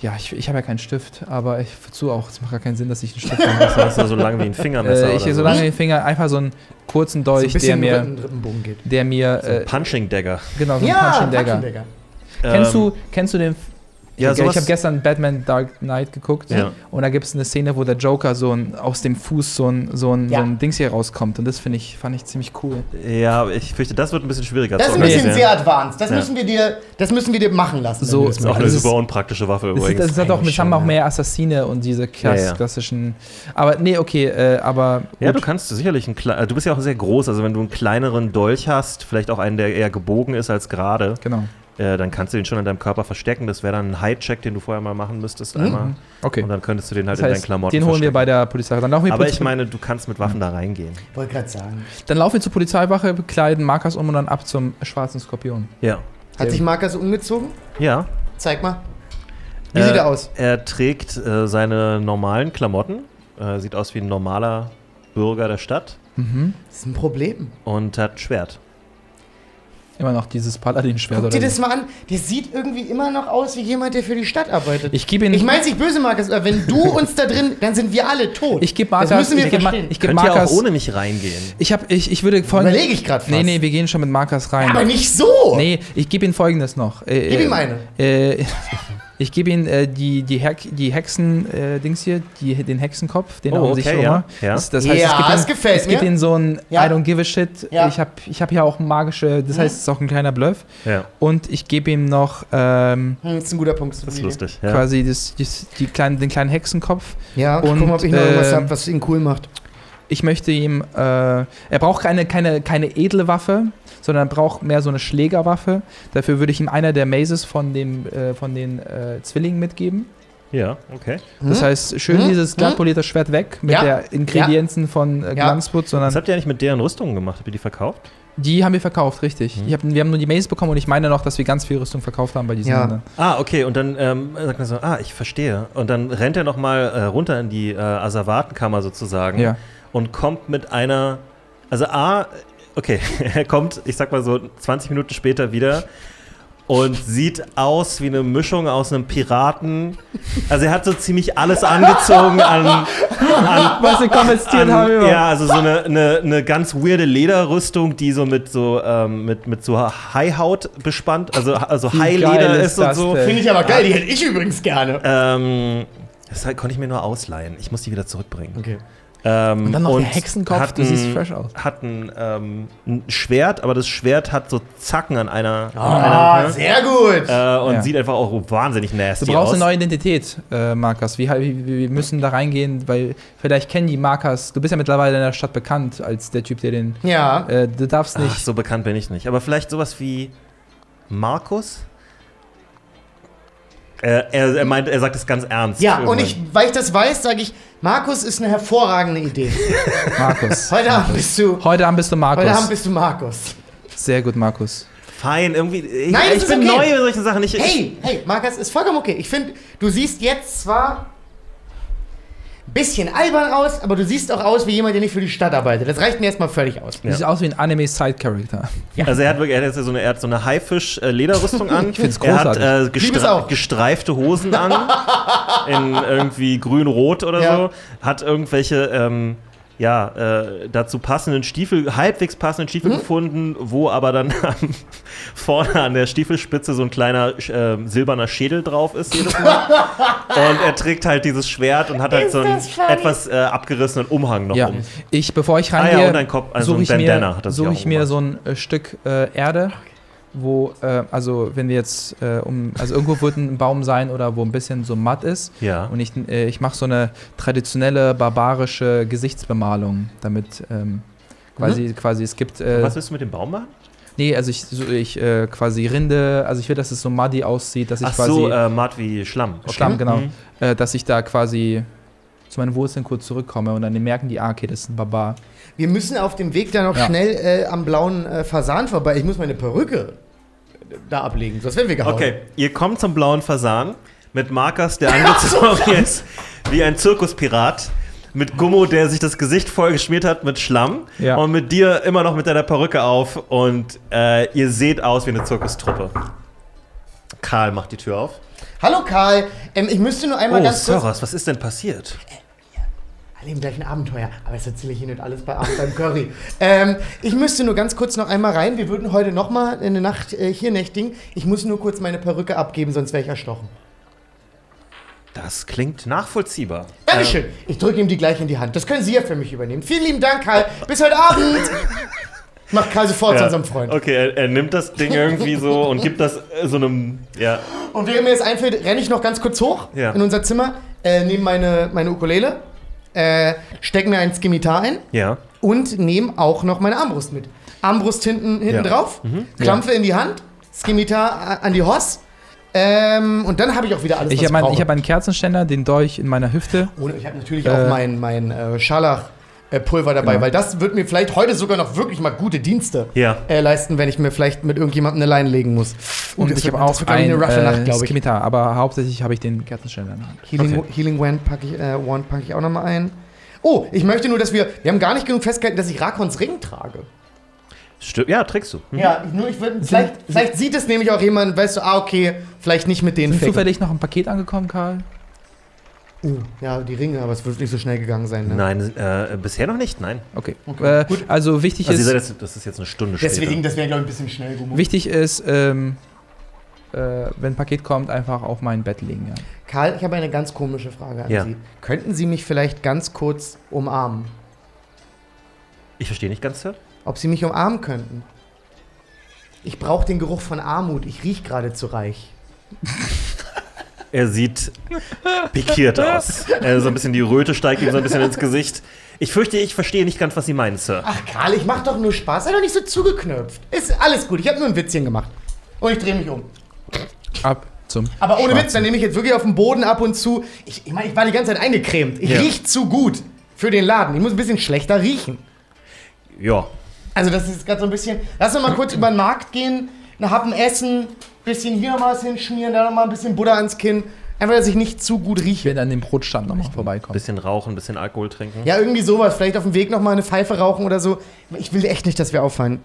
Ja, ich, ich habe ja keinen Stift, aber ich wozu auch. Es macht gar keinen Sinn, dass ich einen Stift habe. <laughs> Das heißt, so lang wie ein Fingermesser Äh, ich oder so lange den Finger, einfach so einen kurzen Dolch, der über mir, den Rippenbogen geht. der mir, so ein äh, Punching Dagger. genau, so ein Ja, Punching Dagger. Dagger. Kennst Ähm, du, kennst du den? Ja, ich ich sowas- habe gestern Batman Dark Knight geguckt Ja. und da gibt es eine Szene, wo der Joker so ein, aus dem Fuß so ein, so ein, Ja. so ein Dings hier rauskommt und das finde ich, fand ich ziemlich cool. Ja, ich fürchte, das wird ein bisschen schwieriger Das ist ein bisschen sehr advanced. Das, Ja. müssen wir dir, das müssen wir dir machen lassen. So- wenn du das Das ist auch eine Das ist- super unpraktische Waffe Das, übrigens. ist, das hat auch, eigentlich mit, haben schon, auch ja. mehr Assassine und diese klass Ja, ja. klassischen. Aber nee, okay, äh, aber ja, du gut. kannst sicherlich einen kleinen. Du bist ja auch sehr groß, also wenn du einen kleineren Dolch hast, vielleicht auch einen, der eher gebogen ist als gerade, genau. äh, dann kannst du den schon an deinem Körper verstecken. Das wäre dann ein High-Check, den du vorher mal machen müsstest Mhm. einmal. Okay. Und dann könntest du den halt Das in deinen heißt, den holen Klamotten wir verstecken. bei der Polizei. Dann laufen wir, Aber Poli- ich meine, du kannst mit Waffen da reingehen. Ich wollte gerade sagen. dann laufen wir zur Polizeiwache, kleiden Markers um und dann ab zum schwarzen Skorpion. Ja. Hat sich Markus umgezogen? Ja. Äh, Zeig mal. Wie sieht er aus? Er trägt äh, seine normalen Klamotten, äh, sieht aus wie ein normaler Bürger der Stadt Das ist ein Problem. und hat ein Schwert. Immer noch dieses Paladin-Schwert Guck dir wie? das mal an. Der sieht irgendwie immer noch aus wie jemand, der für die Stadt arbeitet. Ich gebe ihn. Ich meine nicht böse, Markus, aber wenn du uns da drin, dann sind wir alle tot. ich gebe Das Markers. müssen wir Ich gebe Ma- verstehen. ich gebe Könnt ihr auch Markers. ohne mich reingehen? Ich habe ich, ich würde folgendes. Überlege ich gerade fast. Nee, nee, wir gehen schon mit Markers rein. Aber nicht so! Nee, ich gebe ihm folgendes noch. Äh, Gib äh, ihm eine. Äh, <laughs> ich gebe ihm äh, die, die, Hex, die Hexen äh, Dings hier, die, den Hexenkopf, den er Oh, um sich okay, rum ja, hat. ja. Das, das heißt, Ja, es gibt, das gefällt es gibt mir. ihm so ein Ja. I don't give a shit. Ja. Ich habe ich hab ja auch magische, das heißt, es ist auch ein kleiner Bluff. Ja, Und ich gebe ihm noch ähm, Hm, Das ist ein guter Punkt. das ist lustig. Ja. quasi das, das, die kleinen, den kleinen Hexenkopf. Ja, ich Und, guck mal, ob ich noch irgendwas ähm, hab, was ihn cool macht. Ich möchte ihm, äh, er braucht keine, keine, keine edle Waffe, sondern er braucht mehr so eine Schlägerwaffe. Dafür würde ich ihm einer der Mazes von, dem, äh, von den äh, Zwillingen mitgeben. ja, okay. Das Hm? heißt, schön Hm? dieses glattpolierte Schwert weg mit Ja. der Ingredienzen von äh, Glanzwood, Was sondern habt ihr eigentlich mit deren Rüstungen gemacht? Habt ihr die verkauft? die haben wir verkauft, richtig. Hm. Ich hab, wir haben nur die Mazes bekommen und ich meine noch, dass wir ganz viel Rüstung verkauft haben bei diesen. Ja. Ne? Ah, okay, und dann ähm, sagt man so, ah, ich verstehe. Und dann rennt er nochmal äh, runter in die äh, Asservatenkammer sozusagen Ja. <laughs> und kommt mit einer Also A, okay, <laughs> er kommt, ich sag mal so 20 Minuten später wieder und sieht aus wie eine Mischung aus einem Piraten. Also er hat so ziemlich alles angezogen <laughs> an, an Was wir kommentiert haben an, über. ja, also so eine, eine, eine ganz weirde Lederrüstung, die so mit so ähm, mit, mit so Haihaut bespannt, also also Wie geil Haileder ist ist, und das so. denn? Finde ich aber geil, äh, die hätte ich übrigens gerne. Ähm, das halt, konnte ich mir nur ausleihen. Ich muss die wieder zurückbringen. Okay. Ähm, Und dann noch der Hexenkopf, hat du ein- siehst fresh aus. Hat ein, ähm, ein Schwert, aber das Schwert hat so Zacken an einer. Ah, sehr gut. Äh, und Ja. sieht einfach auch wahnsinnig nasty Du brauchst aus. eine neue Identität, äh, Markus. Wir, wir, wir müssen da reingehen, weil vielleicht kennen die Markus. Du bist ja mittlerweile in der Stadt bekannt als der Typ, der den. ja. Äh, du darfst Ach, nicht. so bekannt bin ich nicht. Aber vielleicht sowas wie Markus? Äh, er, er meint, er sagt es ganz ernst. Ja, und Irgendwann. ich, weil ich das weiß, sage ich, Markus ist eine hervorragende Idee. <laughs> Markus. Heute Abend bist du, Heute Abend bist du heute Abend Markus. bist du Markus. Sehr gut, Markus. Fein, irgendwie. Ich, Nein, ich ist bin okay. neu in solchen Sachen. Ich, Hey, hey, Markus, ist vollkommen okay. Ich finde, du siehst jetzt zwar ein bisschen albern aus, aber du siehst auch aus wie jemand, der nicht für die Stadt arbeitet. Das reicht mir erstmal völlig aus. Du siehst aus wie ein Anime-Side-Character. Also er hat wirklich, er hat jetzt so eine, er hat so eine Haifisch-Lederrüstung an. Ich find's Er hat äh, großartig. Lieb es gestre auch. gestreifte Hosen an, in irgendwie grün-rot oder Ja. so. Hat irgendwelche, ähm, ja, äh, dazu passenden Stiefel, halbwegs passenden Stiefel gefunden, wo aber dann <laughs> am- vorne an der Stiefelspitze so ein kleiner sch- ähm, silberner Schädel drauf ist jedes Mal. und er trägt halt dieses Schwert und hat halt Ist so einen das funny? etwas äh, abgerissenen Umhang noch Ja. um. Ich, bevor ich ja, reingehe, und ein Kopf- also suche ein ich mir, Bandana hat er sich suche auch ich mir gemacht. so ein äh, Stück äh, Erde, wo, äh, also wenn wir jetzt äh, um, also irgendwo wird ein Baum sein oder wo ein bisschen so matt ist. Ja. Und ich, äh, ich mache so eine traditionelle barbarische Gesichtsbemalung, damit ähm, quasi, quasi es gibt. Äh, Mhm. Was willst du mit dem Baum machen? Nee, also ich, so, ich äh, quasi Rinde, also ich will, dass es so muddy aussieht, dass ich Ach quasi so, äh, Mart wie Schlamm. Okay. Schlamm, genau, Mhm. äh, dass ich da quasi zu meinen Wurzeln kurz zurückkomme und dann merken die, ah, okay, das ist ein Barbar. Wir müssen auf dem Weg dann noch Ja. schnell äh, am blauen äh, Fasan vorbei. Ich muss meine Perücke äh, da ablegen, sonst werden wir gehauen. Okay, ihr kommt zum blauen Fasan mit Markers, der <laughs> angezogen ist wie ein Zirkuspirat. Mit Gummo, der sich das Gesicht vollgeschmiert hat mit Schlamm. Ja. Und mit dir immer noch mit deiner Perücke auf. Und äh, ihr seht aus wie eine Zirkustruppe. Karl macht die Tür auf. Hallo Karl, ähm, ich müsste nur einmal Oh, ganz kurz... Soros, was ist denn passiert? Alle im gleichen Abenteuer. Aber es erzähle ich Ihnen alles bei Abend beim Curry. ähm, ich müsste nur ganz kurz noch einmal rein. Wir würden heute noch mal eine Nacht äh, hier nächtigen. Ich muss nur kurz meine Perücke abgeben, sonst wäre ich erstochen. Das klingt nachvollziehbar. Ähm. Dankeschön. Ich drücke ihm die gleich in die Hand. Das können Sie ja für mich übernehmen. Vielen lieben Dank, Karl. Bis heute <laughs> Abend. Macht Karl sofort zu unserem Freund. Okay, er, er nimmt das Ding irgendwie so <laughs> und gibt das äh, so einem. Ja. Und während mir das einfällt, renne ich noch ganz kurz hoch Ja. in unser Zimmer, äh, nehme meine, meine Ukulele, äh, stecke mir ein Skimitar ein Ja. und nehme auch noch meine Armbrust mit. Armbrust hinten, hinten Ja. drauf, Mhm. Klampfe in die Hand, Skimitar an die Hoss. Ähm, und dann habe ich auch wieder alles, Ich was habe mein, brauche. ich hab einen Kerzenständer, den Dolch in meiner Hüfte. Ohne- ich habe natürlich Äh, auch mein, mein äh, Scharlach-Pulver dabei, Genau. weil das wird mir vielleicht heute sogar noch wirklich mal gute Dienste Ja. äh, leisten, wenn ich mir vielleicht mit irgendjemandem eine Leine legen muss. Und das ich wird- habe das auch wird, glaub ich, ein eine roughe äh, Nacht, glaube ich. Scimitar, aber hauptsächlich habe ich den Kerzenständer in der Hand. Healing, Healing Wand packe ich, äh, Wand packe ich auch nochmal ein. Oh, ich möchte nur, dass wir. Wir haben gar nicht genug festgehalten, dass ich Rakons Ring trage. Stimmt. Ja, trägst du. Mhm. Hm. Ja, ich- nur ich würde. Vielleicht, vielleicht sieht es nämlich auch jemand, weißt du, ah, okay, vielleicht nicht mit denen Ist ficken. zufällig noch ein Paket angekommen, Karl? Uh, ja, die Ringe, aber es wird nicht so schnell gegangen sein. Ne? Nein, äh, bisher noch nicht, nein. Okay. Okay, äh, also wichtig Also ihr seid ist, jetzt, das ist jetzt eine Stunde Deswegen, später. das wäre, glaube ich, ein bisschen schnell gemutet. wichtig ist ähm, äh, wenn ein Paket kommt, einfach auf mein Bett legen. Ja. Karl, ich habe eine ganz komische Frage an Ja. Sie. Könnten Sie mich vielleicht ganz kurz umarmen? Ich verstehe nicht ganz, Sir. Ob Sie mich umarmen könnten? Ich brauche den Geruch von Armut. Ich rieche gerade zu reich. Er sieht <laughs> pikiert aus. Äh, so ein bisschen die Röte steigt ihm so ein bisschen ins Gesicht. Ich fürchte, ich verstehe nicht ganz, was Sie meinen, Sir. Ach, Karl, ich mach doch nur Spaß. Sei doch nicht so zugeknöpft. Ist alles gut. Ich habe nur ein Witzchen gemacht. Und ich drehe mich um. Ab zum. Aber ohne Witz, Schwarzen. dann nehme ich jetzt wirklich auf den Boden ab und zu. Ich, ich meine, ich war die ganze Zeit eingecremt. Ich Ja. riech zu gut für den Laden. Ich muss ein bisschen schlechter riechen. Ja. Also das ist gerade so ein bisschen. Lass uns mal kurz über den Markt gehen, einen Happen essen, bisschen hier noch mal was hinschmieren, da noch mal ein bisschen Butter ans Kinn. Einfach, dass ich nicht zu gut Ich rieche. werde an dem Brotstand nochmal vorbeikommen. Bisschen rauchen, bisschen Alkohol trinken. Ja, irgendwie sowas. Vielleicht auf dem Weg nochmal eine Pfeife rauchen oder so. Ich will echt nicht, dass wir auffallen.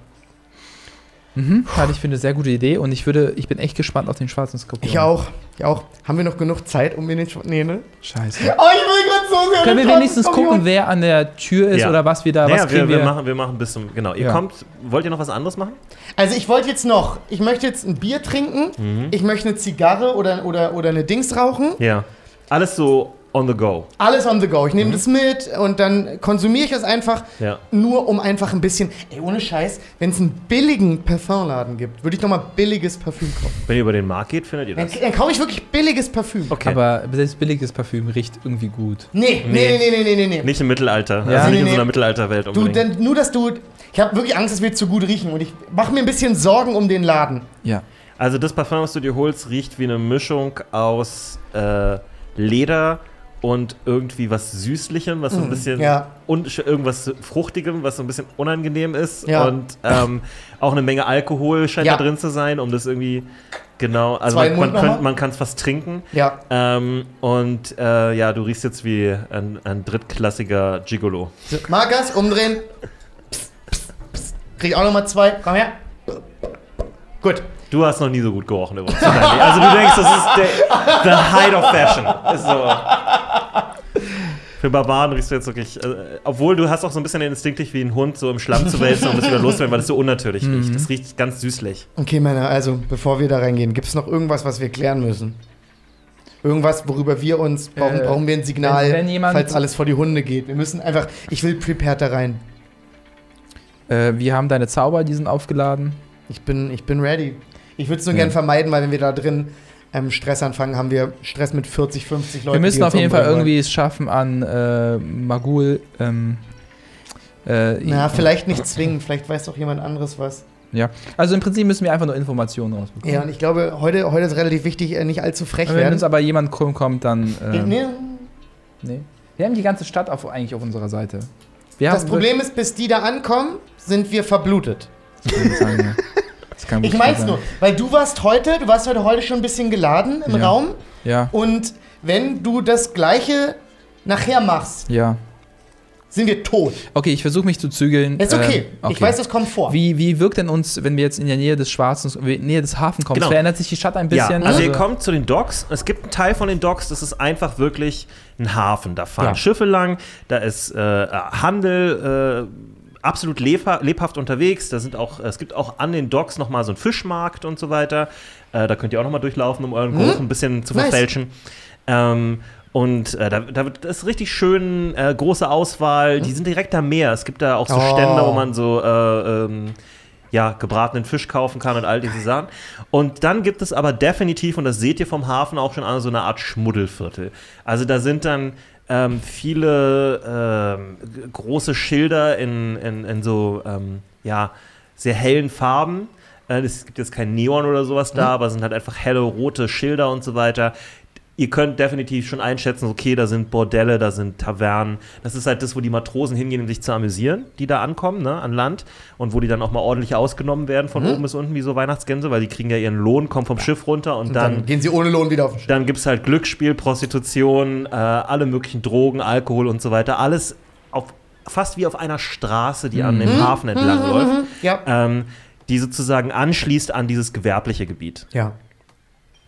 Mhm, fand ich finde eine sehr gute Idee und ich würde, ich bin echt gespannt auf den schwarzen Skorpion. Ich auch. Ich auch. Haben wir noch genug Zeit, um in den Sch Nee, ne? Scheiße. Oh, ich will gerade so sehr. den Können wir schwarzen wenigstens Skorpion. gucken, wer an der Tür ist Ja. oder was wir da, Naja, was kriegen wir, wir? wir, machen, wir machen bis zum. Genau. Ihr Ja. kommt. Wollt ihr noch was anderes machen? Also ich wollte jetzt noch, ich möchte jetzt ein Bier trinken, ich möchte eine Zigarre oder, oder, oder eine Dings rauchen. Ja. Alles so on the go. Alles on the go. Ich nehme das mit und dann konsumiere ich es einfach, Mhm. Ja. nur um einfach ein bisschen. Ey, ohne Scheiß, wenn es einen billigen Parfumladen gibt, würde ich nochmal billiges Parfüm kaufen. Wenn ihr über den Markt geht, findet ihr Dann, das. dann kaufe ich wirklich billiges Parfüm. Okay. Aber selbst billiges Parfüm riecht irgendwie gut. Nee. Nee, nee, nee, nee, nee, nee, nee. nicht im Mittelalter. Ja. Also nicht Nee, in so nee. einer Mittelalterwelt Du, unbedingt. denn, nur, dass du. Ich habe wirklich Angst, dass wir zu gut riechen und ich mache mir ein bisschen Sorgen um den Laden. Ja. Also das Parfum, was du dir holst, riecht wie eine Mischung aus äh, Leder und irgendwie was Süßlichem, was so ein bisschen Mhm. ja. un irgendwas Fruchtigem, was so ein bisschen unangenehm ist. Ja. Und ähm, auch eine Menge Alkohol scheint Ja. da drin zu sein, um das irgendwie genau. Also man, Zwei im man, Mund könnt, nochmal? man kann es fast trinken. Ja. Ähm, und äh, ja, du riechst jetzt wie ein, ein drittklassiger Gigolo. Markers, umdrehen. Psst, psst, psst. Krieg auch nochmal zwei. Komm her. Gut. Du hast noch nie so gut gerochen übrigens. in deinem Leben. Also du denkst, das ist der the height of fashion. Ist so. Für Barbaren riechst du jetzt wirklich, äh, obwohl du hast auch so ein bisschen den Instinkt, dich wie ein Hund so im Schlamm zu wälzen, um das wieder loszuwerden, weil das so unnatürlich riecht. Das riecht ganz süßlich. Okay, Männer, also bevor wir da reingehen, gibt es noch irgendwas, was wir klären müssen? Irgendwas, worüber wir uns brauchen, Äh, brauchen wir ein Signal, wenn- wenn jemand- falls alles vor die Hunde geht. Wir müssen einfach, ich will prepared da rein. Äh, wir haben deine Zauber, die sind aufgeladen. Ich bin, ich bin ready. Ich würde es nur Ja. gern vermeiden, weil wenn wir da drin ähm, Stress anfangen, haben wir Stress mit 40, 50 Leuten. wir müssen die auf uns jeden Fall umbringen irgendwie es schaffen an äh, Magul. Ähm, äh, wollen. Na, vielleicht nicht zwingen, vielleicht weiß doch jemand anderes was. also im Prinzip müssen wir einfach nur Informationen rausbekommen. Ja, und ich glaube, heute, heute ist relativ wichtig, äh, nicht allzu frech Wenn uns werden. aber jemand krumm kommt, dann. Äh, nee. Nee, Wir haben die ganze Stadt auf, eigentlich auf unserer Seite. Wir das haben, Problem ist, bis die da ankommen, sind wir verblutet. Das kann gut sein, ja. Das kann gut <laughs> Ich mein's sein. nur, weil du warst heute, du warst heute, heute schon ein bisschen geladen im Ja. Raum Ja, und wenn du das gleiche nachher machst, ja. sind wir tot. Okay, ich versuche mich zu zügeln. Ist okay. Ähm, Ich weiß, das kommt vor. Wie, wie wirkt denn uns, wenn wir jetzt in der Nähe des Schwarzen, in der Nähe des Hafen kommen? Genau. Verändert sich die Stadt ein bisschen? ne? Ja, also ihr kommt zu den Docks. Es gibt einen Teil von den Docks, das ist einfach wirklich ein Hafen. Da fahren Ja. Schiffe lang, da ist äh, Handel äh, absolut lebha- lebhaft unterwegs. Da sind auch, es gibt auch an den Docks nochmal so einen Fischmarkt und so weiter. Äh, da könnt ihr auch nochmal durchlaufen, um Mhm. euren Geruch ein bisschen zu Nice. verfälschen. Ähm, und äh, da, da wird das ist richtig schön äh, große Auswahl. Die sind direkt am Meer. Es gibt da auch so Oh. Stände, wo man so äh, ähm, ja, gebratenen Fisch kaufen kann und all diese Sachen. Und dann gibt es aber definitiv, und das seht ihr vom Hafen auch schon an, so eine Art Schmuddelviertel. Also da sind dann ähm, viele ähm, g- große Schilder in, in, in so, ähm, ja, sehr hellen Farben. Äh, Es gibt jetzt kein Neon oder sowas da, aber es sind halt einfach helle rote Schilder und so weiter. Ihr könnt definitiv schon einschätzen, okay, da sind Bordelle, da sind Tavernen. Das ist halt das, wo die Matrosen hingehen, um sich zu amüsieren, die da ankommen, ne, an Land. Und wo die dann auch mal ordentlich ausgenommen werden, Mhm. von oben bis unten, wie so Weihnachtsgänse, weil die kriegen ja ihren Lohn, kommen vom Schiff runter und, Dann, dann gehen sie ohne Lohn wieder auf den Schiff. dann gibt es halt Glücksspiel, Prostitution, äh, alle möglichen Drogen, Alkohol und so weiter. Alles auf, fast wie auf einer Straße, die an Mhm. dem Hafen entlang läuft, Ja. ähm, die sozusagen anschließt an dieses gewerbliche Gebiet. ja.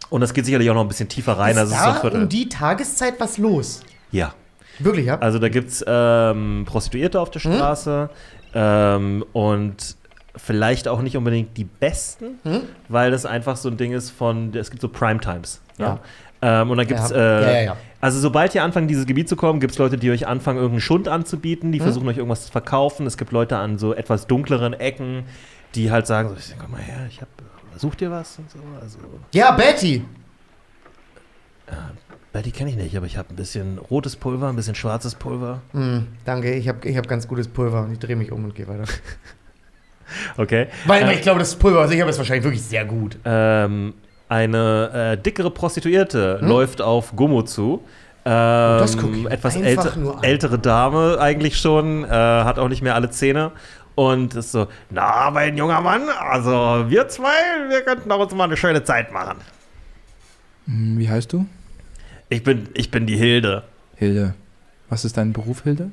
Und das geht sicherlich auch noch ein bisschen tiefer rein. ist also es ist so da ein Viertel. um die Tageszeit was los? ja. Wirklich, ja? Also da gibt es ähm, Prostituierte auf der Hm? Straße ähm, und vielleicht auch nicht unbedingt die besten, Hm? weil das einfach so ein Ding ist von, es gibt so Primetimes. Ja. Ähm, und dann gibt es, Ja. äh, Ja, ja, ja. also sobald ihr anfangt, in dieses Gebiet zu kommen, gibt es Leute, die euch anfangen, irgendeinen Schund anzubieten, die Hm? versuchen euch irgendwas zu verkaufen. Es gibt Leute an so etwas dunkleren Ecken, die halt sagen, so, ich- komm mal her, ich hab, such dir was und so. Also, Ja, Betty. ja, die kenne ich nicht, aber ich habe ein bisschen rotes Pulver, ein bisschen schwarzes Pulver. Hm, danke, ich habe ich hab ganz gutes Pulver und ich drehe mich um und gehe weiter. Okay. <laughs> Weil Äh, ich glaube, das Pulver, was ich habe, ist wahrscheinlich wirklich sehr gut. Ähm, eine äh, dickere Prostituierte läuft auf Gummo zu. Ähm, das Hm? guck ich mir etwas einfach älter, nur an. ältere Dame eigentlich schon, äh, hat auch nicht mehr alle Zähne. Und ist so, na, mein junger Mann, also wir zwei, wir könnten auch uns mal eine schöne Zeit machen. Hm, Wie heißt du? Ich bin, ich bin die Hilde. Hilde. Was ist dein Beruf, Hilde?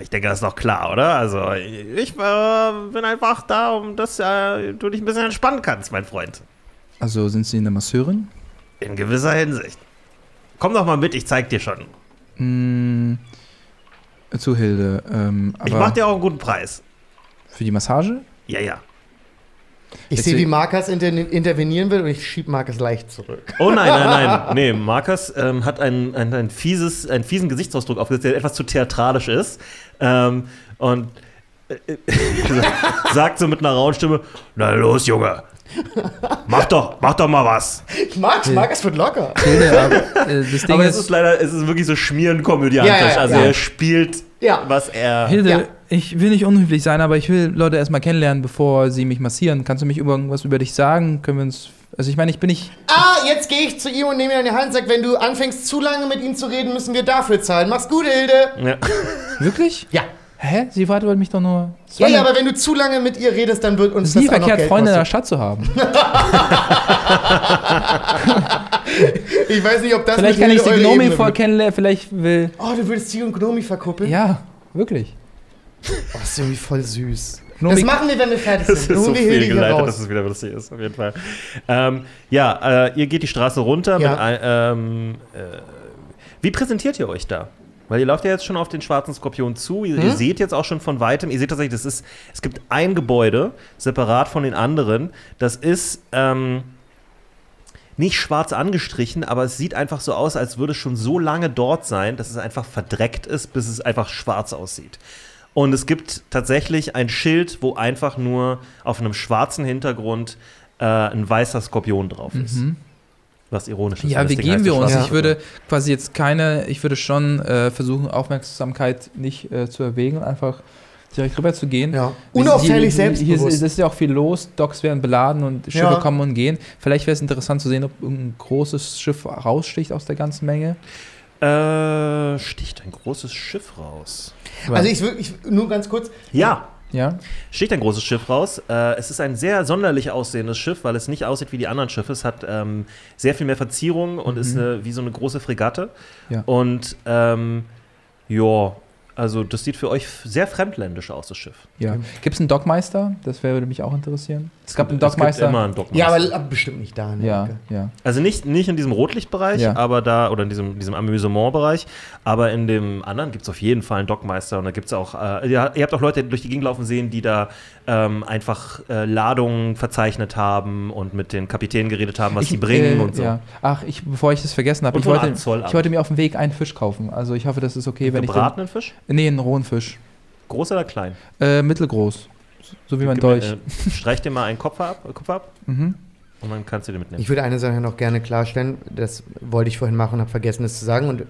Ich denke, das ist doch klar, oder? Also, ich äh, bin einfach da, um dass äh, du dich ein bisschen entspannen kannst, mein Freund. Also sind Sie eine Masseurin? In gewisser Hinsicht. Komm doch mal mit, ich zeig dir schon. Mm, zu Hilde. Ähm, ich mach dir auch einen guten Preis. Für die Massage? Ja, ja. Ich sehe, wie Markus inter intervenieren will und ich schieb Markus leicht zurück. Oh nein, nein, nein. Nee, Markus ähm, hat einen, einen, einen, fieses, einen fiesen Gesichtsausdruck aufgesetzt, der etwas zu theatralisch ist. Ähm, und äh, <laughs> sagt so mit einer rauen Stimme: Na los, Junge. Mach doch, mach doch mal was. Ich mag's, hey. Markus wird locker. Hilde, aber, äh, das Ding Aber es ist, ist leider, es ist wirklich so schmierenkomödiantisch. Ja, ja, also ja. er spielt, Ja. was er. Hilde, Ja. ich will nicht unhöflich sein, aber ich will Leute erstmal kennenlernen, bevor sie mich massieren. Kannst du mich über irgendwas über dich sagen? Können wir uns. Also ich meine, ich bin nicht. Ah, jetzt gehe ich zu ihm und nehme ihn an die Hand und sage, wenn du anfängst zu lange mit ihm zu reden, müssen wir dafür zahlen. Mach's gut, Hilde. Ja. Wirklich? Ja. Hä? Sie wartet mich doch nur. Es Ja, war ja, eine- aber wenn du zu lange mit ihr redest, dann wird uns es ist nie das auch noch verkehrt, Geld Freunde in der kosten. Stadt zu haben. Ich weiß nicht, ob das Vielleicht mit kann Hilde ich sie eure Gnomi Ebene vor wird. kennenlernen, vielleicht will. Oh, du würdest sie und Gnomi verkuppeln? Ja, wirklich. Oh, das ist irgendwie voll süß. Gnomi- das machen wir, wenn wir <laughs> fertig sind. Das ist so viel geleitet, dass es wieder lustig ist, auf jeden Fall. Ähm, ja, äh, ihr geht die Straße runter. Ja. Mit ein, ähm, äh, wie präsentiert ihr euch da? Weil ihr lauft ja jetzt schon auf den schwarzen Skorpion zu. Ihr, ihr seht jetzt auch schon von weitem, ihr seht tatsächlich, das ist, es gibt ein Gebäude, separat von den anderen. Das ist ähm, nicht schwarz angestrichen, aber es sieht einfach so aus, als würde es schon so lange dort sein, dass es einfach verdreckt ist, bis es einfach schwarz aussieht. Und es gibt tatsächlich ein Schild, wo einfach nur auf einem schwarzen Hintergrund äh, ein weißer Skorpion drauf ist. Was ironisch ist. Mhm. Ja, weil wie das Ding geben heißt wir ja uns? schwarzer Ich würde quasi jetzt keine, ich würde schon äh, versuchen, Aufmerksamkeit nicht äh, zu erwägen, einfach direkt rüber zu gehen. Ja. Unauffällig Hier, hier selbstbewusst. ist, ist ja auch viel los, Docks werden beladen und Schiffe Ja. kommen und gehen. Vielleicht wäre es interessant zu sehen, ob ein großes Schiff raussticht aus der ganzen Menge. Skorpion. Äh, sticht ein großes Schiff raus. Also ich, wür- ich nur ganz kurz. Ja, ja. sticht ein großes Schiff raus. Äh, es ist ein sehr sonderlich aussehendes Schiff, weil es nicht aussieht wie die anderen Schiffe. Es hat ähm, sehr viel mehr Verzierungen und ist eine, wie so eine große Fregatte. Mhm. Ja. Und ähm, ja, also das sieht für euch f- sehr fremdländisch aus, das Schiff. ja. Gibt es einen Dockmeister? Das wär, würde mich auch interessieren. Es gab einen Es gibt immer Dockmeister. einen Dockmeister. Ja, aber bestimmt nicht da. ne? Ja, Okay. ja. Also nicht, nicht in diesem Rotlichtbereich, Ja. aber da, oder in diesem, diesem Amüsementbereich, aber in dem anderen gibt es auf jeden Fall einen Dockmeister und da gibt es auch, äh, ihr, ihr habt auch Leute durch die Gegend laufen sehen, die da ähm, einfach äh, Ladungen verzeichnet haben und mit den Kapitänen geredet haben, was die bringen äh, und so. Ja. Ach, ich, bevor ich das vergessen habe, Und ich vom wollte, Zollamt. ich wollte mir auf dem Weg einen Fisch kaufen. Also ich hoffe, das ist okay, wenn ich den, Gebratenen Fisch? Nee, einen rohen Fisch. Groß oder klein? Äh, mittelgroß. So wie mein Gib mir, Dolch. äh, streich dir mal einen Kopf ab, Kopf ab Mhm. und dann kannst du den mitnehmen. Ich würde eine Sache noch gerne klarstellen. Das wollte ich vorhin machen, habe vergessen, es zu sagen. Und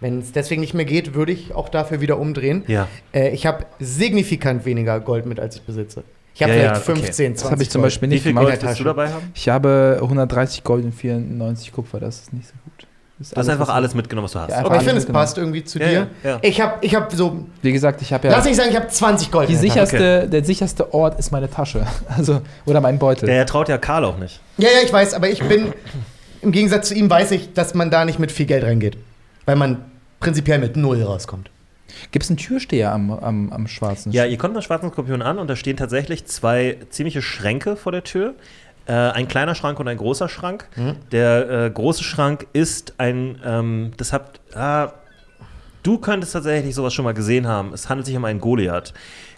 wenn es deswegen nicht mehr geht, würde ich auch dafür wieder umdrehen. ja. Äh, ich habe signifikant weniger Gold mit, als ich besitze. Ich habe Ja, ja, vielleicht okay. 15, 20. Das habe ich zum Gold. Beispiel Wie nicht viel gemacht. Gold willst Tasche. du dabei haben? Ich habe 130 Gold und 94 Kupfer. Das ist nicht so gut. Das ist Du hast einfach Also was- alles mitgenommen, was du hast. Ja, einfach Aber ich alles finde, es mitgenommen. passt irgendwie zu Ja, dir. ja, ja. Ich habe ich hab so. Wie gesagt, ich habe ja. Lass mich sagen, ich habe 20 Gold. die in der Tasche. sicherste, Der sicherste Ort ist meine Tasche. <laughs> Also, oder mein Beutel. Der traut ja Karl auch nicht. Ja, ja, ich weiß, aber ich bin. Im Gegensatz zu ihm weiß ich, dass man da nicht mit viel Geld reingeht. Weil man prinzipiell mit Null rauskommt. Gibt es einen Türsteher am, am, am schwarzen Ja, Sch- ihr kommt am Schwarzen Skorpion an und da stehen tatsächlich zwei ziemliche Schränke vor der Tür. Äh, ein kleiner Schrank und ein großer Schrank. Der äh, große Schrank ist ein, ähm, das habt, ah, du könntest tatsächlich sowas schon mal gesehen haben. Es handelt sich um einen Goliath.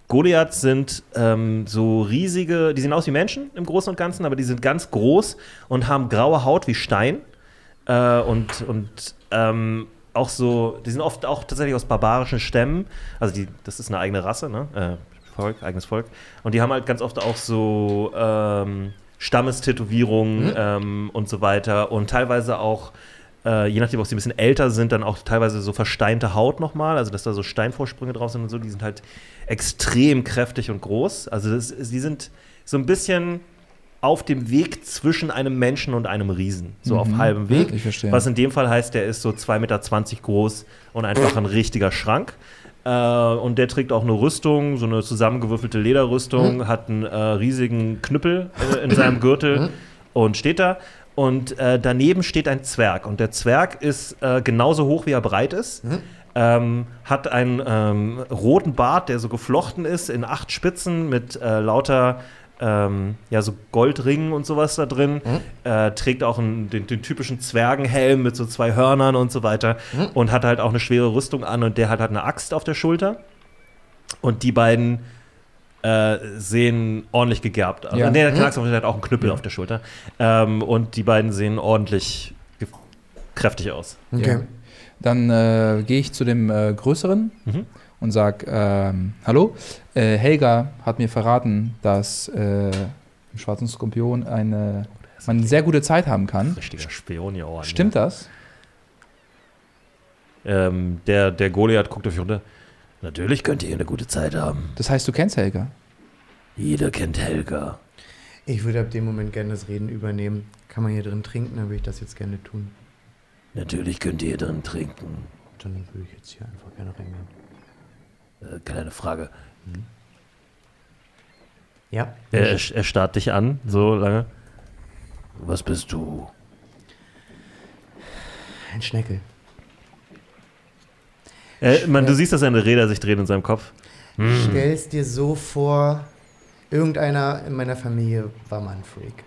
Goliaths sind ähm, so riesige, die sehen aus wie Menschen im Großen und Ganzen, aber die sind ganz groß und haben graue Haut wie Stein. Äh, und und ähm, auch so, die sind oft auch tatsächlich aus barbarischen Stämmen. Also die, das ist eine eigene Rasse, ne? Äh, Volk, eigenes Volk. Und die haben halt ganz oft auch so ähm, Stammestätowierungen ähm, und so weiter. Und teilweise auch, äh, je nachdem, ob sie ein bisschen älter sind, dann auch teilweise so versteinte Haut nochmal. Also dass da so Steinvorsprünge drauf sind und so. Die sind halt extrem kräftig und groß. Also das, die sind so ein bisschen auf dem Weg zwischen einem Menschen und einem Riesen. So auf halbem Weg. Mhm. Ich verstehe. Was in dem Fall heißt, der ist so 2,20 Meter groß und einfach ein richtiger Schrank. Äh, und der trägt auch eine Rüstung, so eine zusammengewürfelte Mhm. Lederrüstung, hat einen äh, riesigen Knüppel äh, in seinem Gürtel und steht da. Und äh, daneben steht ein Zwerg. Und der Zwerg ist äh, genauso hoch, wie er breit ist. Mhm. Ähm, hat einen ähm, roten Bart, der so geflochten ist, in acht Spitzen mit äh, lauter ähm, ja, so Goldringen und sowas da drin. Mhm. Äh, trägt auch einen, den, den typischen Zwergenhelm mit so zwei Hörnern und so weiter. Mhm. Und hat halt auch eine schwere Rüstung an und der hat halt eine Axt auf der Schulter. Und die beiden äh, sehen ordentlich gegerbt aus. Ja. Mhm. Nee, der Knacks hat auch einen Knüppel auf der Schulter. Ähm, und die beiden sehen ordentlich ge- kräftig aus. Okay. Dann äh, gehe ich zu dem äh, Größeren Mhm. und sage, ähm, hallo, äh, Helga hat mir verraten, dass äh, im Schwarzen Skorpion eine, man eine sehr gute Zeit haben kann. Richtiger Spion hier ordentlich. Stimmt das? Ähm, der, der Goliath guckt auf die runter. Natürlich könnt ihr eine gute Zeit haben. Das heißt, du kennst Helga. Jeder kennt Helga. Ich würde ab dem Moment gerne das Reden übernehmen. Kann man hier drin trinken, dann würde ich das jetzt gerne tun. Natürlich könnt ihr drin trinken. Dann würde ich jetzt hier einfach gerne reingehen. Äh, kleine Frage. Ja? Er, er, er starrt dich an, so lange. Was bist du? Ein Schneckel. Äh, man, du siehst, dass seine Räder sich drehen in seinem Kopf. Stell's dir so vor, irgendeiner in meiner Familie war mal ein Freak.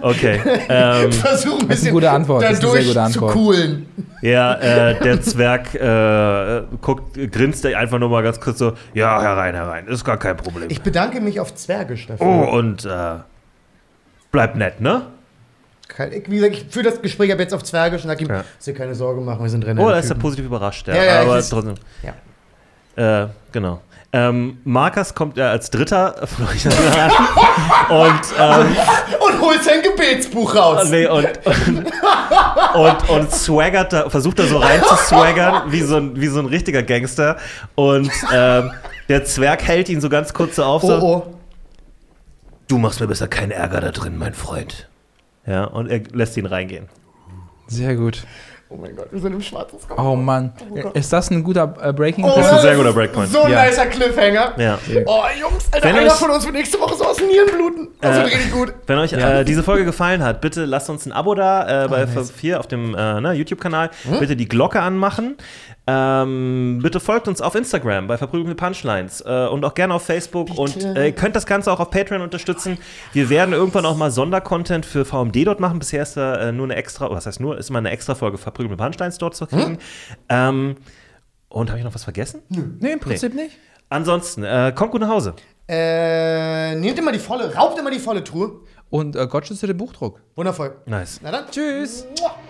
Okay. ähm, Versuch ein Das ist eine gute Antwort, das ist eine sehr gute Antwort. zu coolen. ja, äh, der Zwerg äh, guckt, grinst einfach nur mal ganz kurz so: Ja, herein, herein. Ist gar kein Problem. Ich bedanke mich auf Zwergisch dafür. oh, und äh, bleibt nett, ne? Kein- ich- Wie gesagt, ich führe das Gespräch ab jetzt auf Zwergisch und sag ihm, Ja. dass dir keine Sorge machen, wir sind Renner. Oh, da ist er positiv überrascht, ja. Ja, ja, aber ich- trotzdem. Ja. Äh, genau. Ähm, Markus kommt ja als <laughs> Dritter von euch an. und, ähm, Und holst sein Gebetsbuch raus. Ah, nee, und, und, und, und swaggert da, versucht da so rein zu swaggern, wie so ein, wie so ein richtiger Gangster. Und ähm, der Zwerg hält ihn so ganz kurz so auf. Oh, So, oh. Du machst mir besser keinen Ärger da drin, mein Freund. Ja, und er lässt ihn reingehen. Sehr gut. Oh mein Gott, wir sind im schwarzen Kopf. Oh Mann. Ist das ein guter äh, Breaking Oh, Point? ist ein sehr guter Breakpoint. So ein Ja. nicer Cliffhanger. Ja. Oh, Jungs, Alter, Wenn einer euch- von uns wird nächste Woche so aus den Nieren bluten. Das Äh, wird richtig gut. Wenn euch Ja. äh, diese Folge gefallen hat, bitte lasst uns ein Abo da äh, bei FF4 auf dem äh, ne, YouTube-Kanal. Bitte die Glocke anmachen. Ähm, bitte folgt uns auf Instagram bei Verprügelte Punchlines äh, und auch gerne auf Facebook. Und äh, ihr könnt das Ganze auch auf Patreon unterstützen. Wir werden irgendwann auch mal Sondercontent für VMD dort machen. Bisher ist da äh, nur eine extra, oh, was heißt nur, ist immer eine extra Folge Verprügelte Punchlines dort zu kriegen. Ähm, und habe ich noch was vergessen? Nee, im Prinzip nicht. Ansonsten, äh, kommt gut nach Hause. Äh, nehmt immer die volle, raubt immer die volle Truhe. Und äh, Gott schütze den Buchdruck. Wundervoll. Nice. Na dann, tschüss. Tschüss. Mua.